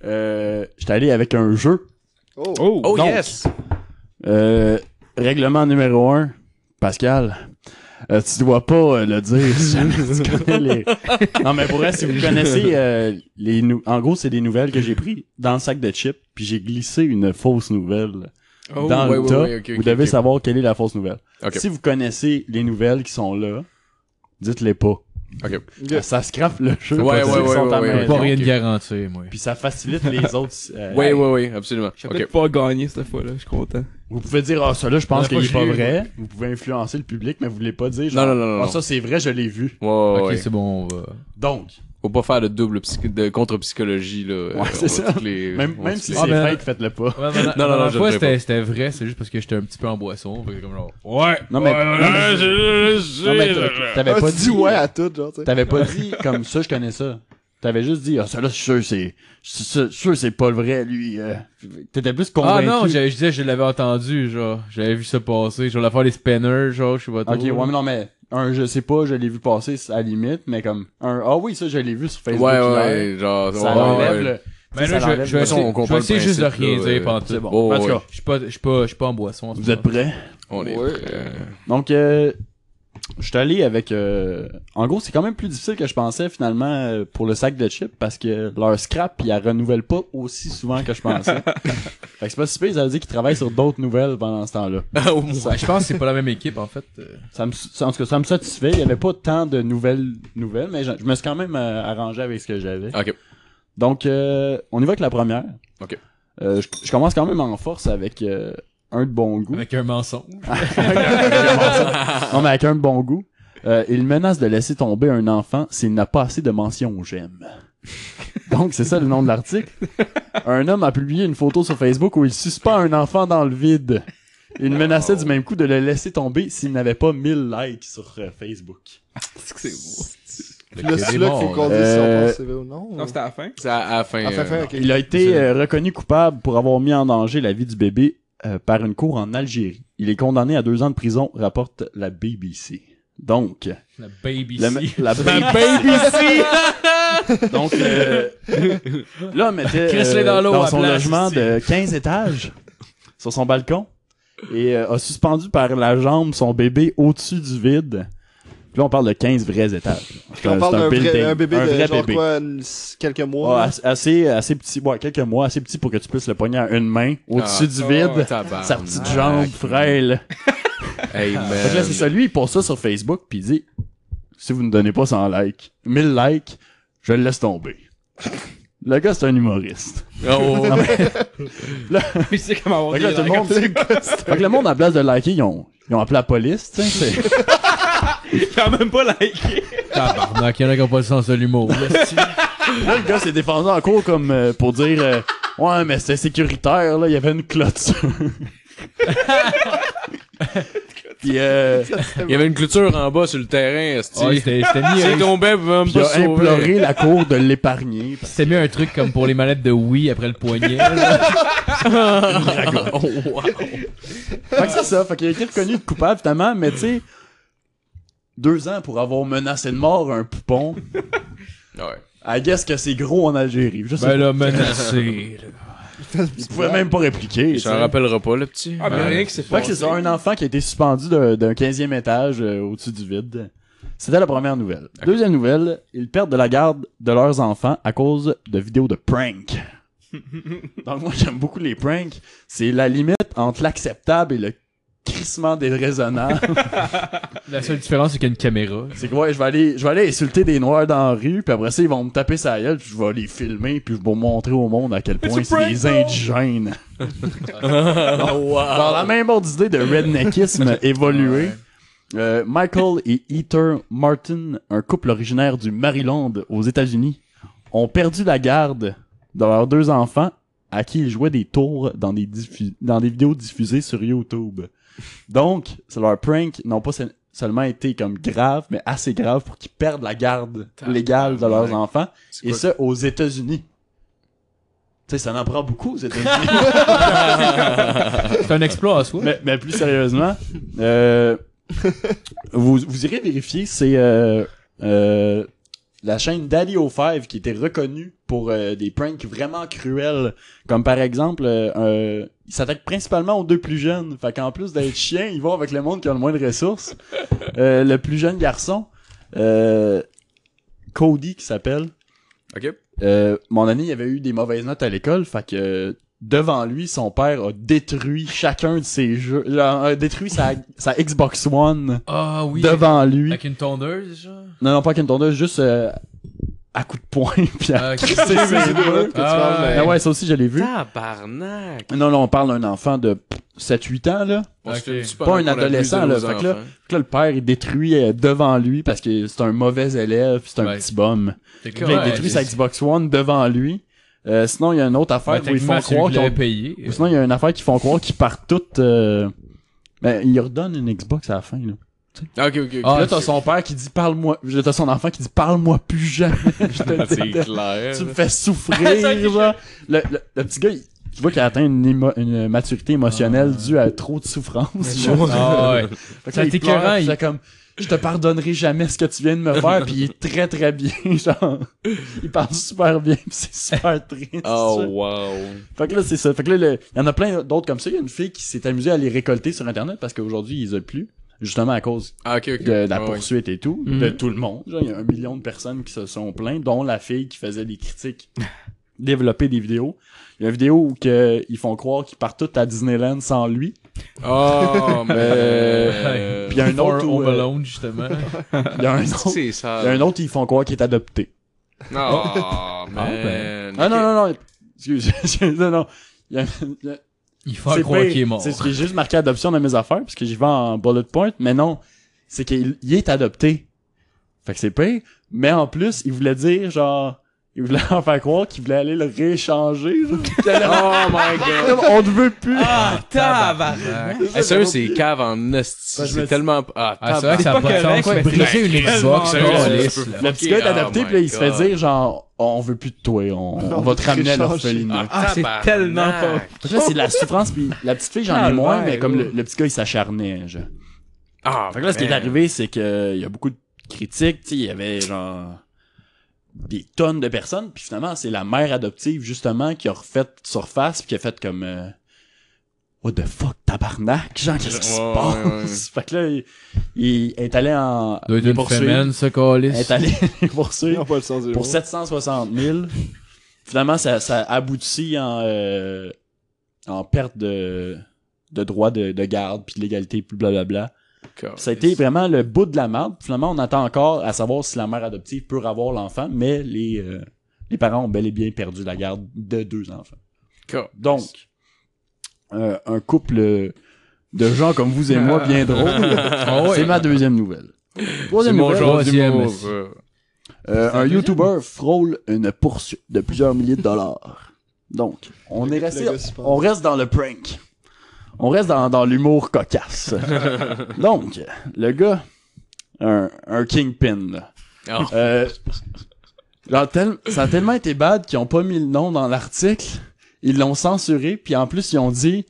E: Euh, J'étais allé avec un jeu.
F: Oh.
G: Oh,
D: Oh
E: Donc.
D: yes!
E: Euh, règlement numéro 1, Pascal. euh, tu dois pas euh, le dire si jamais tu connais les... Non, mais pour vrai, si vous connaissez euh, les nou- En gros, c'est des nouvelles que j'ai prises dans le sac de chips, puis j'ai glissé une fausse nouvelle
G: Oh,
E: dans
D: ouais,
E: le
D: ouais,
E: tas.
D: ouais, ok,
E: vous
D: ok,
E: devez
D: ok.
E: savoir quelle est la fausse nouvelle.
D: Ok.
E: Si vous connaissez les nouvelles qui sont là, dites-les pas.
D: Ok.
E: Ça- Ça scrape le jeu.
D: Ouais,
E: parce
D: ouais,
E: qu'ils
D: ouais,
E: sont à
D: ouais,
E: maison.
C: je peux pas rien
D: ok.
C: de garantir, moi.
E: Puis ça facilite les autres. euh,
D: Oui, oui, oui, absolument.
G: J'ai
D: Ok.
G: peut-être pas gagné cette fois-là, je suis content.
E: Vous pouvez dire, ah, ça là, je pense
C: La fois
E: qu'il est
C: que
E: pas
C: je l'ai eu,
E: vrai. Vous pouvez influencer le public, mais vous voulez pas dire,
D: Non, non, non, non,
E: Ah,
D: non.
E: ça, c'est vrai, je l'ai vu.
D: Ouais, ouais,
C: Ok,
D: Oh, ouais.
C: c'est bon, on va...
E: Donc,
D: Faut pas faire de double psy- de contre-psychologie, là. Euh,
E: Ouais, c'est
D: on va
E: ça.
D: toutes les-
E: même,
D: on va
E: même
D: toutes
E: si
D: les-
E: c'est
C: Ah, ben-
E: fake, faites-le pas.
C: Ouais, non,
D: non, je le ferai
C: c'était,
D: pas.
C: c'était vrai, c'est juste parce que j'étais un petit peu en boisson. fait que comme genre, ouais,
E: Non, mais-
C: ouais,
E: non,
C: ouais,
E: mais-
C: je-
E: Non, mais
C: je-
E: t'a-
C: je-
E: t'avais
F: Ah,
E: pas
F: tu dis
E: dit,
F: ouais à tout, genre, tu sais.
E: t'avais pas dit comme ça, je connais ça. T'avais juste dit, ah, ça là, je suis sûr, c'est, je suis sûr- sûr, c'est pas le vrai, lui. euh. T'étais plus
C: Ah
E: convaincu.
C: non, je, je disais, je l'avais entendu, genre, j'avais vu ça passer, genre l'affaire des spinners, genre, je sais pas trop.
E: Ah, Ok, ouais, mais non, mais un, je sais pas, je l'ai vu passer, c'est à la limite, mais comme un, ah oui, ça, je l'ai vu sur
D: Ouais,
E: Facebook. hier.
D: ouais, genre.
E: Ça
D: ouais,
E: enlève
D: ouais.
E: le.
C: Mais
E: ça
C: là, je- je vais
E: l'enlève. De toute façon,
C: essayer-
D: on
C: je
D: comprend
C: vais essayer
D: le
C: juste de
D: principe,
C: rien
D: là,
C: dire
D: ouais.
C: pendant tout.
E: C'est Ah, bon.
D: Oh,
E: en tout
D: ouais.
E: cas,
C: Je suis pas, je suis pas, je suis pas en boisson en ce
E: vous êtes
C: moment.
E: prêts?
D: On est.
F: Ouais.
D: prêts.
E: Donc, euh, je suis allé avec... euh, en gros, c'est quand même plus difficile que je pensais, finalement, euh, pour le sac de chips, parce que leur scrap, ils la renouvellent pas aussi souvent que je pensais. fait que c'est pas si pire, ça veut dire qu'ils travaillent sur d'autres nouvelles pendant ce temps-là.
D: Ah, au moins.
E: Ça,
C: Ben, Je pense que c'est pas la même équipe en fait. euh.
E: ça me, ça- en tout cas, ça me satisfait. Il y avait pas tant de nouvelles nouvelles, mais je, je me suis quand même euh, arrangé avec ce que j'avais.
D: Ok.
E: Donc, euh, on y va avec la première.
D: Ok.
E: Euh, je, je commence quand même en force avec euh, un de bon goût.
C: Avec un mensonge.
E: non, mais avec un bon goût. Euh, il menace de laisser tomber un enfant s'il n'a pas assez de mentions j'aime. Donc, c'est ça le nom de l'article. Un homme a publié une photo sur Facebook où il suspend un enfant dans le vide. Il menaçait du même coup de le laisser tomber s'il n'avait pas 1000 likes sur euh, Facebook.
F: Puis là, c'est
C: des
F: là
C: morts,
F: qu'il faut qu'on
E: là.
F: dise si on
E: Euh,
F: pense que c'est vrai ou non.
G: Non, c'était à la fin.
D: C'est à à la fin.
F: Ah, ça
D: euh,
F: fait, ok.
E: Il a été euh, reconnu coupable pour avoir mis en danger la vie du bébé euh, par une cour en Algérie. Il est condamné à deux ans de prison, rapporte la BBC. Donc,
C: La baby
E: le-
C: C.
D: La
E: la
D: baby
E: Donc, euh, l'homme était
C: Crisse-les
E: euh,
C: dans
E: dans,
C: l'eau à
E: son
C: place,
E: logement
C: ici.
E: de 15 étages, sur son balcon, et euh, a suspendu par la jambe son bébé au-dessus du vide. Puis là, on parle de 15 vrais étages. C'est
F: On
E: un-
F: parle
E: c'est
F: d'un vrai,
E: building,
F: un bébé
E: un
F: de
E: vrai
F: genre
E: bébé.
F: quoi, une- s- quelques mois.
E: Ouais,
F: là.
E: ass- assez, assez petit, ouais, quelques mois, assez petit pour que tu puisses le poigner à une main
D: Ah,
F: Ah.
E: au-dessus du
D: oh,
E: vide. sa petite jambe frêle.
D: Hey, man.
E: Fait que là, c'est ça. Lui, il pose ça sur Facebook, puis il dit Si vous ne donnez pas 100 likes, 1000 likes, je le laisse tomber. Le gars, c'est un humoriste.
D: Oh,
E: Non, mais-
G: Puis c'est comme avoir
E: Fait
G: hein. des
E: que là, tout le
G: likes.
E: monde. fait que le monde, en place de liker, ils ont, ils ont appelé la police, tu sais. c'est-
G: Quand même pas liké.
C: Tabarnak, y'en a qui ont pas le sens de l'humour. là, c'est-
E: Là, le gars s'est défendu en cours comme euh, pour dire euh, Ouais, mais c'était sécuritaire, là, il y avait une clôture. Puis, euh,
D: il y avait une clôture en bas sur le terrain,
C: Ouais,
D: esti.
C: c'était c'était mis,
D: Si
C: un-
D: il tombait, vous même
E: puis
D: pas
E: hein. il a
D: sauver.
E: imploré la cour de l'épargner.
C: c'était mis un truc comme pour les manettes de Wii après le poignet.
E: Fait que c'est ça, fait qu'il a été reconnu coupable finalement, mais tu sais, deux ans pour avoir menacé de mort un poupon,
D: Ouais.
E: I guess que c'est gros en Algérie. Je sais
C: ben
E: pas.
C: là, menacé. là.
E: il pouvait même pas répliquer. tu
D: Je t'en
E: sais.
D: rappellerai pas, le petit.
G: Ah, mais
D: Ouais.
G: rien qui s'est
E: Fait que
G: passé.
E: c'est ça, un enfant qui a été suspendu d'un d'un 15e étage euh, au-dessus du vide. C'était la première nouvelle. Deuxième nouvelle, ils perdent de la garde de leurs enfants à cause de vidéos de prank. Donc moi j'aime beaucoup les pranks. C'est la limite entre l'acceptable et le crissement déraisonnable.
C: La seule différence, c'est qu'il y a une caméra.
E: C'est que ouais, je vais aller, je vais aller insulter des noirs dans la rue, puis après ça ils vont me taper sa gueule, puis je vais les filmer, puis je vais montrer au monde à quel point c'est des indigènes. Oh, Dans la même ordre d'idée de redneckisme évolué, euh, Michael et Heather Martin, un couple originaire du Maryland aux États-Unis, ont perdu la garde de leurs deux enfants à qui ils jouaient des tours dans des, diffu- dans des vidéos diffusées sur YouTube. Donc, c'est leur prank n'ont pas se- seulement été comme graves, mais assez graves pour qu'ils perdent la garde légale de leurs enfants.
D: C'est
E: Et
D: quoi-
E: ça, aux États-Unis. Tu sais, ça en prend beaucoup aux États-Unis.
C: C'est un exploit à soi.
E: mais, mais plus sérieusement, euh, vous, vous irez vérifier, c'est euh, euh, la chaîne Daddy O5 qui était reconnue pour euh, des pranks vraiment cruels. Comme par exemple, euh, euh, ils s'attaquent principalement aux deux plus jeunes. Fait qu'en plus d'être chien, ils vont avec le monde qui a le moins de ressources. Euh, le plus jeune garçon, euh, Cody qui s'appelle,
D: Ok.
E: euh, mon ami, il avait eu des mauvaises notes à l'école, fait que euh, devant lui, son père a détruit chacun de ses jeux, genre, a détruit sa, sa Xbox One
C: Ah oui.
E: devant lui.
C: Avec une tondeuse, genre.
E: Non, non, pas avec une tondeuse, juste euh, à coups de poing. Puis à...
C: Ah, ok.
E: C'est
F: ces deux-là que tu parles, mais-
E: Ah ouais, ça aussi, je l'ai vu.
D: Tabarnak.
E: Non, non, on parle d'un enfant de 7-8 ans, là.
D: On se fait
C: Ok.
D: du hein, pendant
E: Pas un
D: qu'on
E: adolescent,
D: amuse
E: là,
D: nos
E: fait que là-
D: enfants.
E: Fait que là, le père, il détruit euh, devant lui parce que c'est un mauvais élève, puis c'est un
C: Ouais.
E: petit bum.
C: T'es
E: Puis là, il détruit sa Xbox One devant lui. Euh, sinon, il y a une autre affaire où ils font croire qu'ils ont
C: payé.
E: Ou sinon, il y a une affaire qu'ils font croire qu'ils partent toutes. euh, Ben, ils redonnent une Xbox à la fin, là.
D: Ah, Ok, ok, ok.
E: Puis
C: Ah,
E: là, t'as
C: c'est-
E: son père qui dit parle-moi. T'as son enfant qui dit parle-moi plus jamais. Je te
D: Ah, C'est
E: déteste.
D: clair.
E: tu me fais souffrir, genre. Le, le- le petit gars, il- tu vois qu'il a atteint une, émo- une maturité émotionnelle due à trop de souffrance. genre.
C: Ah ouais.
E: Fait que
C: Ça
E: là, il
C: t'écœurant,
E: pleure, puis
C: il-
E: c'est comme je te pardonnerai jamais ce que tu viens de me faire, puis il est très très bien, genre. Il parle super bien, puis c'est super triste.
D: Oh,
E: genre.
D: wow.
E: Fait que là, c'est ça. Fait que là, le- il y en a plein d'autres comme ça. Il y a une fille qui s'est amusée à les récolter sur Internet parce qu'aujourd'hui, ils ont plus. Justement à cause
D: Ah, ok, ok.
E: de la
D: Ah, ouais. Mhm.
E: poursuite et tout, de tout le monde. Genre, il y a un million de personnes qui se sont plaintes, dont la fille qui faisait des critiques, développer des vidéos. Il y a une vidéo où que, ils font croire qu'ils partent tous à Disneyland sans lui.
D: Oh, mais...
E: Euh, Puis il y a un autre où,
C: Home
E: euh,
C: Alone, justement.
E: Il y a un autre,
D: C'est
E: il
D: ça.
E: y a un autre ils font croire qu'il est adopté.
D: Oh,
E: ben.
D: man.
E: Ah non, non, non. Excuse. non, non. Il y a- il y a-
C: Il faut
E: C'est
C: croire
E: pire.
C: qu'il est mort.
E: C'est ce que j'ai juste marqué adoption dans mes affaires, parce que j'y vais en bullet point, mais non, c'est qu'il il est adopté. Fait que c'est pire. Mais en plus, il voulait dire, genre, il voulait en faire croire qu'il voulait aller le rééchanger, genre. Qu'il allait-
D: Oh my god.
E: On ne veut plus.
G: Ah, tabarnak.
D: Eh, sérieux, c'est cave en esti.
E: Ben, je me
D: c'est
E: dis-
D: tellement... Ah,
C: Ah, c'est vrai que ça
G: pas
C: va ça va
G: correct, mais
C: briser une Xbox.
G: tellement
C: là,
E: drôle.
C: lisse, là.
E: le petit gars est
D: fucking-
E: adopté,
D: oh
E: puis là, il
D: my
E: se fait
D: God.
E: dire, genre, on veut plus de toi, on, on va te ramener à
F: rééchanger.
E: l'orphelinat.
G: Ah, c'est
D: tabarnak.
G: tellement pas.
E: Fait que là, c'est de la souffrance, puis la petite fille, j'en ai
G: Ah,
E: moins,
G: ouais,
E: mais comme
G: ouais.
E: le, le petit gars, il s'acharnait, genre.
D: Ah,
E: Fait que là, ce qui est
D: man.
E: arrivé, c'est qu'il y a beaucoup de critiques, tu sais, il y avait genre des tonnes de personnes, puis finalement, c'est la mère adoptive, justement, qui a refait surface, puis qui a fait comme... euh, What the fuck, tabarnak, genre, qu'est-ce qui se
D: Ouais,
E: passe?
D: ouais, ouais.
E: Fait que là, il, il est allé en...
C: doit être
E: les
C: une
E: poursuivre.
C: semaine, ce
E: Elle
C: calice.
E: est allée les
F: Ils
E: poursuivre
F: n'ont pas le sens du
E: pour
F: mot.
E: 760 000. Finalement, ça, ça aboutit en, euh, en perte de, de droit de, de garde, puis de légalité, puis blablabla. Ça a été vraiment le bout de la merde. Finalement, on attend encore à savoir si la mère adoptive peut avoir l'enfant, mais les, euh, les parents ont bel et bien perdu la garde de deux enfants.
D: Calice.
E: Donc, euh, un couple de gens comme vous et moi, bien drôles,
C: Ah
E: c'est ma deuxième nouvelle.
D: C'est
E: Troisième
D: mon
E: nouvelle.
D: genre
C: troisième,
D: d'humour,
C: c'est-
D: euh.
E: Euh,
C: C'est la
E: un
C: deuxième.
E: YouTuber frôle une poursuite de plusieurs milliers de dollars. Donc, on est
F: Le
E: resté,
F: gars se passe.
E: on reste dans le prank. On reste dans, dans l'humour cocasse. Donc, le gars, un, un kingpin, là.
D: Oh.
E: Euh, genre, tel- ça a tellement été bad qu'ils ont pas mis le nom dans l'article. Ils l'ont censuré, puis en plus, ils ont dit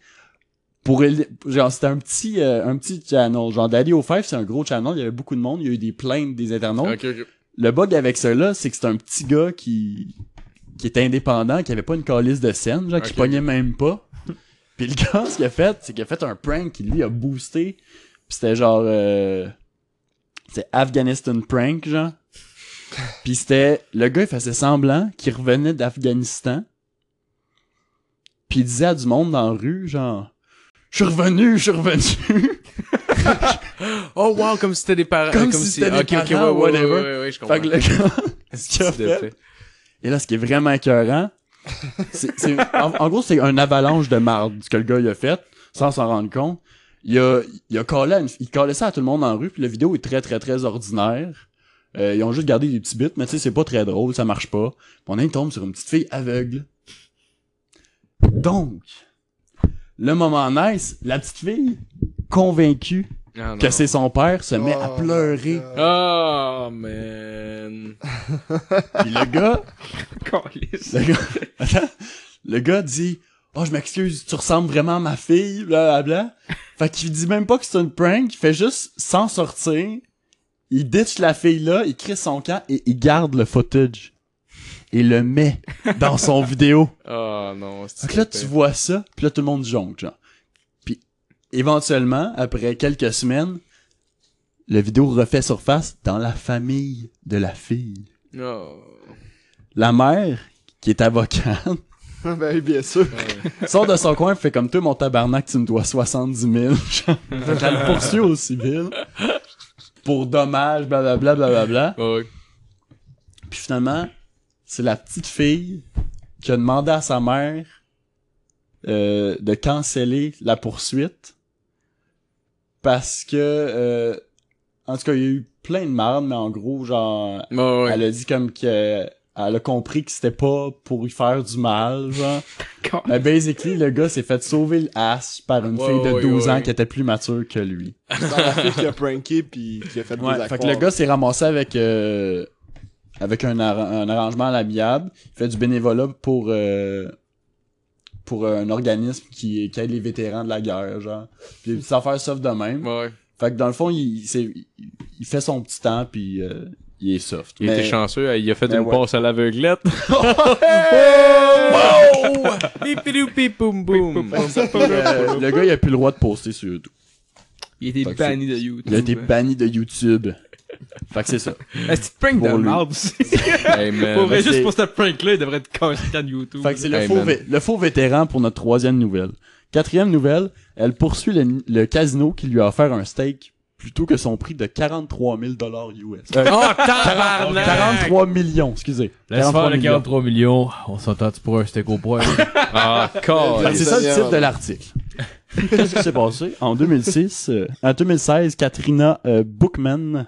E: pour éli- genre c'était un petit euh, un petit channel genre d'aller au Five c'est un gros channel il y avait beaucoup de monde il y a eu des plaintes des internautes
D: Ok, ok.
E: le bug avec cela, c'est que c'est un petit gars qui qui était indépendant, qui avait pas une calice de scène, genre, qui
D: Ok.
E: pognait même pas. Puis le gars, ce qu'il a fait, c'est qu'il a fait un prank qui lui a boosté. Puis c'était genre euh, c'était Afghanistan prank genre. Puis c'était le gars il faisait semblant qu'il revenait d'Afghanistan. Puis il disait à du monde dans la rue genre je suis revenu, je suis revenu.
D: Oh, wow, comme si c'était des parents.
E: Comme si c'était des
D: ok, ok,
E: parents,
D: ouais, ouais,
E: whatever.
D: ouais, ouais, ouais, je comprends.
E: fait que le gars, ce qu'il a
D: Qu'est-ce que t'as
E: fait, Et là, ce qui est vraiment écœurant, c'est, c'est- en, en gros, c'est un avalanche de marde, ce que le gars il a fait, sans s'en rendre compte. Il a, il a collé à une- il collait ça à tout le monde en rue, puis la vidéo est très, très, très ordinaire. Euh, ils ont juste gardé des petits bits, mais tu sais, c'est pas très drôle, ça marche pas. Puis on tombe sur une petite fille aveugle. Donc, le moment nice, la petite fille, convaincue
D: Ah, non,
E: que
D: non.
E: c'est son père, se met à
F: Oh,
E: pleurer.
F: God.
D: Oh, man.
E: Puis le gars,
G: Calice.
E: Le gars, Attends. le gars dit Oh, je m'excuse, tu ressembles vraiment à ma fille, blablabla. Fait qu'il dit même pas que c'est une prank, il fait juste s'en sortir. Il ditch la fille-là, il crée son camp et il garde le footage. Et le met dans son vidéo.
D: Oh, non. c'est
E: Fait que là, tu vois ça, puis là, tout le monde jonque, genre. Puis, éventuellement, après quelques semaines, la vidéo refait surface dans la famille de la fille.
D: Oh.
E: La mère, qui est avocate,
F: Ah, ben oui, bien sûr.
E: sort de son coin, fait comme toi, mon tabarnak, tu me dois 70 000. Fait que Elle le poursuit au civil pour dommage, blablabla, blablabla.
D: Oh, ouais.
E: Puis finalement, c'est la petite fille qui a demandé à sa mère euh, de canceller la poursuite parce que, euh, en tout cas, il y a eu plein de merde, mais en gros, genre,
D: Oh, ouais.
E: elle a dit comme que elle a compris que c'était pas pour lui faire du mal, genre.
G: Calice.
E: Mais basically, le gars s'est fait sauver le ass par une
D: Ouais,
E: fille de
D: ouais,
E: 12
D: ouais.
E: ans qui était plus mature que lui.
F: C'est dans la fille qui a pranké puis qui a fait des
E: fait que le gars s'est ramassé avec euh, avec un, ar- un arrangement à l'amiable. Il fait du bénévolat pour euh, pour euh, un organisme qui, qui aide les vétérans de la guerre, genre. Puis des petites affaires sauf de même.
D: Bah Ouais.
E: Fait que dans le fond, il, il, s'est- il- il fait son petit temps, puis euh, il est soft.
D: Il
E: Mais-
D: était chanceux, euh, il a fait
E: Mais
D: une
E: ouais.
D: passe à l'aveuglette. wow! Pipidou, pipoum, boum.
E: Euh, le gars, il a plus le droit de poster sur YouTube.
G: Il était
E: Fait que
G: banni de YouTube.
E: Il a été banni de YouTube. fait que c'est ça.
G: Un petit prank
E: pour
G: de
E: lui.
G: marde aussi.
D: Hey, man.
G: Pour vrai,
E: c'est-
G: juste pour cette prank-là, il devrait être constant de YouTube.
E: Fait que c'est le,
D: Hey,
E: faux
D: man.
E: vé- le faux vétéran pour notre troisième nouvelle. Quatrième nouvelle, elle poursuit le, le casino qui lui a offert un steak plutôt que son prix de 43 000 US. Euh,
D: Oh, tabarnak!
E: 43 millions, excusez.
C: Laisse
E: 43
C: faire le
E: millions.
C: 43 millions. On s'entend-tu pour un steak au poil?
D: Ah,
E: Fait que
D: calice.
E: C'est ça le
F: Seigneur.
E: titre de l'article. Qu'est-ce qui s'est passé? En 2006, euh, en 2016, Katrina euh, Bookman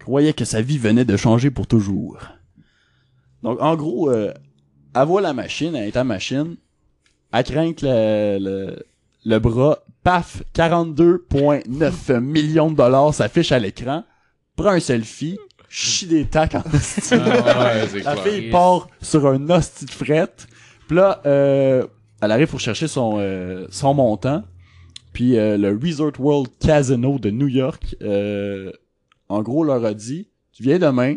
E: croyait que sa vie venait de changer pour toujours. Donc, en gros, euh, elle voit la machine, elle est à machine, elle craint que le, le- le bras, paf, 42,9 millions de dollars s'affiche à l'écran, prend un selfie, chie des tacs en esti.
D: Ah Ouais, c'est
E: La
D: clair.
E: fille part sur un hostie de frette. Puis là, euh, elle arrive pour chercher son, euh, son montant. Puis Puis euh, le Resort World Casino de New York, euh, en gros, leur a dit Tu viens demain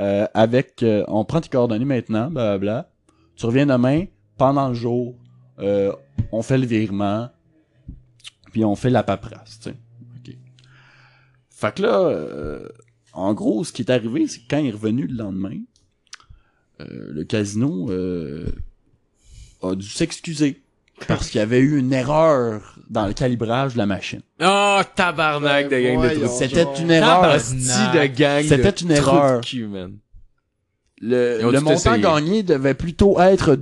E: euh, avec. euh, on prend tes coordonnées maintenant, blablabla. Tu reviens demain pendant le jour. euh, on fait le virement. Puis on fait la paperasse, tu sais. OK. Fait que là, euh, en gros, ce qui est arrivé, c'est que quand il est revenu le lendemain, euh, le casino euh, a dû s'excuser parce qu'il y avait eu une erreur dans le calibrage de la machine.
D: Oh, tabarnak de gang de
F: Voyons
D: trucs.
E: C'était
F: donc.
E: une erreur.
D: Hostie de gang de
E: C'était une
D: trous de
E: erreur.
D: cul, man.
E: Le,
D: Ils ont
E: le
D: dû
E: montant
D: t'essayer.
E: gagné devait plutôt être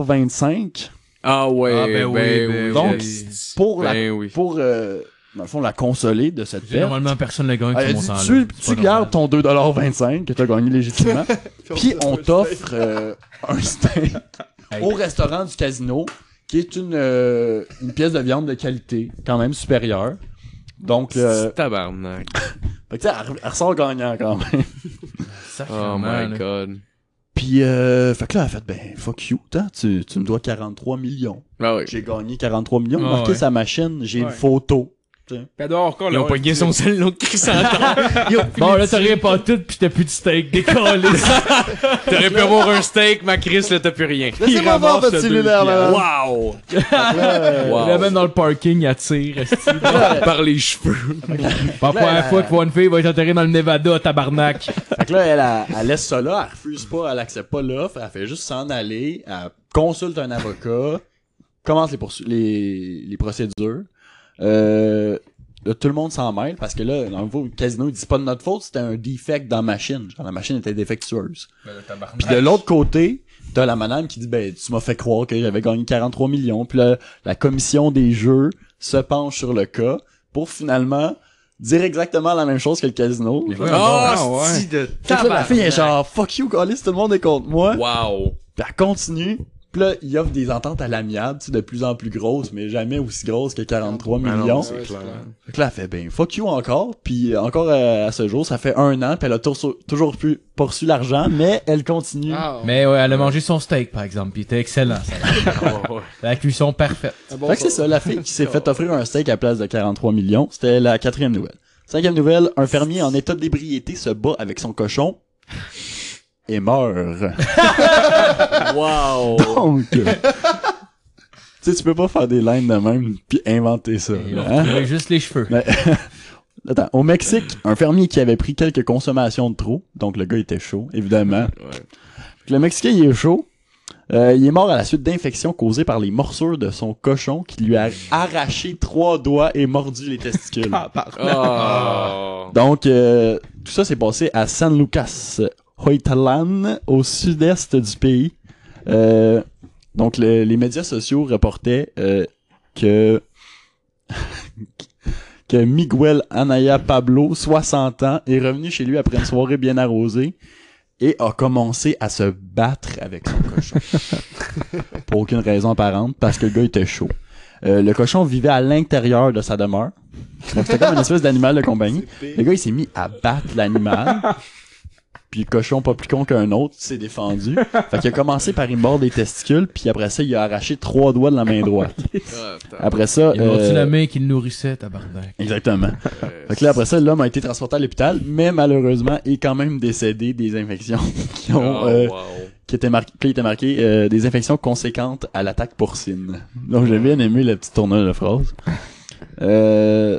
E: 2,25$.
D: Ah ouais,
C: Ah, ben
D: ben,
C: oui, ben
D: oui.
E: Donc,
D: hostie.
E: pour la-
D: ben oui.
E: Pour, euh, dans le fond, la consoler de cette perte. Euh,
C: Normalement, personne ne
D: Ah,
C: gagne
E: Elle
C: ce
E: a dit,
C: montant-là.
E: tu,
C: C'est
E: tu
C: pas
E: gardes
C: normal.
E: ton 2,25$ que t'as gagné légitimement, puis on
F: se fait-
E: t'offre euh, un steak
C: Hey.
E: au restaurant du casino, qui est une, euh, une pièce de viande de qualité, quand même supérieure. Donc, euh,
D: Tabarnak.
E: fait que tu sais, elle, elle ressort gagnant quand même.
D: Oh
C: Sacrément,
D: my
C: là.
D: god.
E: Puis, euh, fait que là, elle a fait, ben, fuck you, t'as, tu, tu me dois 43 millions.
D: Ah ouais.
E: J'ai gagné 43 millions,
C: Ah
E: marqué
C: ouais.
E: sa machine, j'ai une
G: Ouais.
E: photo.
G: Puis elle doit avoir encore
D: Ils
G: le-
D: ont pogné son sel, ils l'ont chrysanthème.
C: Bon, là, t'aurais pas tout, pis t'as plus de steak, décollé.
D: T'aurais pu avoir un steak, ma Chris, là, t'as plus rien.
F: Laissez-moi voir
E: ramasse
F: votre
E: deux
F: cellulaire, madame.
D: Wow!
E: Fait que là, euh,
D: Wow.
C: Là, même dans le parking, il attire. esti.
E: Ah
D: Par les cheveux.
C: Pas la première fois qu'il voit une fille, il va être enterré dans le Nevada, tabarnak.
E: Fait que là, elle, elle, elle laisse ça là, elle refuse pas, elle accepte pas l'offre, elle fait juste s'en aller, elle consulte un avocat, commence les, poursu- les, les procédures. Euh, là, tout le monde s'en mêle parce que là, dans le fond, le casino, ils disent pas de notre faute, c'était un defect dans la machine. Genre, la machine était défectueuse. Puis de l'autre côté, t'as la madame qui dit, ben, tu m'as fait croire que j'avais gagné 43 millions. Puis là, la commission des jeux se penche sur le cas pour finalement dire exactement la même chose que le casino.
C: Mais
E: Genre,
C: Ah,
D: Oh,
C: ouais.
D: c'est de
E: fait que là, la
D: tabarnak.
E: fille est genre fuck you, Carlis, tout le monde est contre moi.
D: Wow!
E: Puis elle continue. Puis là, il offre des ententes à l'amiable, tu sais, de plus en plus grosses, mais jamais aussi grosses que 43
D: Ah non,
E: millions.
D: c'est
F: Ouais,
D: clair.
F: c'est clair.
E: fait que là, elle fait ben fuck you encore. Puis encore euh, à, ce jour, ça fait un an, puis elle a tour- toujours plus poursu l'argent, mais elle continue.
F: Ah, ouais.
C: Mais ouais, elle a mangé son steak, par exemple, pis était excellent, ça.
E: Ah
D: Oh, ouais.
C: La cuisson parfaite.
F: Un Ah bon
E: fait que c'est ça, la fille qui s'est fait offrir un steak à la place de 43 millions, c'était la quatrième nouvelle. Cinquième nouvelle, un fermier en état d'ébriété se bat avec son cochon et meurt.
D: Wow!
E: Donc, tu sais, tu peux pas faire des lines de même puis inventer ça.
C: Et
E: là,
C: on
E: hein?
C: trouvait juste les cheveux.
E: Mais- Attends, au Mexique, un fermier qui avait pris quelques consommations de trop, donc le gars était chaud, évidemment.
D: Ouais.
E: Le Mexicain, il est chaud. Euh, il est mort à la suite d'infections causées par les morsures de son cochon qui lui a arraché trois doigts et mordu les testicules.
G: Ah, par-
C: Ah.
D: Oh!
E: Donc, euh, tout ça s'est passé à San Lucas, Hoytalan, au sud-est du pays. Euh, donc, le- les médias sociaux reportaient euh, que que Miguel Anaya Pablo, 60 ans, est revenu chez lui après une soirée bien arrosée et a commencé à se battre avec son cochon. Pour aucune raison apparente, parce que le gars était chaud. Euh, le cochon vivait à l'intérieur de sa demeure. Donc c'était comme une espèce d'animal de compagnie.
F: C'est
E: Le gars, il s'est mis à battre l'animal. Puis le cochon, pas plus con qu'un autre, s'est défendu. Fait qu'il a commencé par une mordre des testicules, puis après ça, il a arraché trois doigts de la main droite.
D: Ah, tabarnak.
E: Après ça...
C: Il a mordu
E: euh,
C: la main qu'il nourrissait, tabarnak.
E: Exactement. Fait que là, après ça, l'homme a été transporté à l'hôpital, mais malheureusement, est quand même décédé des infections qui ont...
D: Oh,
E: euh,
D: wow.
E: qui étaient marquées, qui étaient marquées, euh, des infections conséquentes à l'attaque porcine. Donc, j'ai bien aimé la petite tournure de phrase. Euh,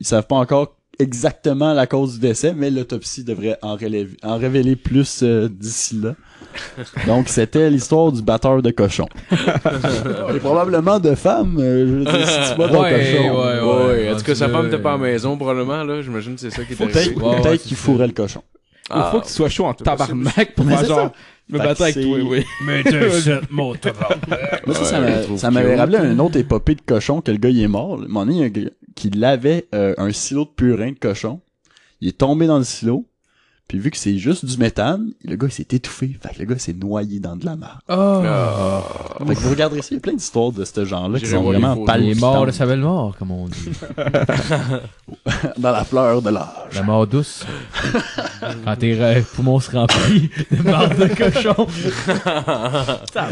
E: ils savent pas encore exactement la cause du décès, mais l'autopsie devrait en, relève- en révéler plus euh, d'ici là. Donc, c'était l'histoire du batteur de cochon. Et probablement de femme, euh, je veux dire, si tu bats ton
C: Ouais,
E: cochon.
C: ouais,
D: Ouais,
C: ouais.
D: en tout cas, sa
C: Rendu
D: femme
C: là,
D: était pas à la
C: euh,
D: maison, probablement, là. J'imagine que c'est ça qui est
E: Peut-être
D: arrivé.
C: Ouais, ouais,
E: peut-être
C: c'est
E: qu'il
C: ça.
E: fourrait le cochon.
D: Ah,
G: Il faut que tu sois chaud en tabarnak pour
E: Mais
G: faire
E: c'est
G: genre.
E: ça.
G: Je me
E: Fait
G: battre
E: que
G: avec toi,
E: c'est-
G: oui.
C: Mais t'es cette mot,
E: Moi, ça, ça
D: Ouais,
E: m'a-
D: je trouve
E: ça m'avait
D: cute.
E: rappelé une autre épopée de cochon que le gars, il est mort. Mon il y a un gars qui lavait euh, un silo de purin de cochon. Il est tombé dans le silo. Puis vu que c'est juste du méthane, le gars, il s'est étouffé. Fait que le gars s'est noyé dans de la merde.
D: Ah.
C: Oh!
E: Fait que vous regarderez ça, il y a plein d'histoires de ce genre-là qui
D: J'irai
C: Ah,
E: sont
D: voir les
E: vraiment
D: photos.
E: palpitantes.
C: Il est mort de sa belle mort, comme on dit.
E: Dans la fleur de l'âge.
C: La mort douce. Quand tes euh, poumons se remplissent de marde de cochon.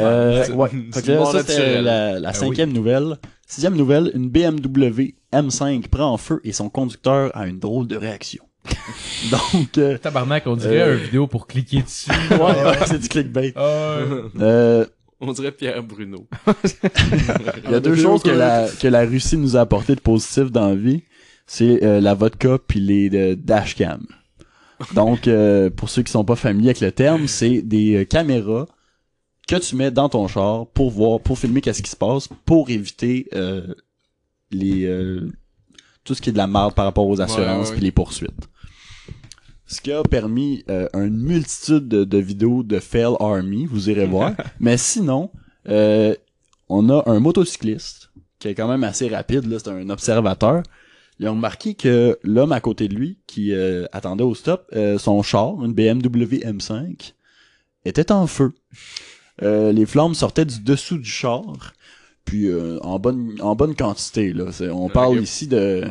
E: Euh, ouais. Fait que
D: du mort Ah
E: ça, c'était
D: naturel.
E: la, la cinquième nouvelle. Sixième nouvelle, une BMW M5 prend en feu et son conducteur a une drôle de réaction. Donc, euh,
C: Tabarnak, on dirait
E: Euh.
C: une vidéo pour cliquer dessus.
E: ouais, ouais, c'est du clickbait.
C: Euh,
E: Euh,
D: On dirait Pierre Bruno.
E: Il y a deux choses que la, que la Russie nous a apporté de positif dans la vie. C'est euh, la vodka puis les euh, dashcams. Donc, euh, pour ceux qui sont pas familiers avec le terme, c'est des euh, caméras que tu mets dans ton char pour voir, pour filmer qu'est-ce qui se passe, pour éviter euh, les euh, tout ce qui est de la merde par rapport aux assurances
D: ouais.
E: puis les poursuites. Ce qui a permis euh, une multitude de, de vidéos de Fail Army, vous irez voir. Mais sinon, euh, on a un motocycliste qui est quand même assez rapide, là, c'est un observateur. Ils ont remarqué que l'homme à côté de lui, qui euh, attendait au stop, euh, son char, une BMW M5, était en feu. Euh, les flammes sortaient du dessous du char, puis euh, en, bonne, en bonne quantité. Là. C'est- on parle
D: Ok.
E: ici de...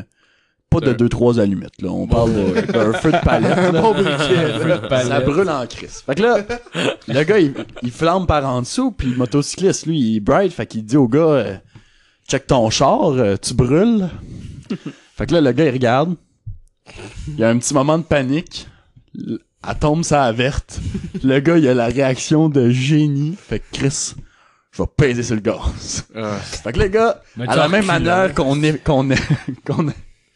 E: Pas de
D: C'est-
E: 2-3 allumettes, là. On parle de- d'un feu de palette. là. Ça brûle en crise. Fait que là, le gars, il, il flambe par en dessous, puis le motocycliste, lui, il est bright, fait qu'il dit au gars, euh, check ton char, euh, tu brûles. fait que là, le gars, il regarde. Il y a un petit moment de panique. L- Elle tombe sa verte. Le gars, il a la réaction de génie. Fait que Chris, je vais peser sur le gaz.
D: Ah.
E: Fait que le gars,
C: Mais
E: à
C: tu
E: la
C: en
E: même
C: recules,
E: manière qu'on é- qu'on é- qu'on é-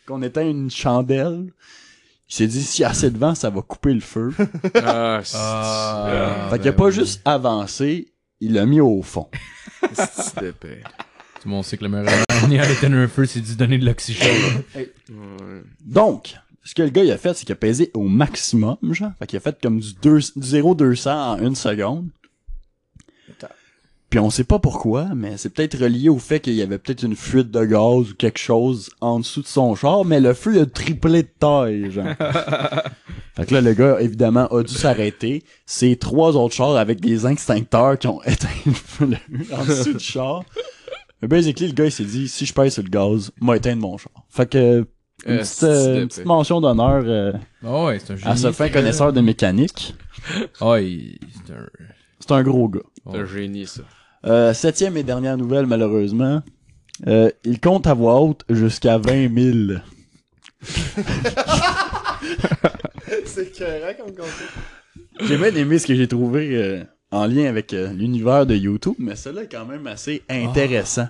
E: qu'on éteint une chandelle, il s'est dit, s'il y a assez de vent, ça va couper le feu.
D: Ah, c'est-
C: Ah,
E: fait qu'il a
C: ben
E: pas
C: oui.
E: juste avancé, il l'a mis au fond.
D: c'est épais.
C: Tout le monde sait que le meilleur manière d'éteindre un feu, c'est de donner de l'oxygène.
D: Ouais.
E: Donc, ce que le gars il a fait, c'est qu'il a pesé au maximum, genre. Fait qu'il a fait comme du, deux- du 0-200 en une seconde. Puis on sait pas pourquoi, mais c'est peut-être relié au fait qu'il y avait peut-être une fuite de gaz ou quelque chose en dessous de son char, mais le feu il a triplé de taille, genre. fait que là, le gars, évidemment, a dû s'arrêter. C'est trois autres chars avec des extincteurs qui ont éteint le feu en dessous du char. Mais basically, le gars, il s'est dit, si je pèse sur le gaz, m'a éteindre mon char. Fait que, une,
D: Euh,
E: petite,
D: c'est
E: euh,
D: épais.
E: une petite mention d'honneur euh,
C: Ah ouais, c'est un génie.
E: à ce fin connaisseur de mécanique.
C: Ah, il- c'est un...
E: C'est un gros gars.
D: C'est un génie, ça.
E: Euh, septième et dernière nouvelle, malheureusement. Euh, il compte à voix haute jusqu'à 20 000.
F: C'est carré comme concept.
E: J'ai bien aimé ce que j'ai trouvé euh, en lien avec euh, l'univers de YouTube, mais cela est quand même assez intéressant.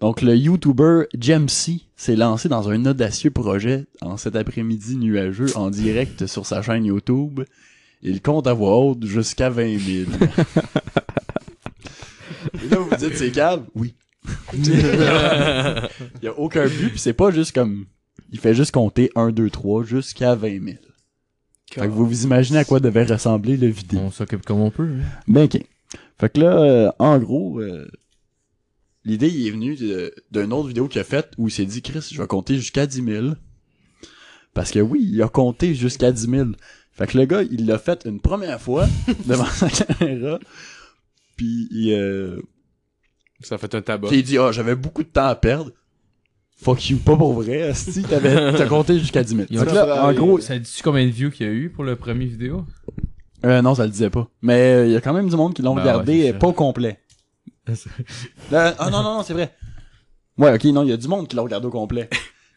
E: Donc, le YouTuber Jamsey s'est lancé dans un audacieux projet en cet après-midi nuageux en direct sur sa chaîne YouTube. Il compte à voix haute jusqu'à 20 000. Et là, vous vous dites, c'est calme? Oui. Il n'y a aucun but, puis c'est pas juste comme... Il fait juste compter 1, 2, 3 jusqu'à 20 000. Fait que vous vous imaginez à quoi devait ressembler le vidéo.
C: On s'occupe comme on peut. hein.
E: Ben, ok. Fait que là, euh, en gros, euh, l'idée il est venue de- d'une autre vidéo qu'il a faite où il s'est dit, Chris, je vais compter jusqu'à 10 000. Parce que oui, il a compté jusqu'à 10 000. Fait que le gars, il l'a fait une première fois devant sa caméra. Puis il, euh,
D: Ça fait un tabac.
E: puis il dit, ah, j'avais beaucoup de temps à perdre. Fuck you, pas pour vrai. Si, t'avais- t'as compté jusqu'à 10 000.
C: Ils ont-
E: Fait que là, en gros,
C: Ça dit-tu combien de views qu'il y a eu pour le premier vidéo?
E: euh, non, ça le disait pas. Mais euh, il y a quand même du monde qui l'ont
C: Ben
E: regardé
C: ouais, c'est
E: euh,
C: ça.
E: pas au complet. Là, ah non, non, non, c'est vrai. Ouais, ok, non, il y a du monde qui l'a regardé au complet.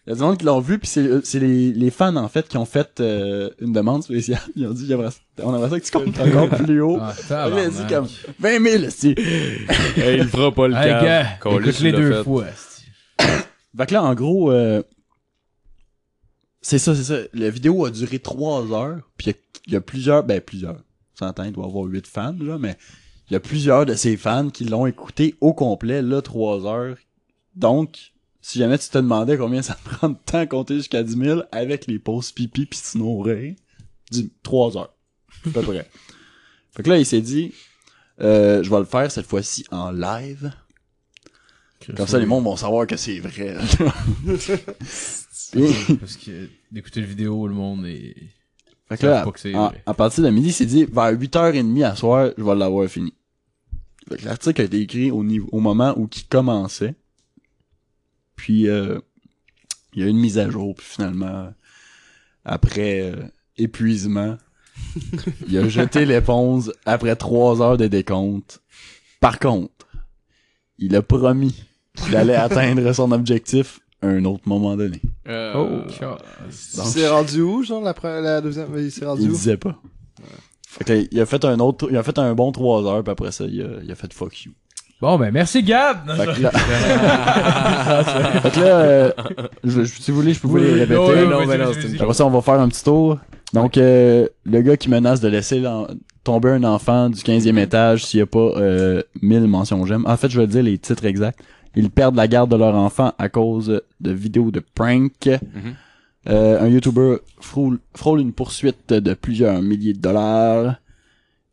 E: Il y a du monde qui l'ont vu, puis c'est euh, c'est les, les fans, en fait, qui ont fait euh, une demande spéciale. Ils ont dit, J'aimerais ça- on aimerait ça que tu comptes encore plus haut.
C: Ah,
E: Il a dit
C: tabarnak.
E: Oh. comme 20 000, esti.
D: Eh, il fera pas le
C: Hey,
D: câble.
C: gars,
D: Câlisse,
C: écoute-les
D: il l'a
C: deux
D: fait.
C: fois. esti.
E: Fait que là, en gros, euh, c'est ça, c'est ça. La vidéo a duré 3 heures, puis il y a- il y, a plusieurs, ben plusieurs, tu entends, il doit y avoir 8 fans, là, mais il y a plusieurs de ces fans qui l'ont écouté au complet, là, 3 heures. Donc, si jamais tu te demandais combien ça te prend de temps à compter jusqu'à 10 000, avec les pauses pipi pis sinon rien, dis 3 heures, à peu près. Fait que là, il s'est dit, euh, je vais le faire cette fois-ci en live. Comme ça, les mondes vont savoir que c'est vrai. Puis-
C: Parce que d'écouter le vidéo, le monde est.
D: Ah,
E: Fait que
C: Ils savent
E: là,
C: pas que c'est
E: à,
C: vrai.
E: à partir de midi, il s'est dit, vers 8h30 à soir, je vais l'avoir fini. Fait que l'article a été écrit au, niveau, au moment où il commençait. Puis, euh, Il y a eu une mise à jour, puis finalement, après euh, épuisement, il a jeté l'éponge après trois heures de décompte. Par contre, il a promis qu'il allait atteindre son objectif à un autre moment donné.
D: Euh,
C: Oh,
E: Donc,
F: Il s'est rendu où, genre, la, pre- la deuxième? Il s'est rendu
E: il
F: où?
E: disait pas. Fait que là, il a fait un autre, il a fait un bon trois heures, puis après ça, il a, il a fait fuck you.
C: Bon, ben, merci, Gab!
E: Fait que là, Fait que là, euh, je- je- si vous voulez, je peux vous les répéter.
C: oui,
D: non,
C: vas-y,
D: mais non,
C: vas-y,
D: c'est
C: vas-y.
D: une
E: Après ça, on va faire un petit tour. Donc, euh, le gars qui menace de laisser l'en- tomber un enfant du 15e étage s'il n'y a pas euh, 1000 mentions j'aime. En fait, je vais dire les titres exacts. Ils perdent la garde de leur enfant à cause de vidéos de prank. Euh, un YouTuber frôle, frôle une poursuite de plusieurs milliers de dollars.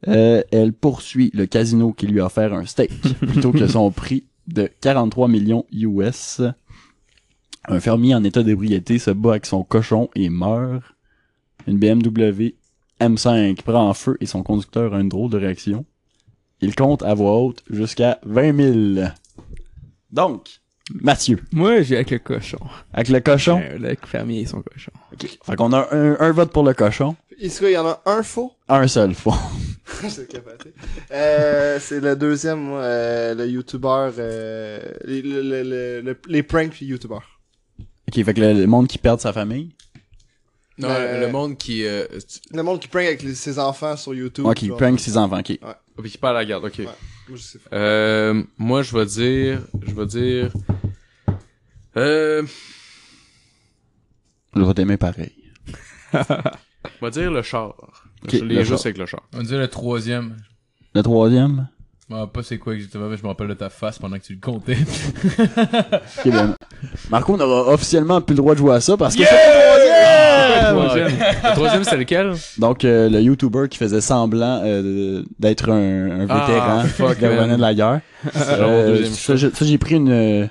E: Euh, elle poursuit le casino qui lui a offert un steak plutôt que son prix de 43 millions US. Un fermier en état d'ébriété se bat avec son cochon et meurt. Une BMW M5 prend en feu et son conducteur a une drôle de réaction. Il compte à voix haute jusqu'à 20 000. Donc, Mathieu,
G: Moi, j'ai avec le cochon.
E: avec le cochon.
G: Euh, le fermier et son cochon.
E: Fait qu'on a un, un vote pour le cochon,
F: Il se- il y en a un faux.
E: un seul faux.
F: C'est capoté. Euh, c'est le deuxième, moi, euh, le youtubeur, euh, les, le- le- le- le- les pranks puis youtubeurs.
E: Ok, fait que le, le monde qui perd sa famille.
D: Non,
E: Ben,
F: Mais-
D: le monde qui, euh, tu-
F: Le monde qui prank avec les- ses enfants sur YouTube.
E: Ok,
F: genre.
E: prank ses enfants, ok.
D: oh, puis qui parle à la garde, ok.
F: Ouais. Moi, je sais pas.
D: Euh, moi, je vais dire, je vais dire, euh,
E: Je vais t'aimer pareil.
D: je vais dire le char.
E: Ok,
D: je l'ai
E: le
D: juste
E: char.
D: avec le char.
C: On dirait le troisième.
E: Le troisième.
C: Je me rappelle pas c'est quoi exactement, mais je me rappelle de ta face pendant que tu le comptais.
E: Ok, ben, Marco n'aura officiellement plus le droit de jouer à ça parce que
D: troisième. le troisième, c'est lequel?
E: Donc, euh, le YouTuber qui faisait semblant euh, de- d'être un, un
D: Ah,
E: vétéran
D: fuck,
E: qui
D: man.
E: revenait de la guerre.
D: genre
E: Euh,
D: mon deuxième
E: ça, j'ai- ça, j'ai pris une, euh,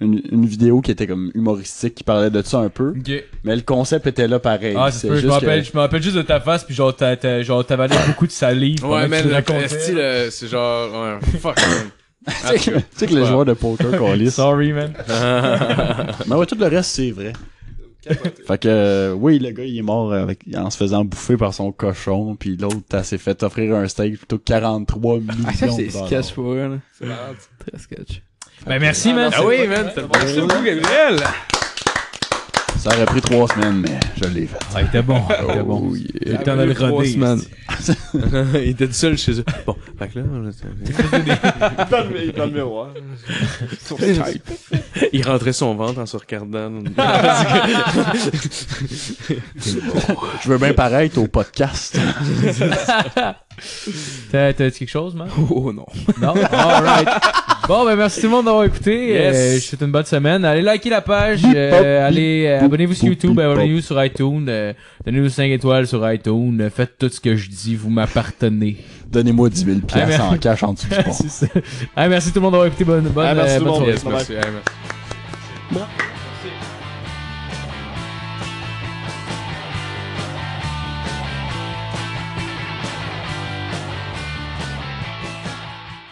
E: une, une vidéo qui était comme humoristique, qui parlait de ça un peu.
C: ok.
E: Mais le concept était là pareil.
C: Ah, ça se
E: C'est
C: peut, je me
E: juste
C: rappelle,
E: que-
C: je me rappelle juste de ta face, puis genre, t'as- t'as- genre, t'avalais beaucoup de salive. pendant
D: Ouais,
C: que
D: mais
C: tu le
D: le
C: racontais.
D: style, euh, c'est genre, ouais, fuck. man. Ah,
E: Tu sais que- tu sais que le
D: Ouais.
E: joueur de poker qu'on lisse.
C: Sorry, man.
E: Mais ouais, tout le reste, c'est vrai. fait que, euh, oui, le gars, il est mort avec, en se faisant bouffer par son cochon, puis l'autre, elle s'est fait offrir un steak plutôt que 43 millions
G: Ah, ça, c'est
E: de dollars.
G: sketch pour eux, là. C'est très sketch.
C: Ben, merci, man.
D: Ah oui, man, t'as le bon
G: Merci beaucoup, Gabriel!
E: Ça aurait pris trois semaines, mais je l'ai fait.
C: Ça a été bon. Ça a été bon.
E: Oh,
C: Il est temps d'aller
G: Trois
C: roder.
G: semaines.
D: Il était tout seul chez eux. Bon, fait que là, on a-
F: Dans le- dans le miroir.
D: il rentrait son ventre en se regardant.
E: Je veux bien paraître au podcast.
C: T'as t'as dit quelque chose, man?
G: Oh non.
C: Non? Alright. Bon, ben merci tout le monde d'avoir écouté.
D: Yes.
C: Euh, je vous souhaite une bonne semaine. Allez liker la page. euh,
E: bop,
C: allez, euh,
E: bip,
C: abonnez-vous sur
E: bip,
C: YouTube.
E: bip,
C: Abonnez-vous sur iTunes. euh, Donnez-nous 5 étoiles sur iTunes. euh, Faites tout ce que je dis. Vous m'appartenez.
E: Donnez-moi 10 000
C: Ah, mais-
E: piastres en cash en dessous du pont.
C: C'est ça. Ah, merci tout le monde d'avoir écouté. Bonne, bonne,
F: Ah, merci
C: euh,
F: tout le
C: bonne
F: monde.
C: soirée.
D: Yes, merci. Hey, merci.